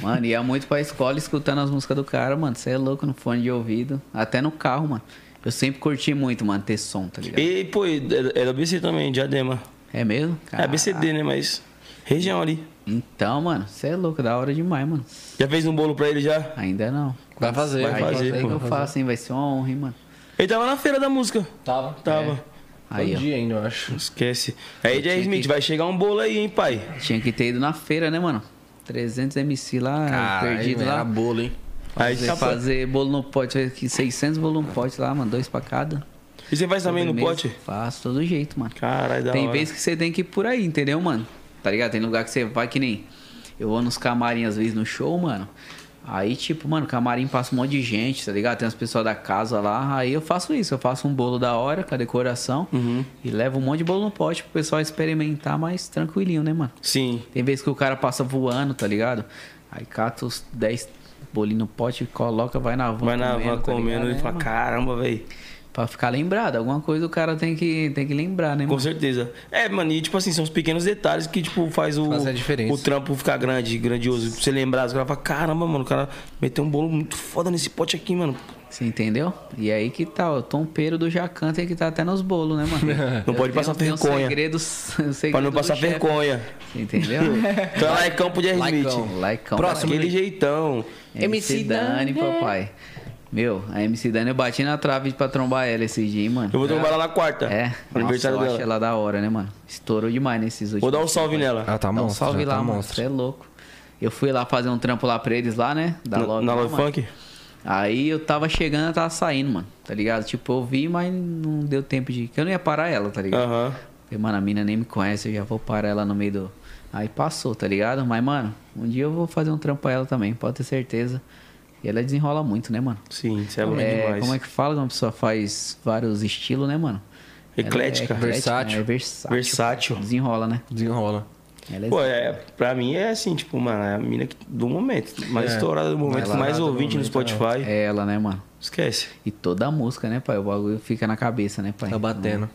Mano, ia muito pra escola escutando as músicas do cara, mano. Você é louco no fone de ouvido. Até no carro, mano. Eu sempre curti muito, mano, ter som, tá ligado? E, pô, era BC também, Diadema. É mesmo? É BCD, né? Mas. Região ali. Então, mano, você é louco, da hora demais, mano. Já fez um bolo pra ele já? Ainda não. Vai fazer. Vai Aí fazer, isso aí pô. que eu faço, hein? Vai ser uma honra, hein, mano. Ele tava na feira da música. Tava. Tava. Aí, Bom ó. dia ainda, eu acho. Esquece. Aí, Jay É. tinha Smith, que- vai chegar um bolo aí, hein, pai? Tinha que ter ido na feira, né, mano? 300 MC lá, Ah, perdido velho, lá. Era bolo, hein? Aí Fazer, tá pra- fazer bolo no pote, aqui, 600 bolo no pote lá, mano, dois pra cada. E você faz também no Sobremesa. pote? Faço, todo jeito, mano. Caralho, da Tem hora. vezes que você tem que ir por aí, entendeu, mano? Tá ligado? Tem lugar que você vai que nem. Eu vou nos camarim às vezes no show, mano. Aí, tipo, mano, camarim passa um monte de gente, tá ligado? Tem as pessoas da casa lá. Aí eu faço isso, eu faço um bolo da hora com a decoração Uhum. e levo um monte de bolo no pote pro pessoal experimentar mais tranquilinho, né, mano? Sim. Tem vezes que o cara passa voando, tá ligado? Aí cata os 10 bolinhos no pote, coloca, vai na van. Vai na comendo, van tá comendo ligado? e É, fala, mano, caramba, velho. Pra ficar lembrado, alguma coisa o cara tem que, tem que lembrar, né, Com mano? certeza. É, mano, e tipo assim, são os pequenos detalhes que, tipo, faz o, Faz a diferença. o trampo ficar grande, grandioso. Pra você lembrar, os caras falam, caramba, mano, o cara meteu um bolo muito foda nesse pote aqui, mano. Você entendeu? E aí que tá, o tompeiro do Jacan tem que estar até nos bolos, né, mano? Não pode Tem um- passar tem um vergonha. segredo- um segredo Pra não do passar chefe. vergonha. Você entendeu? Então é laicão pro Jerry Laicão. Smith. Laicão. Próximo. Aquele jeitão. MC Dani, papai. Meu, a MC Dani eu bati na trave pra trombar ela esse dia, hein, mano. Eu vou tomar ela na quarta. É, nossa, Aniversário eu acho dela. ela da hora, né, mano? Estourou demais nesses últimos Vou dar um salve nela. Ah, tá Dá um monstro. salve já lá, tá mano. monstro. Você é louco. Eu fui lá fazer um trampo lá pra eles lá, né? Da Na- Love na lá, Love mano. Funk? Aí eu tava chegando, eu tava saindo, mano. Tá ligado? Tipo, eu vi, mas não deu tempo de. que Eu não ia parar ela, tá ligado? Aham. Falei, mano, a mina nem me conhece, eu já vou parar ela no meio do. Aí passou, tá ligado? Mas, mano, um dia eu vou fazer um trampo pra ela também, pode ter certeza. E ela desenrola muito, né, mano? Sim, você é bom É, demais. como é que fala? Uma pessoa faz vários estilos, né, mano? Ela é Eclética. Versátil. É versátil. Versátil. Desenrola, né? Desenrola. Ela é Pô, é, pra mim é assim, tipo, mano, é a mina que- do momento, mais estourada do momento, Vai lá, mais do ouvinte no momento, Spotify. É ela, né, mano? Esquece. E toda a música, né, pai? O bagulho fica na cabeça, né, pai? Tá batendo.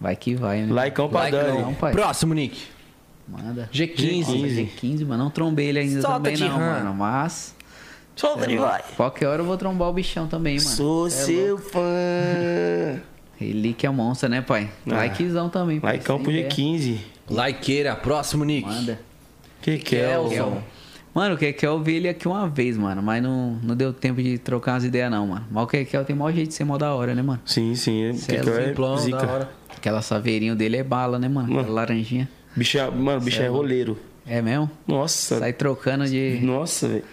Vai que vai, né? Laicão pra Laicão, Dani. pai. Próximo, Nick. Manda. G15. Nossa, G15, mano. Não trombei ele ainda Solta também, de não, rã. mano. Mas. Solta de vai. Qualquer hora eu vou trombar o bichão também, mano. é Sou seu fã. Relíquia monstra, né, pai? Ah. Likezão também. pai, Laicão sem pro ideia. G15. Likeira. Próximo, Nick. Manda. Que que é? Kelson. Kelson? Mano, o Kekel eu vi ele aqui uma vez, mano. Mas não, não deu tempo de trocar umas ideias, não, mano. Mas o Kekel tem maior jeito de ser mó da hora, né, mano? Sim, sim. é- Que é que Simplão, é? da Zica. hora. Aquela saveirinho dele é bala, né, mano? Aquela Mano. laranjinha. Bicho é- Mano, bicho é roleiro. É mesmo? Nossa. Sai trocando de. Nossa, velho.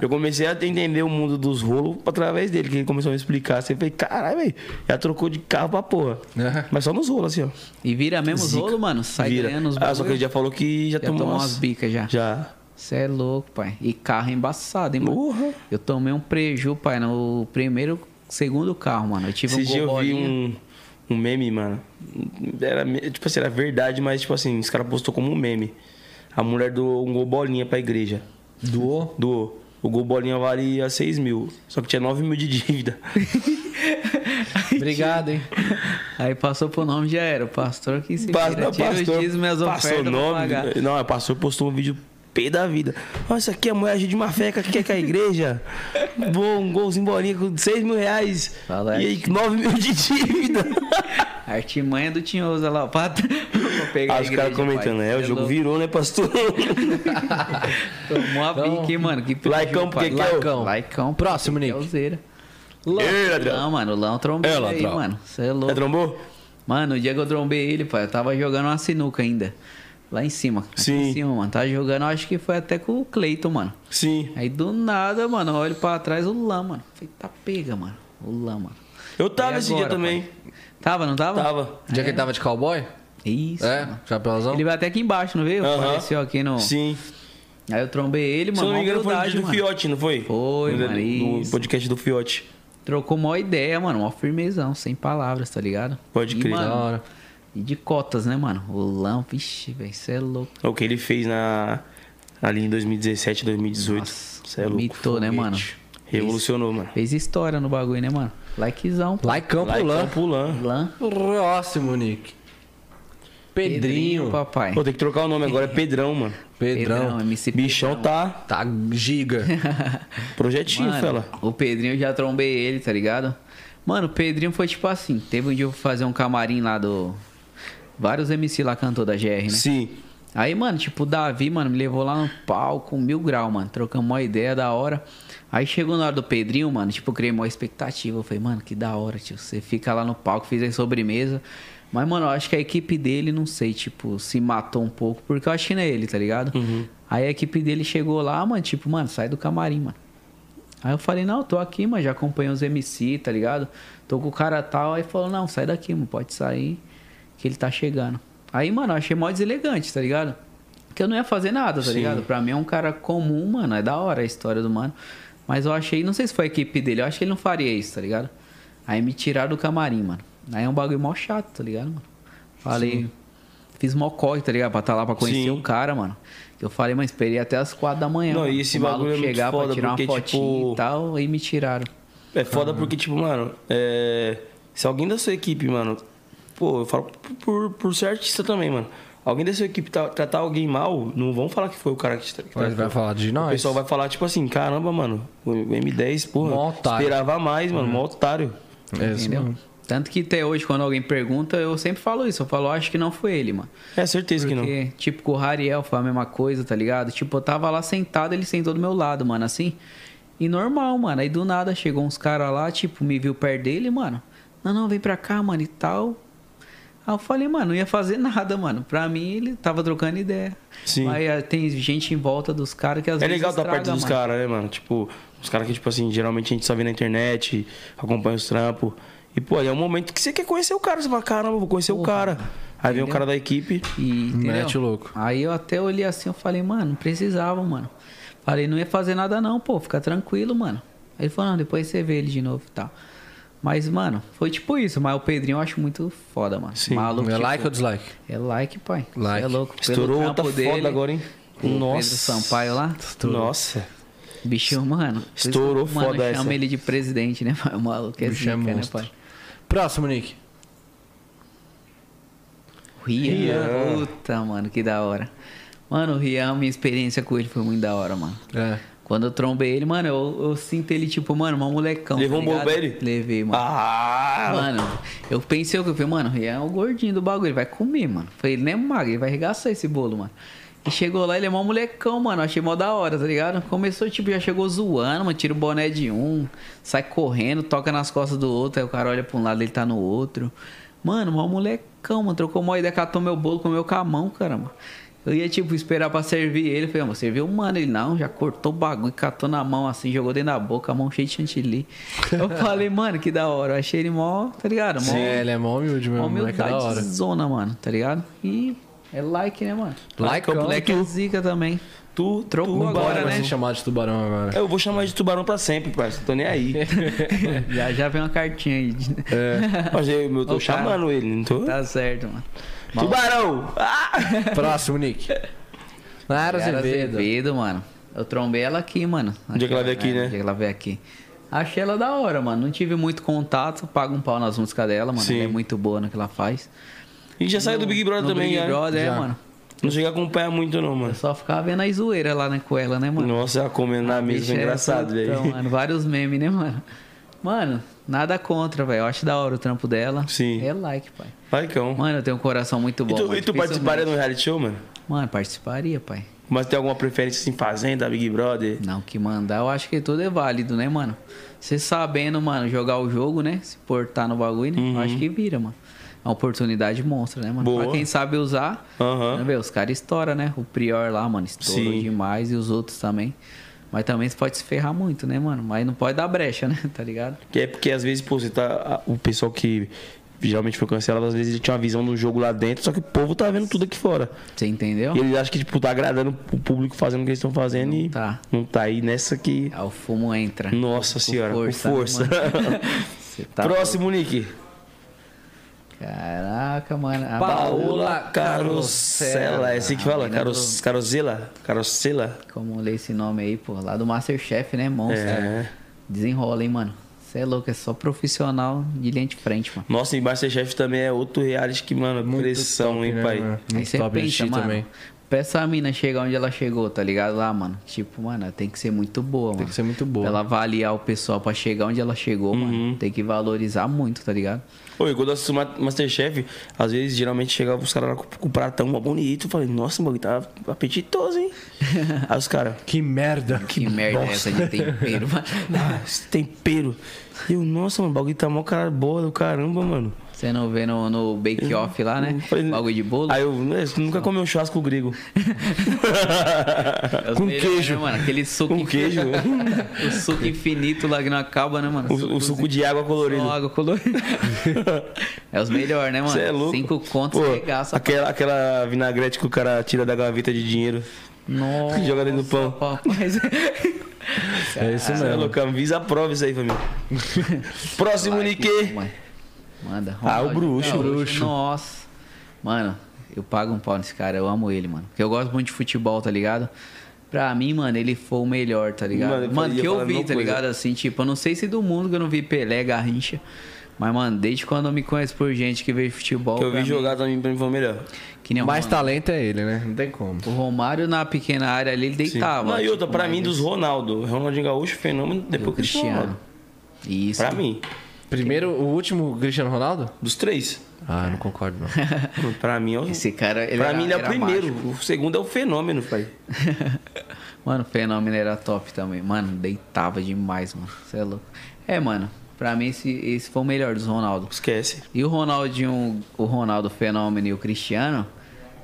Eu comecei a entender o mundo dos rolos através dele, que ele começou a me explicar. Assim, eu falei, caralho, velho, já trocou de carro pra porra. É. Mas só nos rolos, assim, ó. E vira mesmo os rolos, mano. Sai Vira. ganhando os Ah, só que bagulho. ele já falou que já, Já tomou umas bicas já. Já. Você é louco, pai. E carro embaçado, hein, mano? Porra. Eu tomei um preju, pai, no primeiro, segundo carro, mano. Eu tive Esse um dia eu vi gorgolinha. um, um meme, mano. Era, me- tipo assim, era verdade, mas tipo assim, os caras postou como um meme. A mulher doou um gol bolinha pra igreja. Duo. Doou. O gol bolinha valia 6 mil. Só que tinha 9 mil de dívida. Obrigado, hein? Aí passou pro nome, já era. O pastor que se Passa- vira, tira os dízimos e as passou o ofertas pra pagar. nome. Não, o pastor postou um vídeo P da vida. Olha, isso aqui é a mulher de uma feca que quer que a igreja. Boa, um golzinho bolinha com 6 mil reais. Fala e aí, 9 mil de dívida. A artimanha do Tinhoso, olha lá, o pato. Vou pegar Aí a Ah, os igreja, caras comentando, pai. é, o Cê jogo louco. virou, né, pastor? Tomou a Então, pique, hein, mano. Que preju, Laicão, pai. porque que é o- Laicão. Laicão. Próximo, Nick. Kelzeira. Ei, Não, ladrão. mano, o Lão trombei É, ele aí, ladrão. mano. Você é Já louco. trombou? Mano, o dia que eu trombei ele, pai, eu tava jogando uma sinuca ainda. Lá em cima. aqui Sim. Em cima, mano. Tava jogando, acho que foi até com o Cleiton, mano. Sim. Aí do nada, mano, eu olho pra trás o Lã, mano. Falei, tá pega, mano. O Lã, mano. Eu tava E esse dia agora, também. pai? Tava, não tava? Tava. Já que ele tava de cowboy? É. Isso. mano. É, chapéuzão. Ele veio até aqui embaixo, não veio? Aham. Apareceu aqui no. Sim. Aí eu trombei ele, Se eu não me mano. mó engano, foi no humildade, dia do mano. Fiote, não foi? Foi, no, mano, no isso. podcast do Fiote. Trocou mó ideia, mano. Mó firmezão, sem palavras, tá ligado? Pode E, crer. mano, Da hora. E de cotas, né, mano? O Lã, vixe, velho, você é louco. É O que ele fez na, ali em 2017, 2018. Nossa, Cê é louco. mitou, né, mano? Revolucionou, mano. Fez história no bagulho, né, mano? Likezão. Laicão pro Laicão Lan. pulando. Lã. Próximo, Nick. Pedrinho. papai. é Pô, tem que trocar o nome agora, é Pedrão, mano. Pedrão. MC Bichão tá Tá giga. projetinho, Mano, né? fela. O Pedrinho eu já trombei ele, tá ligado? Mano, o Pedrinho foi tipo assim: teve um dia eu fui fazer um camarim lá do. Vários MC lá cantou da GR, né? Sim. Aí, mano, tipo, o Davi, mano, me levou lá no palco, mil grau, mano. Trocamos uma ideia da hora. Aí chegou na hora do Pedrinho, mano, tipo, eu criei uma expectativa. Eu falei, mano, que da hora, tio. Você fica lá no palco, fiz a sobremesa. Mas, mano, eu acho que a equipe dele, não sei, tipo, se matou um pouco, porque eu achei nele, tá ligado? Aí a equipe dele chegou lá, mano, tipo, mano, sai do camarim, mano. Aí eu falei, não, eu tô aqui, mano, já acompanhei os MC, tá ligado? Tô com o cara tal. Aí falou, não, sai daqui, mano, pode sair, que ele tá chegando. Aí, mano, eu achei mó deselegante, tá ligado? Que eu não ia fazer nada, tá ligado? Pra mim é um cara comum, mano, é da hora a história do mano. Mas eu achei, não sei se foi a equipe dele, eu acho que ele não faria isso, tá ligado? Aí me tiraram do camarim, mano. Aí é um bagulho mó chato, tá ligado, mano? Falei, fiz mó corre, tá ligado? Pra tá lá pra conhecer Sim. o cara, mano. Que eu falei, mas esperei até as quatro da manhã. Não, mano, e esse pro maluco bagulho é muito chegar foda, pra tirar porque, uma fotinha tipo, e tal, e me tiraram. É foda porque, tipo, mano, é, se alguém da sua equipe, mano, pô, eu falo por, por ser artista também, mano. alguém da sua equipe tá- tratar alguém mal, não vão falar que foi o cara que te tra- que Mas vai tratou. falar de nós. O pessoal vai falar, tipo assim, caramba, mano, o M10, porra, Mó otário. Uhum. esperava mais, mano, mó otário. É isso Entendeu? mesmo. Tanto que até hoje, quando alguém pergunta, eu sempre falo isso. Eu falo, "Ah, acho que não foi ele, mano. É, certeza que não. Porque, tipo, com o Rariel foi a mesma coisa, tá ligado? Tipo, eu tava lá sentado, ele sentou do meu lado, mano, assim. E normal, mano. Aí do nada chegou uns caras lá, tipo, me viu perto dele, mano. Não, não, vem pra cá, mano, e tal. Aí eu falei, mano, não ia fazer nada, mano. Pra mim, ele tava trocando ideia. Sim. Mas ah, tem gente em volta dos caras que às É vezes. legal estar estraga, perto dos mano. caras, né, mano? Tipo, os caras que, tipo assim, geralmente a gente só vê na internet, acompanha os trampos. E, pô, aí é um momento que você quer conhecer o cara. Você fala, caramba, eu vou conhecer o cara. Aí vem o cara da equipe. E, entendeu? Mete o louco. Aí eu até olhei assim, eu falei, mano, não precisava, mano. Falei, não ia fazer nada não, pô, fica tranquilo, mano. Aí ele falou, não, depois você vê ele de novo e tal. Mas, mano, foi tipo isso. Mas o Pedrinho eu acho muito foda, mano. Sim. Maluco. É tipo, like ou dislike? É like, pai. Cê Like. É louco. Pelo Estourou trampo outra foda dele, agora, hein? o Nossa. Pedro Sampaio lá. Nossa. Bichinho, mano. Estourou mano, foda chama essa. ele de presidente, né, pai? O maluco é Bicho é zica, né, monstro. pai? Próximo, Nick. Rian. Rian. Puta, mano, que da hora. Mano, o Rian, minha experiência com ele foi muito da hora, mano. É. Quando eu trombei ele, mano, eu, eu sinto ele, tipo, mano, um molecão. Levou um ligado? bolo pra ele? Levei, mano. Ah! Mano, eu pensei, eu falei, mano, ele é o gordinho do bagulho, ele vai comer, mano. Falei, ele nem é magro, ele vai arregaçar esse bolo, mano. E chegou lá, ele é mó molecão, mano. Achei mó da hora, tá ligado? Começou, tipo, já chegou zoando, mano. Tira o boné de um, sai correndo, toca nas costas do outro. Aí o cara olha pra um lado, ele tá no outro. Mano, mó molecão, mano. Trocou mó ideia, catou meu bolo, comeu com a mão, caramba. Eu ia, tipo, esperar pra servir ele. Falei, mano, serviu o mano. Ele, não, já cortou o bagulho, catou na mão assim, jogou dentro da boca, a mão cheia de chantilly. Eu falei, mano, que da hora. Eu achei ele mó, tá ligado? Mó, Sim, ele é mó humilde, mó meu. Moleque é da hora. humildade zona, mano, tá ligado? E é like, né, mano? Like, o moleque é zica também. Tu Trocou tu- agora, Vai né? ser chamado de tubarão agora. Eu vou chamar de tubarão pra sempre, parceiro. Tô nem aí. já, já vem uma cartinha aí. É. Mas eu, eu tô Ô, cara. chamando ele, não tô? Tá certo, mano. Tubarão! Ah! Próximo, Nick. Nayara Yara Azevedo. Azevedo, mano. Eu trombei ela aqui, mano. dia que ela veio aqui, É, né? No dia que ela veio aqui. Achei ela da hora, mano. Não tive muito contato. Pago um pau nas músicas dela, mano. Sim. Ela é muito boa no que ela faz. E já saiu do Big Brother No também, né? Big já. Brother, Já. é, mano. Não cheguei a acompanhar muito, não, Eu mano. só ficava vendo as zoeiras lá né, com ela, né, mano? Nossa, ela comendo na mesa, Bicho, foi é engraçado, putão, velho. mano. Vários memes, né, mano? Mano, nada contra, velho. Eu acho da hora o trampo dela. Sim. É like, pai. Vai, cão. Mano, eu tenho um coração muito bom. E tu, mano. e tu participaria Dificilmente- de um reality show, mano? Mano, participaria, pai. Mas tem alguma preferência assim, Fazenda, Big Brother? Não, que mandar, eu acho que tudo é válido, né, mano? Você sabendo, mano, jogar o jogo, né? Se portar no bagulho, né? Eu acho que vira, mano. É uma oportunidade monstra, né, mano? Uhum. Boa. Pra quem sabe usar, Aham. né, velho, os caras estouram, né? O Prior lá, mano, estourou Sim. demais e os outros também. Mas também você pode se ferrar muito, né, mano? Mas não pode dar brecha, né? Tá ligado? Que é porque às vezes, pô, você tá. a- O pessoal que geralmente foi cancelado, às vezes ele tinha uma visão do jogo lá dentro, só que o povo tá vendo tudo aqui fora. Você entendeu? E ele acha que, tipo, tá agradando o público fazendo o que eles estão fazendo e tá. É, não tá aí nessa que. Aí o fumo entra. Nossa senhora, com força. né, mano? Você tá Próximo, Nick. louco. Caraca, mano. A Paola Carosella. É assim que fala? Caros, Carosela? Carosela? Como ler esse nome aí, pô. Lá do Masterchef, né? Monstro. É. Desenrola, hein, mano. Você é louco, é só profissional de linha de frente, mano. Nossa, e Masterchef também é outro reality que, mano, pressão, hein, né, pai? mano? Aí Muito você top pensa, de mano. também. Pra essa mina chegar onde ela chegou, tá ligado? Lá, mano. Tipo, mano, ela tem que ser muito boa, mano. que ser muito boa. Uhum. Pra ela avaliar o pessoal pra chegar onde ela chegou, mano. Tem que valorizar muito, tá ligado? Oi, quando eu assisto Ma- Masterchef, às vezes geralmente chegava os caras lá com, com o pratão mó bonito. Eu falei, nossa, mano, tá apetitoso, hein? Aí os caras, Que merda. Que merda é essa de tempero, mano. ah, esse tempero. E eu, nossa, mano, o bagulho tá mó cara boa do caramba, mano. Você não vê no, no Bake Off lá, né? Eu falei, Bagulho de bolo. Aí eu, né, você nunca comeu um churrasco grego. É os com melhores, queijo. Né, mano? Aquele suco Com queijo. o suco infinito lá que não acaba, né, mano? o, o suco de água colorido. Só água colorida. é os melhores, né, mano? Você é louco. Cinco contos, Pô, você regaça. Aquela, aquela vinagrete que o cara tira da gaveta de dinheiro. Nossa, que joga dentro do pão. Rapaz. É isso Você é mesmo. louco, Anvisa aprova isso aí, família. Próximo, Vai, Nick. que bom, mano. Manda. Ah, o Ronaldinho bruxo. Gaúcho. Bruxo. Nossa. Mano, eu pago um pau nesse cara, eu amo ele, mano. Porque eu gosto muito de futebol, tá ligado? Pra mim, mano, ele foi o melhor, tá ligado? Mano, eu Mano, ia que eu falar a vi, mesma tá coisa. ligado? Assim, tipo, eu não sei se do mundo que eu não vi Pelé, Garrincha. Mas, mano, desde quando eu me conheço por gente que veio futebol. Que eu pra vi mim, jogar também pra mim foi melhor. Que nem um o Mais Ronaldo. talento é ele, né? Não tem como. O Romário na pequena área ali, ele Sim. deitava. Não, e outra, Tipo, pra mas mim, é ele- dos Ronaldo. Ronaldinho Gaúcho, fenômeno, depois do Cristiano. Isso. Pra mim, Primeiro, um o último Cristiano Ronaldo? dos três. Ah, não concordo, não. Pra mim, é o- Esse cara, ele pra era- mim, ele é o era primeiro. O segundo é o fenômeno, pai. Mano, o Fenômeno era top também. Mano, deitava demais, mano. Você é louco. É, mano, pra mim esse, esse foi o melhor dos Ronaldo. Esquece. E o Ronaldinho, o Ronaldo Fenômeno e o Cristiano.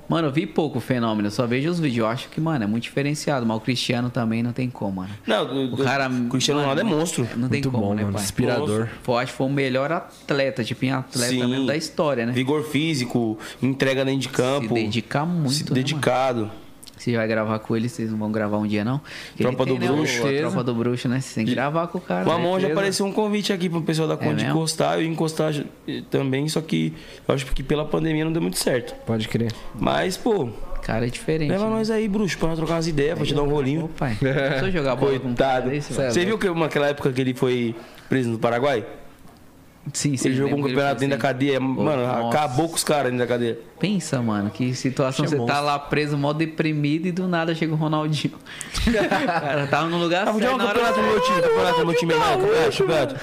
Mano, eu vi pouco o Fenômeno, eu só vejo os vídeos. Eu acho que, mano, é muito diferenciado. Mas o Cristiano também não tem como, mano. Não, O cara. o Cristiano mano, Ronaldo é monstro. Não tem Muito como, bom, né, mano. pai? Inspirador. Pô, acho que foi o melhor atleta, tipo, em atleta Sim. mesmo da história, né? Vigor físico, entrega dentro de campo. Se dedicar muito, Se né, mano? dedicado. Você vai gravar com ele, vocês não vão gravar um dia, não? Porque Tropa ele do né, Bruxo. o- A tropa do bruxo, né? Você tem que gravar com o cara. O Amon já certeza. apareceu um convite aqui pro pessoal da Conde É mesmo? encostar. Eu ia encostar eh, também, só que eu acho que pela pandemia não deu muito certo. Pode crer. Mas, pô, Cara é diferente. leva né? nós aí, bruxo, pra nós trocar umas ideias, pra te dar um rolinho. Ô, pai. Se eu jogar bola com um cara Coitado. desse, mano? Você viu que uma- aquela época que ele foi preso no Paraguai? Sim, sim. Ele jogou um lembro que campeonato foi dentro da assim. cadeia. Mano, nossa. acabou com os caras dentro da cadeia. Pensa, mano, que situação. Você tá lá preso, mó deprimido, e do nada chega o Ronaldinho. O cara tava no lugar Ah, vou jogar certo, um na hora campeonato no meu time, campeonato no meu tá time aí, né? campeonato, campeonato.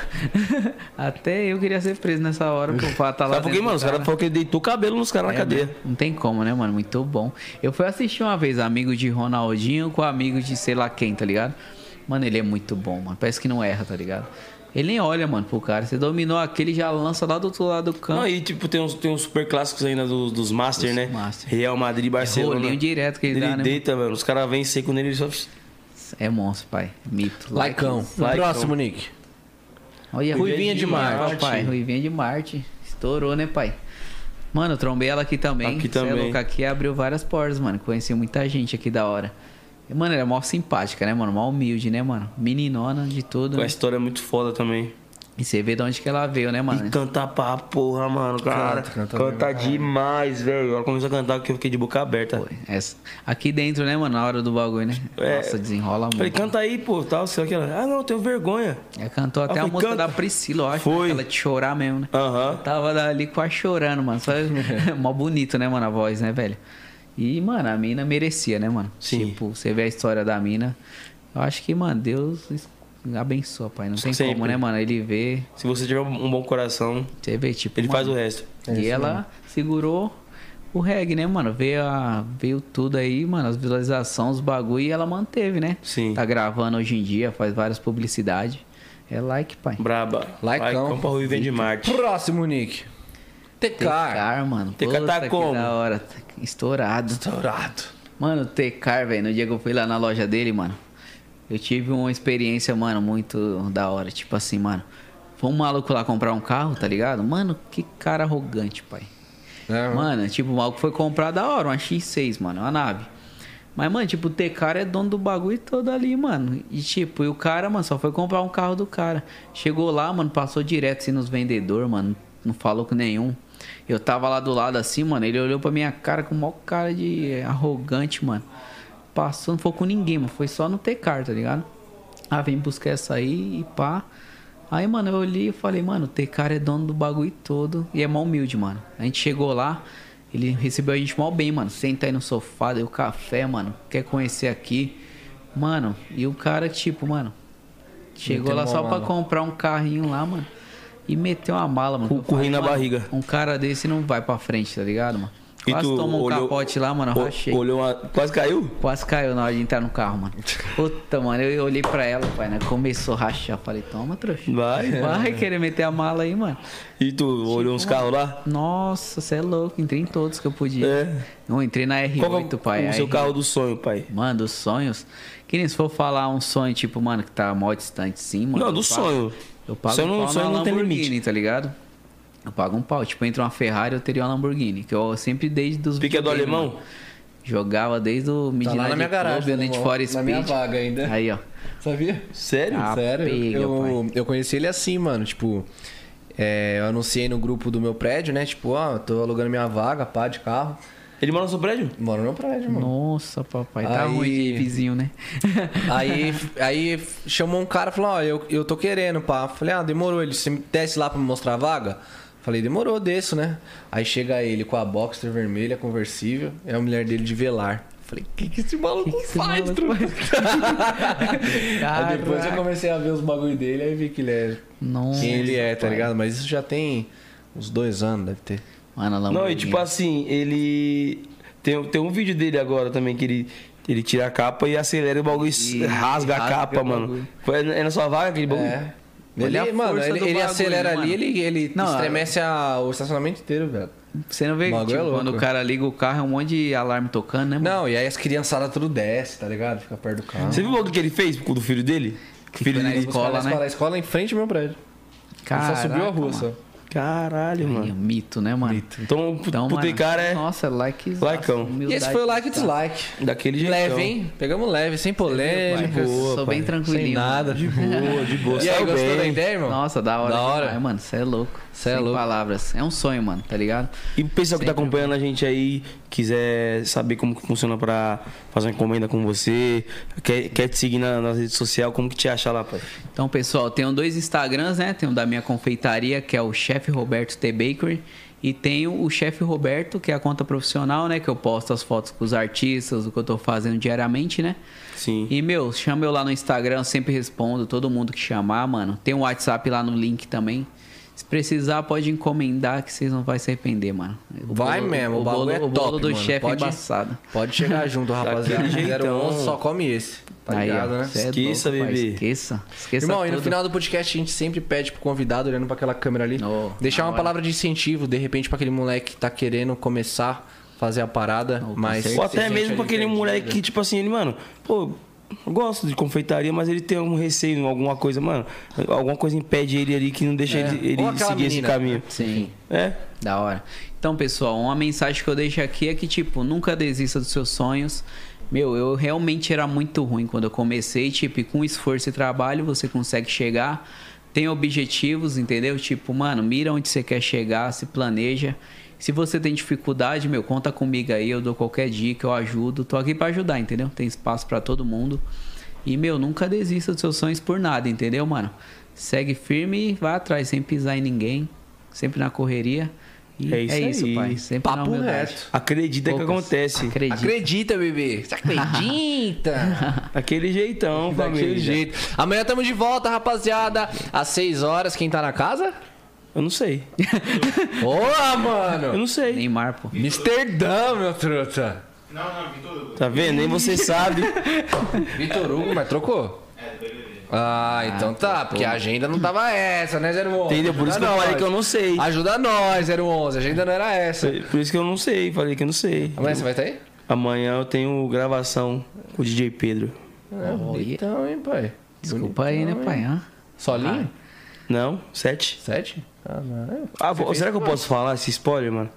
Até eu queria ser preso nessa hora, pô, pra tá lá Sabe por quê, dentro mano? do Os caras falaram que ele deitou o cabelo nos É caras na cadeia. Não tem como, né, mano? Muito bom. Eu fui assistir uma vez amigo de Ronaldinho com amigo de sei lá quem, tá ligado? Mano, ele é muito bom, mano. Parece que não erra, tá ligado? Ele nem olha, mano, pro cara. Você dominou aquele, já lança lá do outro lado do campo. Não, e tipo, tem uns, tem uns super clássicos ainda dos, dos Master, Dos né? Master. É Real Madrid e Barcelona. rolinho direto que ele dá, né, deita, mano. Os caras vêm seco nele, ele só. É monstro, pai. Mito. Laicão. Laicão. Próximo, Nick. Olha, Ruivinha de Marte. Pai. Ruivinha de Marte. Estourou, né, pai? Mano, eu trombei ela aqui também. Aqui Cê é também. louco, aqui abriu várias portas, mano. Conheci muita gente aqui da hora. E, Mano, ela é mó simpática, né, mano? Mó humilde, né, mano? Meninona de tudo. Com a né? história muito foda também. E você vê de onde que ela veio, né, mano? E cantar pra porra, mano, cara. Canta, Canta, canta demais, velho. Ela começou a cantar que eu fiquei de boca aberta. Pô, essa. Aqui dentro, né, mano? Na hora do bagulho, né? É. Nossa, desenrola muito. Falei, canta aí, pô, tal, sei lá o que. Ela, ah, não, eu tenho vergonha. Ela cantou até Ah, a foi, música canta. da Priscila, eu acho. Foi. Ela de chorar mesmo, né? Aham. Eu tava ali quase chorando, mano. Só... Mó bonito, né, mano, a voz, né, velho? E, mano, a mina merecia, né, mano? Sim. Tipo, você vê a história da mina. Eu acho que, mano, Deus es- abençoa, pai. Não tem Sempre. como, né, mano? Ele vê, Se você tiver um bom coração, você vê, tipo. ele mano, faz o resto. e ela segurou o reggae, né, mano? Veio, a- veio tudo aí, mano, as visualizações, os bagulho, e ela manteve, né? Sim. Tá gravando hoje em dia, faz várias publicidades. É like, pai. Braba. Laicão. pra Rui vem de Marte. Próximo, Nick. TK. Tecar, mano. Tecar Puta tá que como? Da hora. Estourado. Dourado. Mano, o Tecar, velho, no dia que eu fui lá na loja dele, mano, eu tive uma experiência, mano, muito da hora. Tipo assim, mano, foi um maluco lá comprar um carro, tá ligado? Mano, que cara arrogante, pai. É, mano. Mano, tipo, o maluco foi comprar da hora, uma X6, mano, uma nave. Mas, mano, tipo, o Tecar é dono do bagulho todo ali, mano. E, tipo, e o cara, mano, só foi comprar um carro do cara. Chegou lá, mano, passou direto assim nos vendedores, mano. Não falou com nenhum. Eu tava lá do lado assim, mano. Ele olhou pra minha cara com o maior cara de eh, arrogante, mano. Passou, não foi com ninguém, mano. Foi só no Tecar, tá ligado? Ah, vem buscar essa aí e pá. Aí, mano, eu olhei e falei, mano, o Tecar é dono do bagulho todo e é mó humilde, mano. A gente chegou lá, ele recebeu a gente mó bem, mano. Senta aí no sofá, deu café, mano. Quer conhecer aqui? Mano, e o cara, tipo, mano, Meteu chegou lá mó só pra mala. comprar um carrinho lá, mano. E meteu uma mala, mano. Com o Eu falei, currinho na mano, barriga. Um cara desse não vai pra frente, tá ligado, mano? E Quase tu tomou um olhou- capote lá, mano. eu o- Rachei. Olhou uma... Quase caiu? Quase caiu na hora de entrar no carro, mano. Puta, mano, eu olhei pra ela, pai, né? Começou a rachar. Falei, toma, trouxa. Vai. Vai querer meter a mala aí, mano. E tu olhou uns carros lá? Nossa, você é louco. Entrei em todos que eu podia. É. Não, entrei na R8, Qual que é o- pai. o a seu R8. carro do sonho, pai? Mano, dos sonhos. Que nem se for falar um sonho, tipo, mano, que tá mó distante sim, mano. Não, do eu pago- sonho. Eu pago Sonho um não- pau sonho na não tem Lamborghini, limite. tá ligado? Eu pago um pau. Tipo, entre uma Ferrari, eu teria uma Lamborghini. Que eu sempre desde dos... Pique é do videogame, alemão? mano. Jogava desde o Midnight Tá lá na minha Club, garagem, o Need na- for na Speed. minha vaga ainda. Aí, ó. Sabia? Sério? Ah, Sério? pega, eu, eu conheci ele assim, mano. Tipo, Ah. é, eu anunciei no grupo do meu prédio, né? Tipo, ó, tô alugando minha vaga, pá, de carro. Ele mora no seu prédio? Mora no meu prédio, mano. Nossa, papai, tá Aí- ruim de vizinho, né? Aí, aí chamou um cara e falou, ó, eu, eu tô querendo, pá. Falei, ah, demorou. Ele, você desce lá pra me mostrar a vaga? Falei, demorou, desço, né? Aí chega ele com a Boxster vermelha, conversível, é a mulher dele de velar. Falei, que que esse maluco faz, truta? Aí depois eu Caraca. comecei a ver os bagulho dele, aí vi que ele é... Nossa, Quem ele é, tá pai. ligado? Mas isso já tem uns dois anos, deve ter. Mano, a Não, Lamborghini. e tipo assim, ele. Tem, tem um vídeo dele agora também que ele, ele tira a capa e acelera o bagulho e E rasga, a rasga capa, o mano. bagulho. Foi- É na sua vaga aquele bagulho? É. Ele, Olha a mano, força ele, do ele bagulho, acelera ali, mano. ele, ele Não, estremece a- o estacionamento inteiro, velho. Você não vê O bagulho tipo, é louco. quando o cara liga o carro, é um monte de alarme tocando, né, mano? Não, e aí as criançadas tudo desce, tá ligado? Fica perto do carro. Você viu o bagulho que ele fez com o do filho dele? Que filho foi na dele. escola. a escola, né? a escola é em frente ao meu prédio. Caraca, ele só subiu a rua, mano. só. Caralho, Aí é mano. um mito, né, mano? Então, pu- Então, puto mano, de cara é Nossa, Tá. like. Likeão. E esse foi o like e dislike. daquele jeito. Leve, hein? Pegamos leve, sem polêmica. De boa, Sou pai. bem tranquilinho. Sem nada. De Boa, de boa. E aí, Saiu gostou bem. da ideia, irmão? Nossa, da hora. Da hora. demais, mano, você é louco. Cê Você é Sem louco. palavras. É um sonho, mano, tá ligado? E o pessoal que tá Sempre. acompanhando a gente aí, quiser saber como que funciona pra fazer uma encomenda com você, quer, quer te seguir na, nas redes sociais, como que te acha lá, pai? Então, pessoal, tenho dois Instagrams, né? Tem o da minha confeitaria, que é o Chefe Roberto T. Bakery. E tenho o Chefe Roberto, que é a conta profissional, né? Que eu posto as fotos com os artistas, o que eu tô fazendo diariamente, né? Sim. E, meu, chama eu lá no Instagram, eu sempre respondo todo mundo que chamar, mano. Tem um WhatsApp lá no link também. Se precisar, pode encomendar que vocês não vão se arrepender, mano. O Vai bolo- mesmo, o o bagulho bolo, é top, o bolo do mano. chefe é Pode- embaçado. Pode chegar junto, rapaziada. Daquele jeitão. 011 só come esse. Tá Aí, ó, ligado, né? cê é Esqueça, pai, bebê. Esqueça. Esqueça Irmão, e no tudo. final do podcast a gente sempre pede pro convidado, olhando pra aquela câmera ali, Oh, deixar na uma hora. palavra de incentivo, de repente, pra aquele moleque que tá querendo começar a fazer a parada, com mas... certeza. Ou se até sente mesmo pra ali aquele perdido. moleque que, tipo assim, ele, mano, pô, eu gosto de confeitaria, mas ele tem algum receio, alguma coisa, mano, alguma coisa impede ele ali que não deixa ele, ele Ou aquela seguir esse menina. caminho. Sim. É, Da hora. Então, pessoal, uma mensagem que eu deixo aqui é que, tipo, nunca desista dos seus sonhos. Meu, eu realmente era muito ruim quando eu comecei, tipo, e com esforço e trabalho você consegue chegar, tem objetivos, entendeu? Tipo, mano, mira onde você quer chegar, se planeja. Se você tem dificuldade, meu, conta comigo aí, eu dou qualquer dica, eu ajudo. Tô aqui pra ajudar, entendeu? Tem espaço pra todo mundo. E, meu, nunca desista dos seus sonhos por nada, entendeu, mano? Segue firme e vai atrás, sem pisar em ninguém, sempre na correria. E É isso aí. pai. Sempre na Papo humildade. reto. acredita que Poucas. acontece. Acredita. Acredita, bebê. Você acredita? Daquele jeitão, Daquele família. jeito. Amanhã tamo de volta, rapaziada. Às 6 horas, quem tá na casa? Eu não sei. Boa, Eu mano! não sei. Neymar, pô. Amsterdã, meu truta. Não, não, Vitor. Tá vendo? Nem você sabe. Vitor Hugo, mas trocou? Ah, então tá, porque a agenda não tava essa, né, 011? Entendeu? Por isso que eu falei que eu não sei. Ajuda nós, 011, a agenda não era essa. Por isso que eu não sei, falei que eu não sei. Amanhã você vai estar aí? Amanhã eu tenho gravação com o DJ Pedro. Olha. tá Então, hein, pai. Desculpa aí, né, pai? Hã? Solinho? Ah. Não? Sete? Sete? Ah, não. Ah, pô, será que eu posso falar esse spoiler, mano?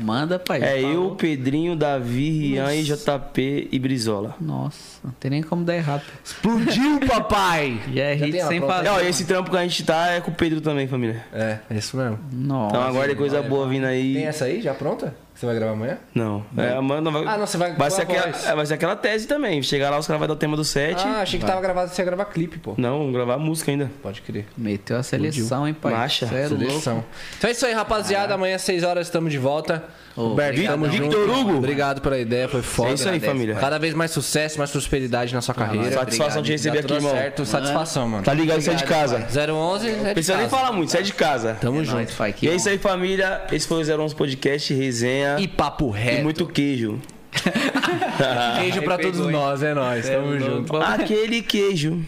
Manda, pai. É eu, Falou. Pedrinho, Davi, Rian e JP e Brizola. Nossa, não tem nem como dar errado. Explodiu, papai! Já é Já tem hit ela sem pronta? É, ó, falar. esse trampo que a gente tá é com o Pedro também, família. É, é isso mesmo. Nossa. Então aguarde coisa boa vindo Tem aí. essa aí já pronta? Você vai gravar amanhã? Não. É, Amanda vai. Ah, não, você vai vai com ser a aquela, voz. é, Vai ser aquela tese também. Chegar lá, os caras vão dar o tema do set. Ah, achei que tava gravado, você ia gravar clipe, pô. Não, vamos gravar música ainda. Pode crer. Meteu a seleção, hein, pai? Macha, Cê é louco. Seleção. Então é isso aí, rapaziada. Amanhã às 6 horas estamos de volta. Ô, Roberto, obrigado, tamo Victor junto. Hugo. Obrigado pela ideia, foi foda. É isso aí, família. Cada vez mais sucesso, mais prosperidade na sua carreira. Satisfação obrigado, de receber Tá aqui, tudo irmão. certo, satisfação, mano. Tá ligado? Sai de casa. 011, é de Precisa nem casa. falar muito, sai de casa. Tamo É junto. nóis, pai. Que E é bom. isso aí, família. Esse foi o 011 Podcast, resenha E papo e reto. muito queijo. Beijo pra todos nós, é nóis. Tamo junto. Aquele queijo.